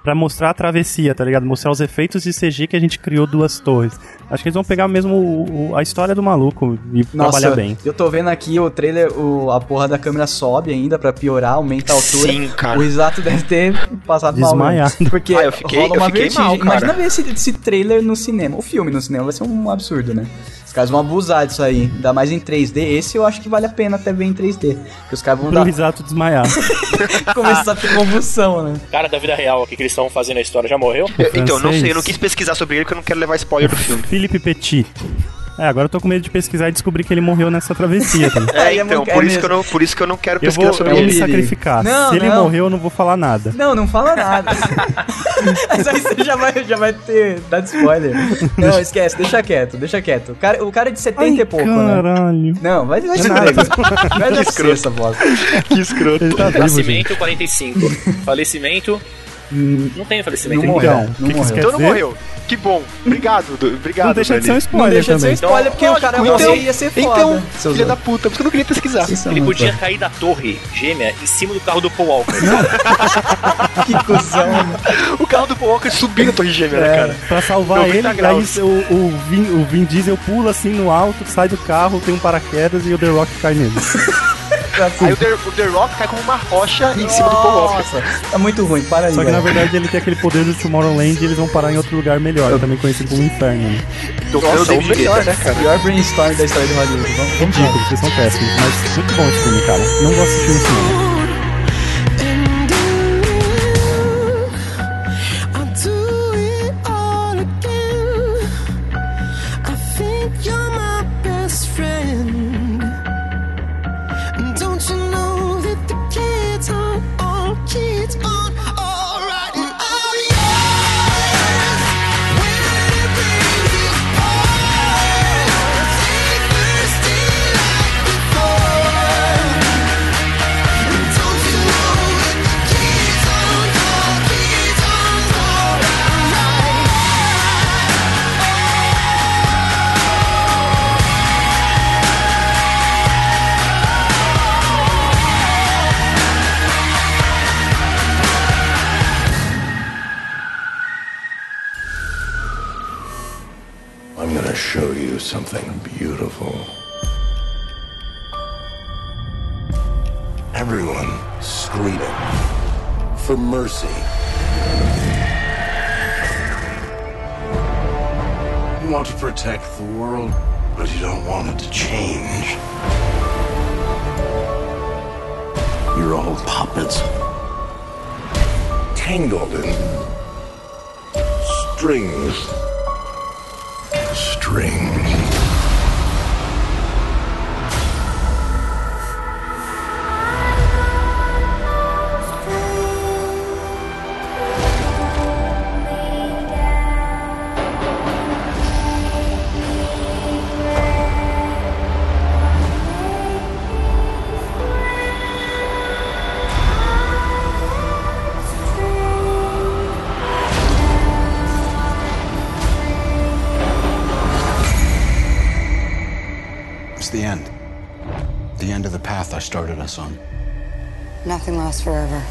pra mostrar a travessia, tá ligado? Mostrar os efeitos de CG que a gente criou duas torres. Acho que eles vão pegar mesmo o- o- a história do maluco e trabalhar bem.
eu tô vendo aqui o trailer, o, a porra da câmera sobe ainda pra piorar, aumenta a altura.
Sim,
O
cara.
Risato deve ter passado
Desmaiado.
mal. né? Porque
Ah, eu fiquei-
rola
eu
uma
fiquei
vertigem.
mal, cara.
Imagina ver esse, esse trailer no cinema. O filme no cinema vai ser um absurdo, né? Os caras vão abusar disso aí. Ainda mais em 3D. Esse eu acho que vale a pena até ver em 3D. Porque os caras vão
Pro
dar,
risato desmaiar.
começar a ter convulsão, né?
cara da vida real aqui que eles estão fazendo a história já morreu?
Eu- Então, não sei, eu não
francês.
quis pesquisar sobre ele porque eu não quero levar spoiler do filme.
Felipe Petit. É, agora eu tô com medo de pesquisar e descobrir que ele morreu nessa travessia. Tá? ligado?
É,
Aí é
então,
muito- é
por, isso que eu
mesmo.
não, por isso que eu não quero
Eu
pesquisar
vou, é eu
sobre
vou me
ele.
sacrificar.
Não,
Se ele
não.
morreu, eu não vou falar nada.
Não, não fala nada. Mas aí você já vai, já vai ter dado spoiler. Não, esquece, deixa quieto, deixa quieto. O cara, o cara é de 70 e pouco, né?
caralho.
Não, vai, vai se
é
entregar. Vai dar pra você essa bosta.
Ele tá vivo, gente.
Nascimento 45. Falecimento Não tem falecimento
Não
ainda.
morreu.
Então, o
Não
que que isso quer
morreu.
Então não
dizer?
morreu. Que bom. Obrigado, Du- obrigado.
Não deixa de ser um né?
Dani.
spoiler também.
spoiler, porque o cara
então-
morreu e ia ser foda.
Então,
Seus
filha da puta, por isso que eu não queria pesquisar.
Vocês são
Ele
muito-
podia cair da torre gêmea em cima do carro do Paul Walker.
Que cuzão, mano.
O carro do Paul Walker subiu na torre gêmea, né,
É,
cara.
pra salvar
90
ele, aí
graus.
o, o, Vin, o Vin Diesel pula assim no alto, sai do carro, tem um paraquedas e o The Rock cai nele.
Aí o The, o The Rock cai como uma rocha em cima do Paul Walker.
Nossa, tá muito ruim, para aí.
Só que na
velho.
verdade ele tem aquele poder do Tomorrowland e eles vão parar em outro lugar melhor, também conhecido como Inferno. Né?
Nossa, Então, o melhor, né, cara?
Pior brainstorm da história de Hollywood. Vamos, vamos lá.
Ridículo, vocês são péssimos, mas muito bom esse filme, cara. Não vou assistir no cinema. né?
Don't you know that the kids aren't all kids aren't all right? And oh yeah, when it brings you all, they thirsty like before. And don't you know that the kids aren't all kids aren't all right?
I'm gonna show you something beautiful. Everyone screaming for mercy. You want to protect the world, but you don't want it to change. You're all puppets, tangled in strings strings.
It's the end. The end of the path I started us on.
Nothing lasts forever.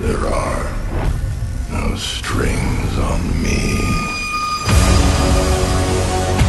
There are no strings on me.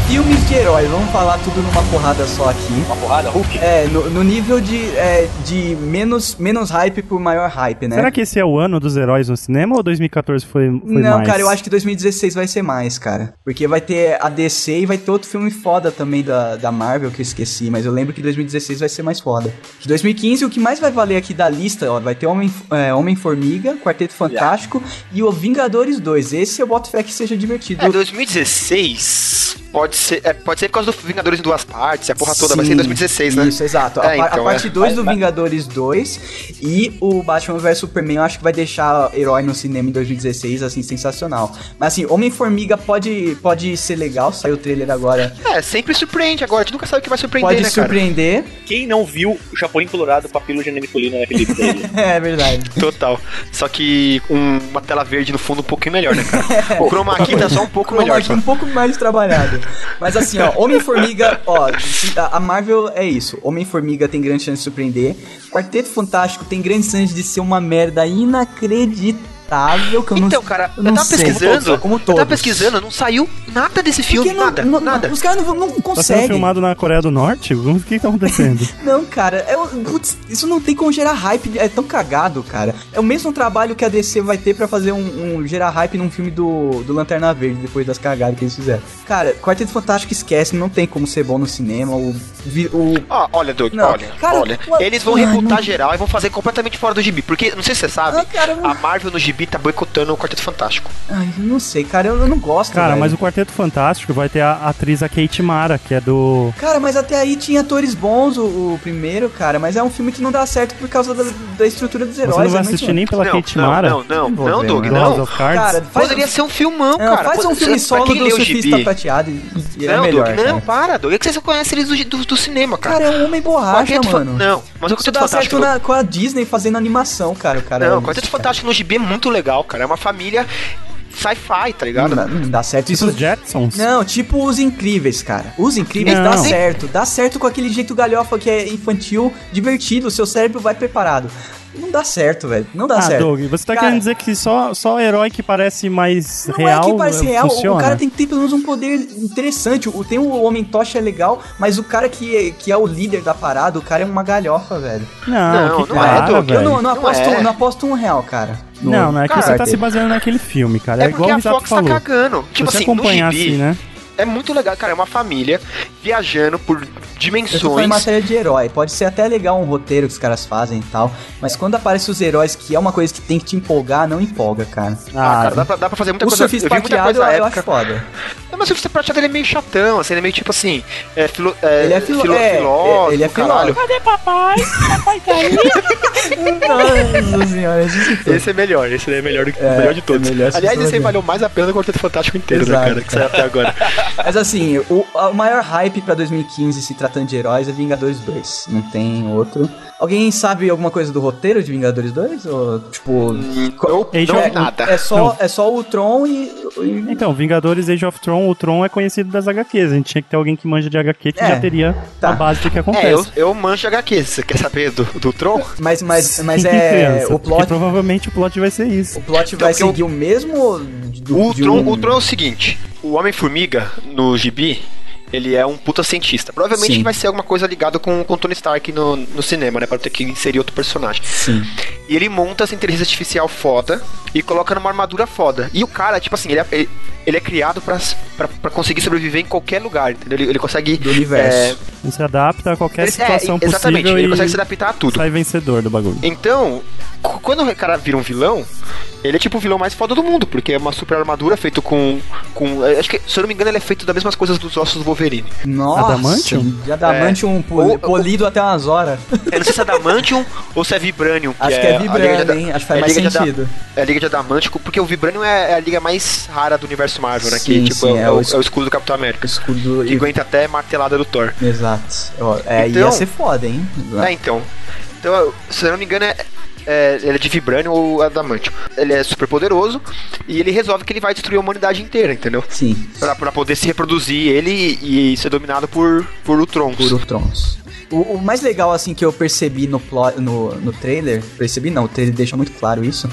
Filmes de herói, vamos falar tudo numa porrada só aqui.
Uma porrada, Hulk.
É, no, no nível de, é, de menos, menos hype por maior hype, né?
Será que esse é o ano dos heróis no cinema ou 2014 foi, foi
Não,
mais?
cara, eu acho que 2016 vai ser mais, cara. Porque vai ter a DC e vai ter outro filme foda também da, da Marvel que eu esqueci, mas eu lembro que 2016 vai ser mais foda. De 2015, o que mais vai valer aqui da lista, ó, vai ter Homem- é, Homem-Formiga, Quarteto Fantástico e o Vingadores 2. Esse eu boto fé que seja divertido.
É, 2016 pode ser, é, pode ser por causa do Vingadores em duas partes, a porra toda, vai ser em
Sim,
2016, né?
Isso, exato. A
É,
pa- a,
então,
parte
é.
2 do Vingadores 2 e o Batman vs Superman eu acho que vai deixar herói no cinema em 2016, assim, sensacional. Mas assim, Homem-Formiga pode, pode ser legal, saiu o trailer agora.
É, sempre surpreende agora, tu nunca sabe o que vai surpreender,
Pode
né,
surpreender.
Quem não viu o Chapolin Colorado, Papilo de Anemitolina naquele dele?
É verdade.
cara? Total. Só que um- uma tela verde no fundo um pouquinho melhor, né, cara? o chroma key tá só um pouco
Chroma
melhor.
key
só.
um pouco mais trabalhado. Mas assim, ó, Homem-Formiga, ó, se- a a Marvel é isso. Homem-Formiga tem grande chance de surpreender. Quarteto Fantástico tem grande chance de ser uma merda inacreditável. inacreditável que eu não
Então, cara, eu,
não
tava
sei.
pesquisando,
Como
eu
todos.
tava pesquisando, não saiu nada desse filme,
Porque não-
nada,
não-
nada.
Os caras não,
Tá
não
sendo
conseguem.
filmado na Coreia do Norte? O que que tá acontecendo?
Não, cara, eu, putz, isso não tem como gerar hype, é tão cagado, cara. É o mesmo trabalho que a DC vai ter pra fazer um, um- gerar hype num filme do, do Lanterna Verde, depois das cagadas que eles fizeram. Cara, Quarteto Fantástico esquece, não tem como ser bom no cinema, o... vi- o
Ó, olha, Doug,
Não,
olha,
cara,
olha.
what-
Eles vão
Ah,
rebutar
não-
geral e vão fazer completamente fora do gibi. Porque, não sei se você sabe,
Ah, cara, não-
a Marvel no gibi tá boicotando o Quarteto Fantástico.
Ai, eu não sei, cara, eu, eu não gosto,
Cara,
velho.
mas o Quarteto Fantástico vai ter a atriz a Kate Mara, que é do.
Cara, mas até aí tinha atores bons o, o primeiro, cara, mas é um filme que não dá certo por causa da, da estrutura dos heróis.
Você não vai
é muito-
assistir nem pela
Não,
Kate
não,
Mara?
não, não,
vou
não,
ver,
Doug,
mano.
não.
House of Cards?
Cara, faz,
Poderia ser um filmão,
não,
cara.
faz um
Pode-
filme
pra
solo
quem
do
lê o
surfista
gibi.
prateado e, e é
não,
melhor,
Doug,
cara.
não, para, Doug. É que você conhece eles do, do, do cinema, cara.
Cara, é um homem borracha,
Quarteto Fa-
mano.
Não, mas o
Isso
Quarteto
dá
Fantástico.
certo na- com a Disney fazendo animação, cara. o cara Tá
Não, o Quarteto Fantástico no gibi é muito legal, cara. É uma família sci-fi, tá ligado?
Não, dá- não dá certo
Tipo
isso.
os Jetsons?
Não, tipo os incríveis, cara. Os incríveis
Não.
dá certo. Dá certo com aquele jeito galhofa que é infantil, divertido, seu cérebro vai preparado. Não dá certo, velho. Não dá
Ah,
certo.
Doug, você tá
Cara,
querendo dizer que só, só herói que parece mais
Não
real.
é que parece real,
funciona?
o cara tem que ter pelo menos um poder interessante. O, tem o Homem Tocha é legal, mas o cara que é, que é o líder da parada, o cara é uma galhofa, velho.
Não,
Não,
que
não é,
cara,
Doug, eu
velho.
Eu não, não
Não
aposto,
é.
não aposto um real, cara. no-
Não, não é que
Cara,
você tá
tem-
se baseando naquele filme, cara. É,
É
igual
porque
o
a
Zato
Fox
falou.
tá cagando. Tipo
Se você
assim,
acompanhar
no gibi,
assim, né?
é muito legal, cara. É uma família viajando por
Eu tô falando em
dimensões.
matéria de herói. Pode ser até legal um roteiro que os caras fazem e tal. Mas quando aparecem os heróis, que é uma coisa que tem que te empolgar, não empolga, cara.
Ah,
Ah,
cara, dá pra, dá pra fazer muita
O
coisa. Eu vi
surfista
muita
prateado
coisa
eu,
na
eu acho
é época.
foda.
Não, mas o surfista prateado ele é meio chatão, assim, ele é meio tipo assim. É filo, é,
Ele é filo-
filo-
é,
filósofo,
ele é
caralho.
filósofo. Nossa senhora, isso que
Esse é melhor, esse daí é melhor do que
É,
melhor de todos.
é melhor, esse
Aliás,
é
esse aí
melhor.
valeu mais a pena do Quarteto Fantástico inteiro,
Exato,
né, cara? Que saiu até agora.
Mas assim, o, o maior hype pra 2015 se tratando de heróis é Vingadores 2. Não tem outro. Alguém sabe alguma coisa do roteiro de Vingadores 2? Ou, tipo.
Eu
Age
não
of-
vi nada.
É só, é só o Tron e. e-
Então, Vingadores Age of Tron, o Tron é conhecido das HQs. A gente tinha que ter alguém que manja de HQ que
É,
já teria
tá.
a base do que acontece.
É, eu, eu manjo HQ. Você quer saber do, do Tron?
Mas, mas, mas
Sim,
é.
criança,
O
porque
plot
provavelmente o plot vai ser isso.
O plot vai
porque o-
seguir o mesmo do,
O
de
Tron,
um-
o Tron é o seguinte: o Homem-Formiga, no gibi, ele é um puta cientista. Provavelmente
Sim.
vai ser alguma coisa ligada com com o Tony Stark no, no cinema, né? Pra ter que inserir outro personagem.
Sim.
E ele monta essa inteligência artificial foda e coloca numa armadura foda. E o cara, tipo assim, ele é, ele- ele é criado pra, pra, pra conseguir sobreviver em qualquer lugar, entendeu? Ele, ele consegue.
Do universo.
Ele se adapta a
é,
qualquer
ele- é,
situação
exatamente,
possível
ele
e
consegue se adaptar a tudo.
sai vencedor do bagulho.
Então, c- quando o cara vira um vilão, ele é tipo o vilão mais foda do mundo, porque é uma super armadura feito com. com eh, acho que, se eu não me engano, ele é feito das mesmas coisas dos ossos do Wolverine.
Nossa,
Adamantium?
de
É.
Adamantium poli-
Ou- ou-
polido até umas horas.
Eu não sei se é Adamantium ou se é Vibranium.
Acho que é
a Liga de
Vibranium,
Ada-
hein? Acho que faz
é a
mais
Liga de Ada-
sentido.
É a Liga de Adamantium, porque o Vibranium é é a liga mais rara do universo Marvel, né?
Sim,
que tipo,
sim,
é,
é
o,
o
é o escudo do Capitão América.
Escudo
Que aguenta até martelada do Thor.
Exato. Ó, é,
Então-
ia ser foda, hein?
É, então. Então, eu- se eu não me engano, é, é- ele é de Vibranium ou Adamantium. Ele é super poderoso e ele resolve que ele vai destruir a humanidade inteira, entendeu?
Sim.
Pra, pra poder se reproduzir ele e ser dominado por, por Utrons.
Puro Trons. O, o mais legal, assim, que eu percebi no, plot, no, no trailer, percebi não, o trailer deixa muito claro isso,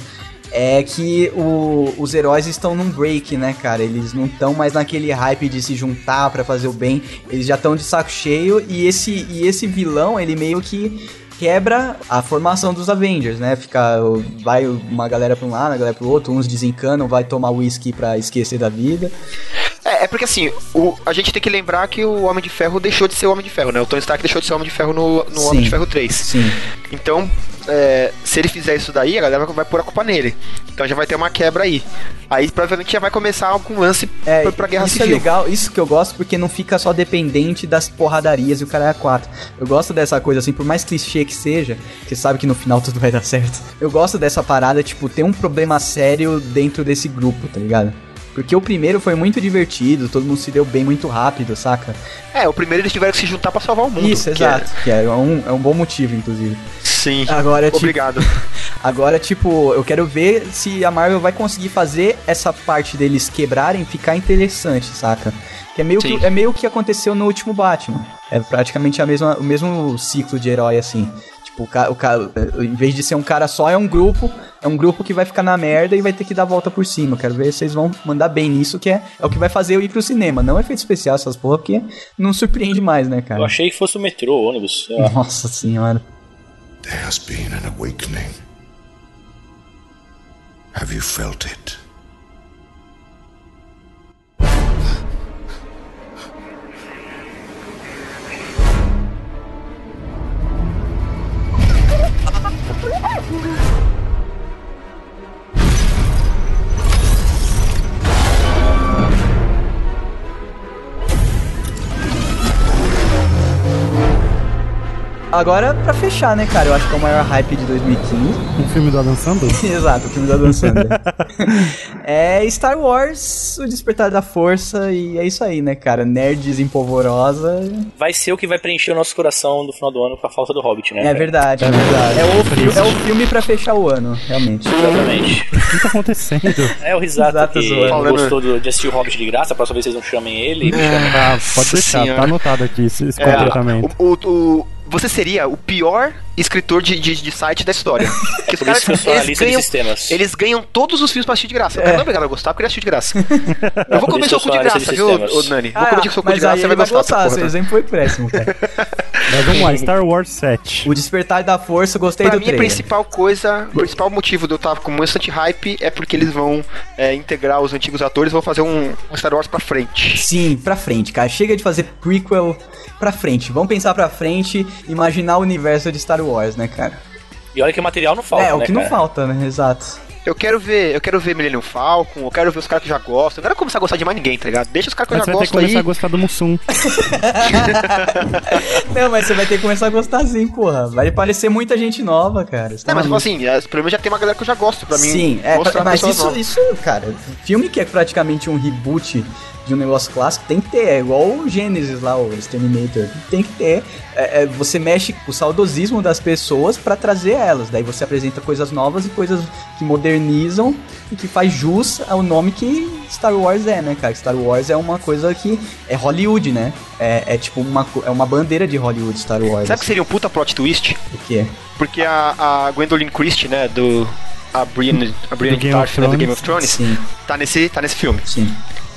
é que o- os heróis estão num break, né, cara? Eles não estão mais naquele hype de se juntar pra fazer o bem, eles já estão de saco cheio e esse, e esse vilão, ele meio que quebra a formação dos Avengers, né? Fica, o- vai uma galera pra um lado, uma galera pro outro, uns desencanam, vai tomar whisky pra esquecer da vida.
É, é porque assim, o- a gente tem que lembrar que o Homem de Ferro deixou de ser o Homem de Ferro, né? O Tony Stark deixou de ser o Homem de Ferro no, no Homem
Sim.
de Ferro 3.
Sim.
Então, é, se ele fizer isso daí, a galera vai pôr a culpa nele. Então já vai ter uma quebra aí. Aí provavelmente já vai começar algum lance
É,
pra, pra guerra
isso
civil.
é legal, isso que eu gosto, porque não fica só dependente das porradarias e o cara é a quatro. Eu gosto dessa coisa, assim, por mais clichê que seja, você sabe que no final tudo vai dar certo. Eu gosto dessa parada, tipo, ter um problema sério dentro desse grupo, tá ligado? Porque o primeiro foi muito divertido, todo mundo se deu bem muito rápido, saca?
É, o primeiro eles tiveram que se juntar pra salvar o mundo.
Isso,
que é-
exato. Que é, um, é um bom motivo, inclusive.
Sim.
Agora, tipo,
Obrigado.
Agora, tipo, eu quero ver se a Marvel vai conseguir fazer essa parte deles quebrarem ficar interessante, saca? Que é meio
Sim.
que é meio que aconteceu no último Batman. É praticamente a mesma, o mesmo ciclo de herói assim. Tipo, o, ca, o ca, em vez de ser um cara só é um grupo, É um grupo que vai ficar na merda e vai ter que dar a volta por cima. Quero ver se vocês vão mandar bem nisso, que é, é o que vai fazer eu ir pro cinema. Não efeito especial, essas porra, porque não surpreende mais, né, cara?
Eu achei que fosse o metrô, o ônibus. sei lá.
Nossa senhora.
There has been an awakening. Have you felt it?
Agora, pra fechar, né, cara? Eu acho que é o maior hype de 2015.
Um filme do Adam Sandler?
Exato, o filme do Adam Sandler. é Star Wars, o Despertar da Força, e é isso aí, né, cara? Nerds em polvorosa.
Vai ser o que vai preencher o nosso coração no final do ano com a falta do Hobbit, né?
É verdade, é verdade. É o, fi- é o filme pra fechar o ano, realmente.
Exatamente.
O que tá acontecendo?
É o Risata
Risata
que
zoando.
não gostou do, de assistir o Hobbit de graça, a próxima vez vocês não chamem ele. me chamem.
Ah, pode deixar,
senhora.
tá anotado aqui esse, esse
É,
comportamento.
o- o- o- você seria o pior escritor de, de- de site da história. Porque os
Por
caras,
isso que eu sou
eles,
analista de
ganham,
sistemas.
eles ganham todos os filmes pra assistir de graça. O cara não é obrigado a gostar porque ele assistiu de graça. Eu vou
por
comer seu
isso eu
cu
sou
de
analista de
graça, viu,
sistemas.
ô Nani? Vou
Ah,
comer seu cu um
mas
de
aí
graça, você
ele
vai gostar dessa
seu
porra.
exemplo foi péssimo, cara.
Mas vamos lá, Star Wars 7.
O Despertar da Força, eu gostei
Pra
do
mim, é a
trailer.
principal coisa, o principal motivo de eu estar com bastante hype é porque eles vão é, integrar os antigos atores e vão fazer um, um Star Wars pra frente.
Sim, pra frente, cara. Chega de fazer prequel pra frente. Vamos pensar pra frente, imaginar o universo de Star Wars, né, cara?
E olha que material não falta,
é, o
né,
que não
cara?
falta, né? Exato.
Eu quero ver, eu quero ver Millennium Falcon, eu quero ver os caras que eu já gostam. Eu não quero começar a gostar de mais ninguém, tá ligado? Deixa os caras que eu
Mas
já
você vai ter que começar
gosto aí.
a gostar do Mussum.
Não, mas você vai ter que começar a gostar sim, porra. Vai aparecer muita gente nova, cara. Você tá
Não, mas tipo
maluco?
assim, é, pelo menos já tem uma galera que eu já gosto pra mim.
Sim, é,
mostrar
mas
pessoas
isso,
novas.
isso, cara, filme que é praticamente um reboot de um negócio clássico, tem que ter, é igual o Gênesis lá, o Exterminator, tem que ter, é, é, você mexe com o saudosismo das pessoas pra trazer elas, daí você apresenta coisas novas e coisas que modernizam e que faz jus ao nome que Star Wars é, né, cara, Star Wars é uma coisa que é Hollywood, né, é, é tipo uma, co- é uma bandeira de Hollywood, Star Wars, assim,
Sabe o que seria um puta plot twist?
o quê?
Porque a, a Gwendolyn Christie, né, do... A Brienne, a Brienne
Do Game
Tarth,
of
né, do
Thrones.
Game of Thrones,
Sim,
tá nesse, tá nesse filme.
sim.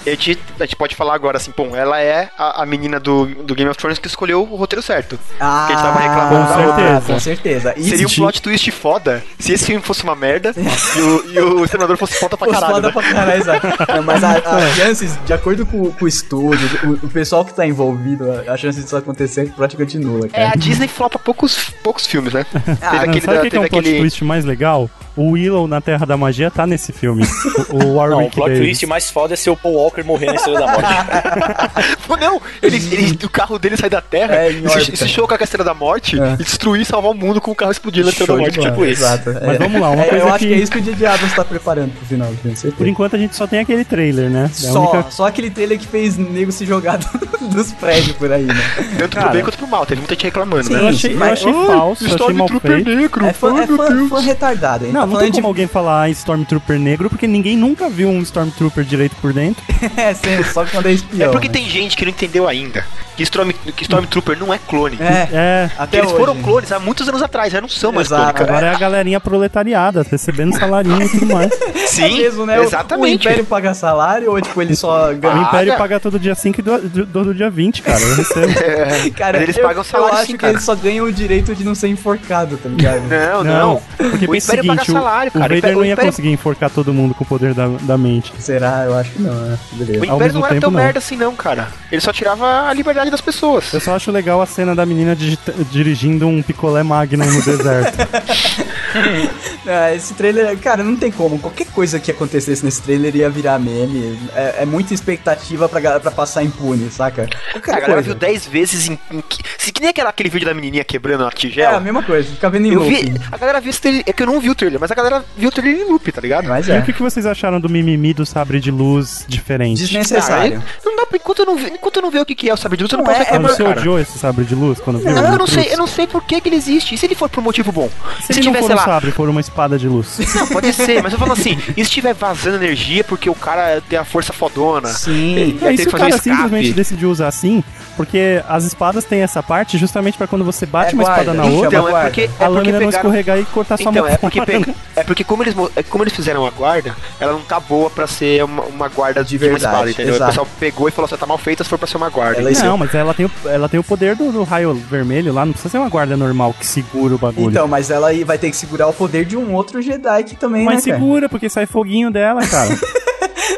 E A gente, a gente pode falar agora, assim, bom, ela é a, a menina do, do Game of Thrones que escolheu o roteiro certo.
Ah,
Porque a gente tava reclamando
da outra.
Com certeza. Isso
Seria um plot twist foda se esse filme fosse uma merda e o, e o Exterminador fosse foda pra
Pô,
caralho,
foda
né?
pra caralho, exato. Não, Mas a-
É.
as chances, de acordo com, com o estúdio, o, o pessoal que tá envolvido, a, a chance disso acontecer é praticamente nula,
É, a
cara.
Disney flopa poucos, poucos filmes, né?
Ah, não, sabe o que, que é um plot twist mais legal? O Willow na Terra da Magia tá nesse filme. O, o
Não, o
Warwick
plot
Davis.
twist mais foda é ser o Paul Walker morrer na Estrela da Morte.
Pô, não, ele, ele- o carro dele sai da Terra
É, em
e se,
órbita.
se chocar com a Estrela da Morte
É.
e destruir e salvar o mundo com o carro explodindo na Estrela da
Show
Morte.
de bola,
Tipo isso.
Exato.
Mas vamos lá, uma
É,
coisa
Eu acho
que-
que é isso que o Didi Abrams tá preparando pro final, tenho
Por
certeza.
enquanto a gente só tem aquele trailer, né? É a
Só,
única-
só aquele trailer que fez nego se jogar do- dos prédios por aí, né?
Tanto
Cara.
pro bem quanto pro mal, teve muita gente reclamando,
Sim,
né?
Eu achei, eu
mas-
achei
Ai,
falso, eu achei mal
Stormtrooper
feito.
negro.
É fã,
ai,
é
meu
fã,
Deus.
fã retardado, hein?
Não,
tá
não
falando
tem como alguém falar "Ah, Stormtrooper negro, porque ninguém nunca viu um Stormtrooper direito por dentro.
de... É, sim, só quando é
É
espião.
porque
né?
tem gente que não entendeu ainda que, Storm, que Stormtrooper não é clone.
É,
É,
até
Que eles
hoje.
foram clones há muitos anos atrás, já não são mais
Exato.
clone, cara.
agora é a galerinha proletariada, recebendo salarinho e tudo mais.
É
Sim,
mesmo, né? O- O
exatamente.
Império paga salário ou, tipo, ele só ganha
O Império
cara.
paga todo dia 5 e do, do, do dia 20, cara. Eu recebo.
Cara,
Mas eles
eu,
pagam salário
eu acho
sim,
que
cara.
eles só ganham o direito de não ser enforcado, tá ligado?
Não,
Não,
É, não.
porque
O
pensa o
Império paga
seguinte, o,
salário,
o
cara. O
Vader
Império-
não
o
ia
Império-
conseguir enforcar todo mundo com o poder da, da mente.
Será? Eu acho que não, né?
O
Beleza.
Ao
Império
mesmo
não era
tempo,
tão
não.
merda assim, não, cara. Ele só tirava a liberdade das pessoas.
Eu só acho legal a cena da menina digita- dirigindo um picolé Magnum no deserto.
Ah, esse trailer, cara, não tem como. Qualquer coisa que acontecesse nesse trailer ia virar meme. É, é muita expectativa pra, ga- pra passar impune, saca? Qualquer
A galera
coisa.
viu 10 vezes em. em que- se que nem aquela, aquele vídeo da menininha quebrando a
É
tigela.
a mesma coisa, ficar vendo em
Eu
loop.
vi, a galera viu esse trailer, é que eu não vi o trailer, mas a galera viu o trailer em loop, tá ligado?
Mas
E o
é.
que, que vocês acharam do mimimi do sabre de luz diferente?
Desnecessário.
Ah, eu- não dá pra, enquanto eu não, vi- enquanto eu não ver o que, que é o sabre de luz, eu não
Não,
posso
é- é
Ah,
reclamar,
você
cara.
odiou esse sabre de luz quando viu?
Não, eu
Cruz?
não sei, eu não sei por que, que ele existe. E se ele for por um motivo bom?
Se, ele não for um sabre for uma espada de luz.
Não, pode ser, mas eu falo assim, e se estiver vazando energia porque o cara tem a força fodona? Ele
É,
vai
e
ter
se
que
o
fazer um
cara
escape.
simplesmente decidiu usar assim, porque as espadas têm essa parte justamente pra quando você bate
É
uma
guarda,
espada na
chama
Então,
outra, a
guarda. é
lâmina não
pegaram-
escorregar e cortar sua
então,
mão.
é porque, pega- é porque como, eles, mo- é como eles fizeram a guarda, ela não tá boa pra ser uma, uma guarda de, uma
verdade,
espada, entendeu?
exato.
O pessoal pegou e falou assim, tá mal feita se for pra ser uma guarda.
não, mas ela tem, o, ela tem o poder do, do raio vermelho lá, não precisa ser uma guarda normal que segura o
é?
bagulho.
Então, mas ela aí vai ter que segurar o poder de um outro Jedi que também,
Mas
né, cara?
segura, porque sai foguinho dela, cara.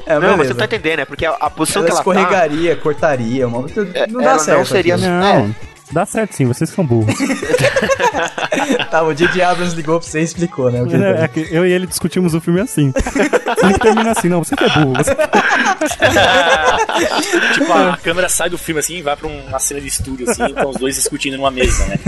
É,
não, mas
beleza.
você tá entendendo, é porque a, a posição
Ela
que ela tá... É,
escorregaria, cortaria, uma... não dá
ela
certo.
não seria-
aquilo.
Não, dá certo sim, vocês são burros.
Tá, o J.J. Abrams ligou pra você e explicou, né? o que-
É que eu e ele discutimos o filme assim. Ele termina assim, não, você que é burro. Você...
tipo, a câmera sai do filme assim e vai pra uma cena de estúdio, assim, então os dois discutindo numa mesa, né?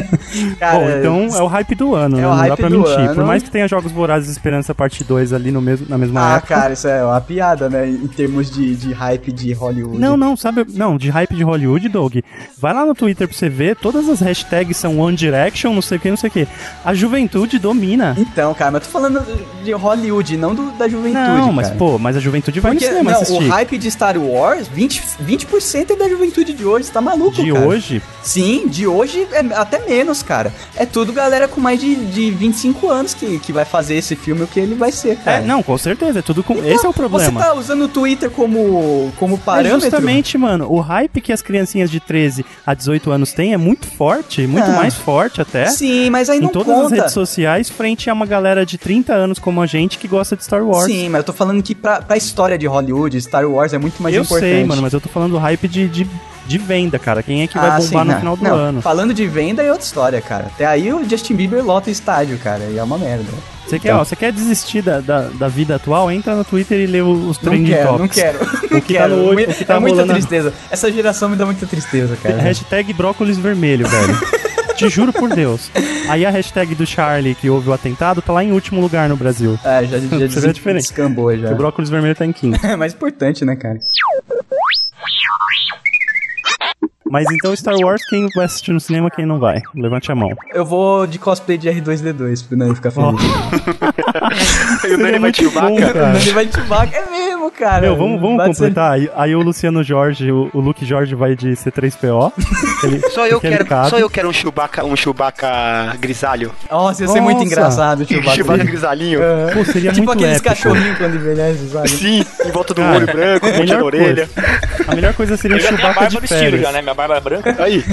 Cara,
Bom, então é o hype do ano,
é
né?
o
Não dá
hype
pra
do
mentir. Por
ano.
mais que tenha Jogos Vorazes e Esperança Parte 2 ali no mesmo, na mesma
Ah,
época.
cara, isso é uma piada, né? Em termos de, de hype de Hollywood.
Não, não, sabe? Não, de hype de Hollywood, Doug. Vai lá no Twitter pra você ver, todas as hashtags são One Direction, não sei o que, não sei o que. A juventude domina.
Então, cara, mas eu tô falando de Hollywood, não do- da juventude.
Não, mas
cara.
pô, mas a juventude vai
Porque,
no cinema
não,
assistir.
o hype de Star Wars, 20%, 20 é da juventude de hoje, você tá maluco,
De
cara?
hoje?
Sim, de hoje é até menos, cara. É tudo galera com mais de, de 25 anos que, que vai fazer esse filme, o que ele vai ser,
É,
cara.
não, com certeza, é tudo com. Esse é o problema.
Você tá usando o Twitter como, como parâmetro?
É justamente, mano, o hype que as criancinhas de 13 a 18 anos têm é muito forte, muito
Não.
mais forte até.
Ah. Sim, mas aí
é? em
não
todas as
conta.
redes sociais, frente a uma galera de 30 anos como a gente que gosta de Star Wars.
Sim, mas eu tô falando que pra, pra história de Hollywood, Star Wars é muito mais
eu
importante.
sei, mano, mas eu tô falando do hype de, de, de venda, cara. Quem é que vai
Ah,
bombar
sim,
no
não,
final do
não.
ano?
Falando de venda é outra história, cara. Até aí o Justin Bieber lota o estádio, cara. E é uma merda.
Você quer,
Então.
ó, você quer desistir da, da, da vida atual? Entra no Twitter e lê o- os
Não
trending
quero,
topics.
não quero.
O que tá
quero.
no oito, o que tá
é muita
rolando na-
tristeza. Essa geração me dá muita tristeza, cara.
É Hashtag brócolis vermelho, velho. Te juro por Deus. Aí a hashtag do Charlie, que houve o atentado, tá lá em último lugar no Brasil.
É, já, já
Você vê a
desen-
diferença.
descambou já.
O brócolis vermelho tá em quinto.
É mais importante, né, cara?
Mas então Star Wars, quem vai assistir no cinema, quem não vai? Levante a mão.
Eu vou de cosplay de R2D2 pro Nani ficar feliz.
E o Nani vai te né?
bom, cara.
O Nani vai te vaca. É mesmo, cara.
Meu, vamos, vamos
Bate-
completar. Aí, aí o Luciano Jorge, o, o Luke Jorge vai de C3PO.
Tipo
Ele-
Só eu,
porque ele
quero,
cabe.
só eu quero um Chewbacca, um Chewbacca grisalho.
Nossa, ia ser muito
Nossa.
engraçado o Chewbacca.
Chewbacca grisalhinho.
É.
Pô, seria
tipo
muito
aqueles
épico.
cachorrinhos quando né, envelhece, sabe?
Sim, em volta do
Cara,
olho branco,
a
um monte na
melhor
orelha.
coisa- A melhor coisa seria
Eu
o
já tenho a
Chewbacca
barba
de
no estilo já,
férias.
né? Minha barba é branca.
Aí,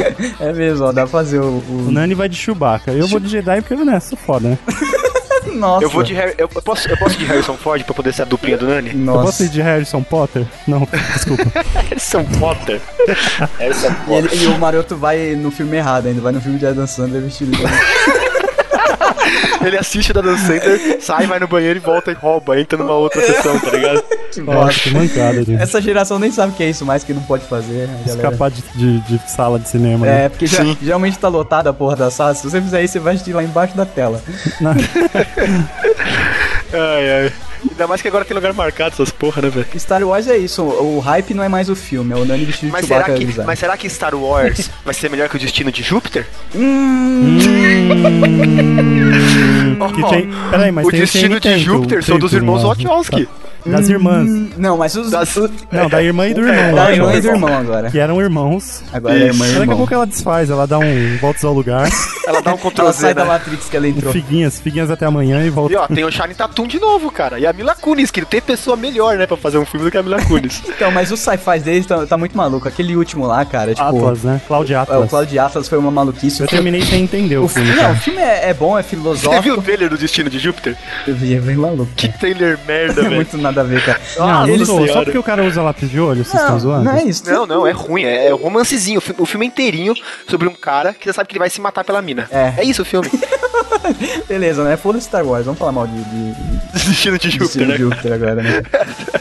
É mesmo, ó, dá pra fazer o.
O
o-
Nani vai de Chewbacca. Eu vou de Jedi porque, né, sou foda, né?
Nossa.
eu vou de Harry, eu posso, eu posso ir de Harrison Ford pra poder ser a duplinha do Nani?
Eu posso
Nossa.
ir de Harrison Potter? Não, desculpa.
Harrison Potter.
Essa
E, ele- e o Maroto vai no filme errado ainda, vai no filme de Adam Sandler vestido. de-
Ele assiste o Dan Center, sai, vai no banheiro e volta e rouba, entra numa outra sessão, tá ligado?
que bosta.
Nossa, que mancada, gente.
Essa geração nem sabe o que é isso mais, que não pode fazer. a galera.
Escapar de, de- de sala de cinema, né?
É, porque já, geralmente tá lotada a porra da sala. Se você fizer isso, você vai assistir lá embaixo da tela.
Ai, ai. Ainda mais que agora tem lugar marcado essas porra, né, velho?
Star Wars é isso, o, o hype não é mais o filme, é o Nani vestido
Mas
de
será,
Chewbacca.
que,
bizarro.
mas será que Star Wars vai ser melhor que o Destino de Júpiter?
Que tem- Peraí, mas
o
tem
Destino de
tem- tem-
Júpiter
tem-
são dos
tem-
irmãos
tem-
Wachowski.
né? Das
Hum.
irmãs.
Não, mas os.
Das-
os-
Não, da irmã e do irmão.
da
né,
irmã e do
Jorge?
é irmão agora.
Que eram irmãos.
Agora é irmã e
Daqui a
irmão.
pouco ela desfaz, ela dá um voltas ao lugar,
Ela dá um Ctrl
Ela sai
Z,
da
né?
Matrix que ela entrou.
figuinhas, figuinhas até amanhã e
E
volta.
ó, tem o Shane Tatum de novo, cara. E a Mila Kunis, que tem pessoa melhor, né, pra fazer um filme do que a Mila Kunis.
Então, mas os sci-fi deles tá, tá muito maluco. Aquele último lá, cara, tipo.
Atlas, né? Cláudia
é, O
Atlas.
Cloud Atlas foi uma maluquice.
Eu terminei sem entender o
O
filme,
filme, não, o
cara.
filme é, é bom, é
Você viu
filosófico.
o trailer do Destino de Júpiter?
Eu vi, é bem maluco.
Que trailer merda,
É
velho.
muito nada a ver, cara.
Ah, Não, não
Eles-
sou. Só
senhora.
porque o cara usa lápis de olho, vocês estão
não,
zoando?
não é isso.
Não, não, é ruim. É, é um romancezinho. O fi- O filme é inteirinho sobre um cara que já sabe que ele vai se matar pela mina.
É.
é isso o filme.
Beleza, né? Foda-se Star Wars, vamos falar mal de, de, de
Destino de Júpiter,
Steve
né?
Júpiter agora, né?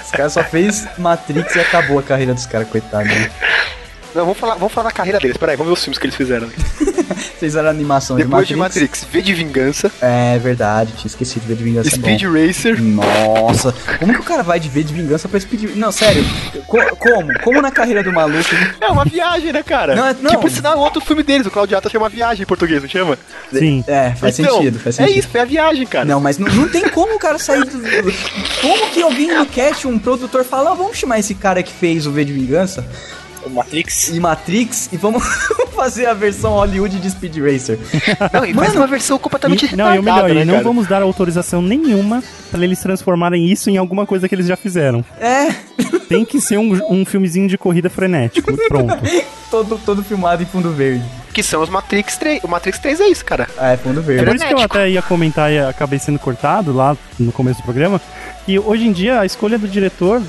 Os caras só fez Matrix e acabou a carreira dos caras, coitado. né?
Não, vamos falar, vamos falar da carreira deles. Peraí, vamos ver os filmes que eles fizeram.
Vocês eram animação
Depois de Matrix, V de Vingança.
É verdade, tinha esquecido V de Vingança. é bom.
Speed Racer.
Nossa, como que o cara vai de V de Vingança pra Speed... Não, sério, co- como? Como na carreira do maluco...
É uma viagem, né, cara?
Não, é- não.
Que por sinal é outro filme deles, o Claudio Atlas chama Viagem em português, não chama?
Sim.
É, faz
Então,
sentido, faz
É
sentido.
isso, é a viagem, cara.
Não, mas não, não tem como o cara sair do. do- Como que alguém no cast, um produtor, fala, "Ah, vamos chamar esse cara que fez o V de Vingança
O Matrix.
e Matrix e vamos fazer a versão Hollywood de Speed Racer.
Não, e mais uma versão completamente
E- não, e o melhor,
retardada,
e
é né,
não
cara?
vamos dar autorização nenhuma pra eles transformarem isso em alguma coisa que eles já fizeram.
É,
Tem que ser um, um filmezinho de corrida frenético. Pronto.
todo, todo filmado em fundo verde.
Que são os Matrix 3. O Matrix 3 é isso, cara.
Ah, é fundo
É
verde.
por isso que eu até ia comentar e acabei sendo cortado lá no começo do programa. E hoje em dia a escolha do diretor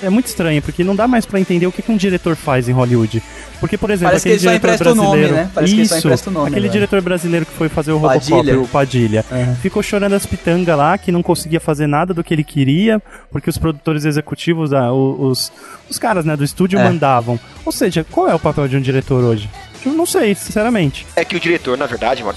é muito estranha, porque não dá mais pra entender o que, que um diretor faz em Hollywood. Porque, por exemplo,
Parece que
aquele
ele só
diretor
empresta o nome,
brasileiro.
né? Parece que ele só
isso,
empresta o nome
aquele
agora.
diretor brasileiro que foi fazer o Robocop,
Padilha?
o Padilha. Ficou chorando as pitangas lá, que não conseguia fazer nada do que ele queria, porque os produtores executivos, ah, o- os, os caras né, do estúdio
É.
mandavam. Ou seja, qual é o papel de um diretor hoje? Eu não sei, sinceramente.
É que o diretor, na verdade, mano.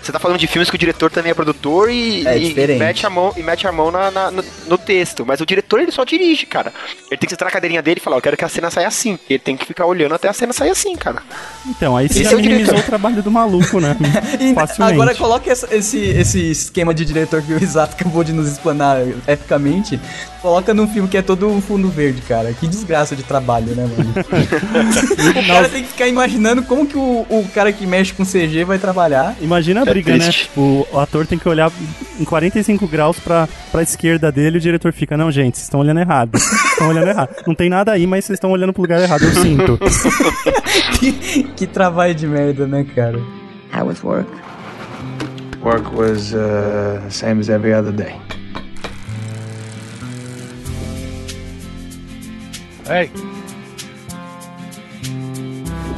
Você tá falando de filmes que o diretor também é produtor e,
É
e- e
diferente.
mete a mão, e mete a mão na- na- no, no texto. Mas o diretor, ele só dirige, cara. Ele tem que sentar na cadeirinha dele e falar: Eu quero que a cena saia assim. Ele tem que ficar olhando até a cena sair assim, cara.
Então, aí você
Esse
já
é o
minimizou
diretor.
o trabalho do maluco, né?
E
Facilmente.
agora coloque essa- esse, esse esquema de diretor que o Exato acabou de nos explanar epicamente. Coloca num filme que é todo um fundo verde, cara. Que desgraça de trabalho, né, mano? o cara tem que ficar imaginando como que o, o cara que mexe com CG vai trabalhar.
Imagina a briga, né?
triste.
Tipo, o ator tem que olhar em 45 graus pra, pra esquerda dele e o diretor fica, não, gente, vocês estão olhando errado. Vocês estão olhando errado. Não tem nada aí, mas vocês estão olhando pro lugar errado, eu sinto.
que, que trabalho de merda, né, cara?
How was work?
Work was uh, same as every other day.
Hey.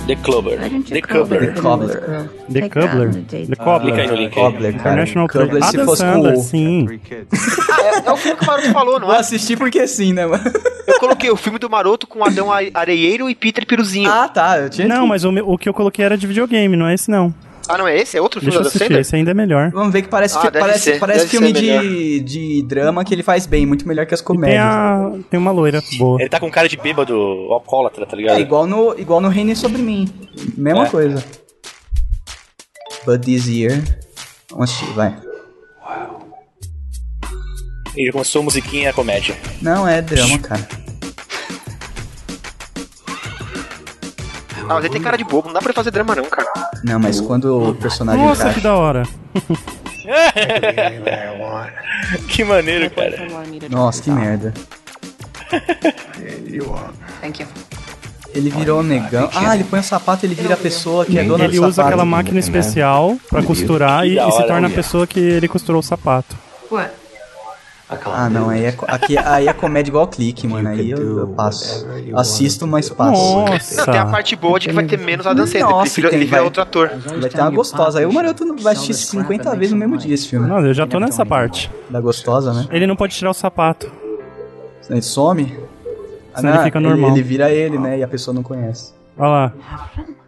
The Clubber. The Clubber.
Cobbler.
The Cobbler. The
Clica aí
Cobbler.
no link aí.
Cobbler, cara.
É, International Play. Ah, assim.
Cobbler, se
Adam
fosse
Sandler,
com o...
sim.
É, é o filme que o Maroto falou, não
Vou
é?
assistir porque sim, né, mano?
Eu coloquei o filme do Maroto com Adão Are- Areieiro e Peter Piruzinho. Ah,
Ah, tá. Eu tinha...
Não, mas o, meu- o que eu coloquei era de videogame, não é esse não.
não é esse? É outro filme
Deixa eu
da
assistir,
Sandler?
esse ainda é melhor.
Vamos ver que parece,
Ah,
fi-
deve
parece,
ser,
parece
deve
filme
ser
de, de drama que ele faz bem, muito melhor que as
E tem,
comédias.
a, tem uma loira boa.
Ele tá com cara de bêbado, alcoólatra, tá ligado?
É igual no, igual no Reine sobre mim. Mesma
É.
coisa. But this year. Vamos assistir, vai.
E já começou a musiquinha e a comédia.
Não é drama, cara.
Ah, mas ele tem cara de bobo, não dá pra ele fazer drama, não, cara.
Não, mas quando o personagem
Nossa, que
encaixa.
da hora.
Que maneiro, cara.
Nossa, que merda.
Thank you.
Ele virou negão. Ah, ele põe o sapato ele vira a pessoa que é dona
Ele
do
usa
sapato.
aquela máquina especial pra costurar e,
da
e se
hora, né?
torna a
olha.
pessoa que ele costurou o sapato.
What?
Ah, não, aí é, co- aqui, aí é comédia igual clique, mano. Aí eu, eu passo. Assisto, mas passo.
Não, tem a
Nossa.
parte boa de que vai ter menos Adam Sandler.
Nossa,
ele vira,
tem,
ele vira
vai.
outro ator.
Vai ter uma gostosa. Aí o Maroto não vai assistir 50 vezes no mesmo dia esse filme.
Nossa, eu já tô nessa parte.
Da gostosa, né?
Ele não pode tirar o sapato.
Ele some. Ah,
Senão ele fica normal.
Ele, vira ele, né? E a pessoa não conhece.
Olha lá.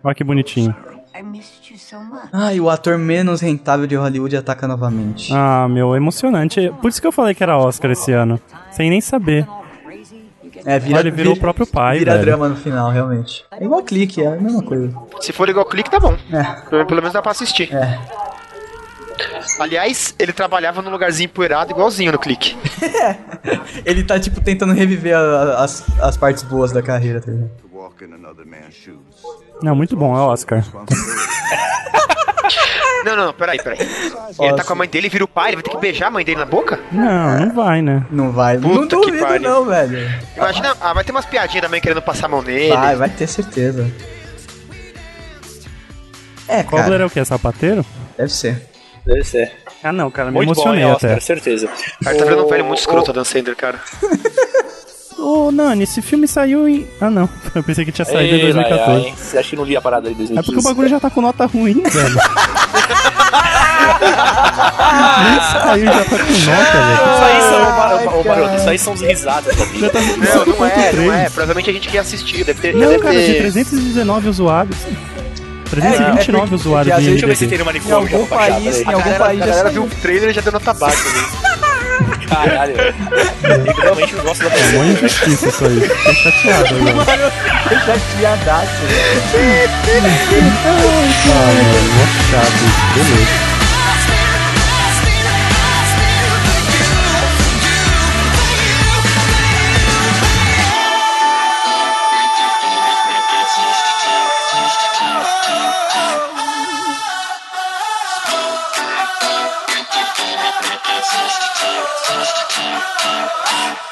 Olha que bonitinho.
I missed you so much.
Ah, e o ator menos rentável de Hollywood ataca novamente.
Ah, meu, emocionante. Por isso que eu falei que era Oscar esse ano. Sem nem saber.
É, vira,
Olha, ele virou o próprio pai,
Vira
velho.
drama no final, realmente. É igual clique, é a mesma coisa.
Se for igual clique, tá bom.
É.
Pelo pelo menos dá pra assistir.
É.
Aliás, ele trabalhava num lugarzinho poeirado igualzinho no clique.
Ele tá, tipo, tentando reviver a- a- as, as partes boas da carreira, tá ligado?
Não, muito bom, é Oscar.
Não, não, não, peraí, peraí. Ele tá com a mãe dele, vira o pai, ele vai ter que beijar a mãe dele na boca?
Não, não vai, né?
Não vai. não
Puta que
duvido,
pariu.
não, velho.
Imagina, ah, vai ter umas piadinhas da mãe querendo passar a mão nele.
Vai, vai ter certeza. É,
Cobbler
cara,
é o quê? Sapateiro?
deve ser.
Deve ser.
Ah, não, cara, me
Muito bom,
emocionei
hein,
até.
Oscar, certeza.
Cara, tá virando um velho muito escroto,
Ô,
Adam Sandler, cara.
Ô, Nani, esse filme saiu em. Ah, não. Eu pensei que tinha
ô,
saído em
ei, lá, lá,
2014.
hein? Você acha que não li a parada aí em
É porque o
2015?
bagulho já tá com nota ruim, velho. Nem saiu, já tá com nota, velho.
Isso aí são, ô, ô, ô, Maroto, isso aí são os risadas da vida.
Já tá com
Não, não é, não
53.
é. Provavelmente a gente quer assistir, deve ter.
Não,
deve
cara,
ter- é,
de 319 usuários. 329 usuários
Às
do
vezes-
IMDb.
Em algum país, em algum país assim, já saiu.
o trailer e já deu nota baixa. né?
Caralho. Eu realmente não gosto da
É uma injustiça isso aí. Tô chateado agora.
Chateadaço.
Ah, mano, mó chato. Beleza.
Thank you.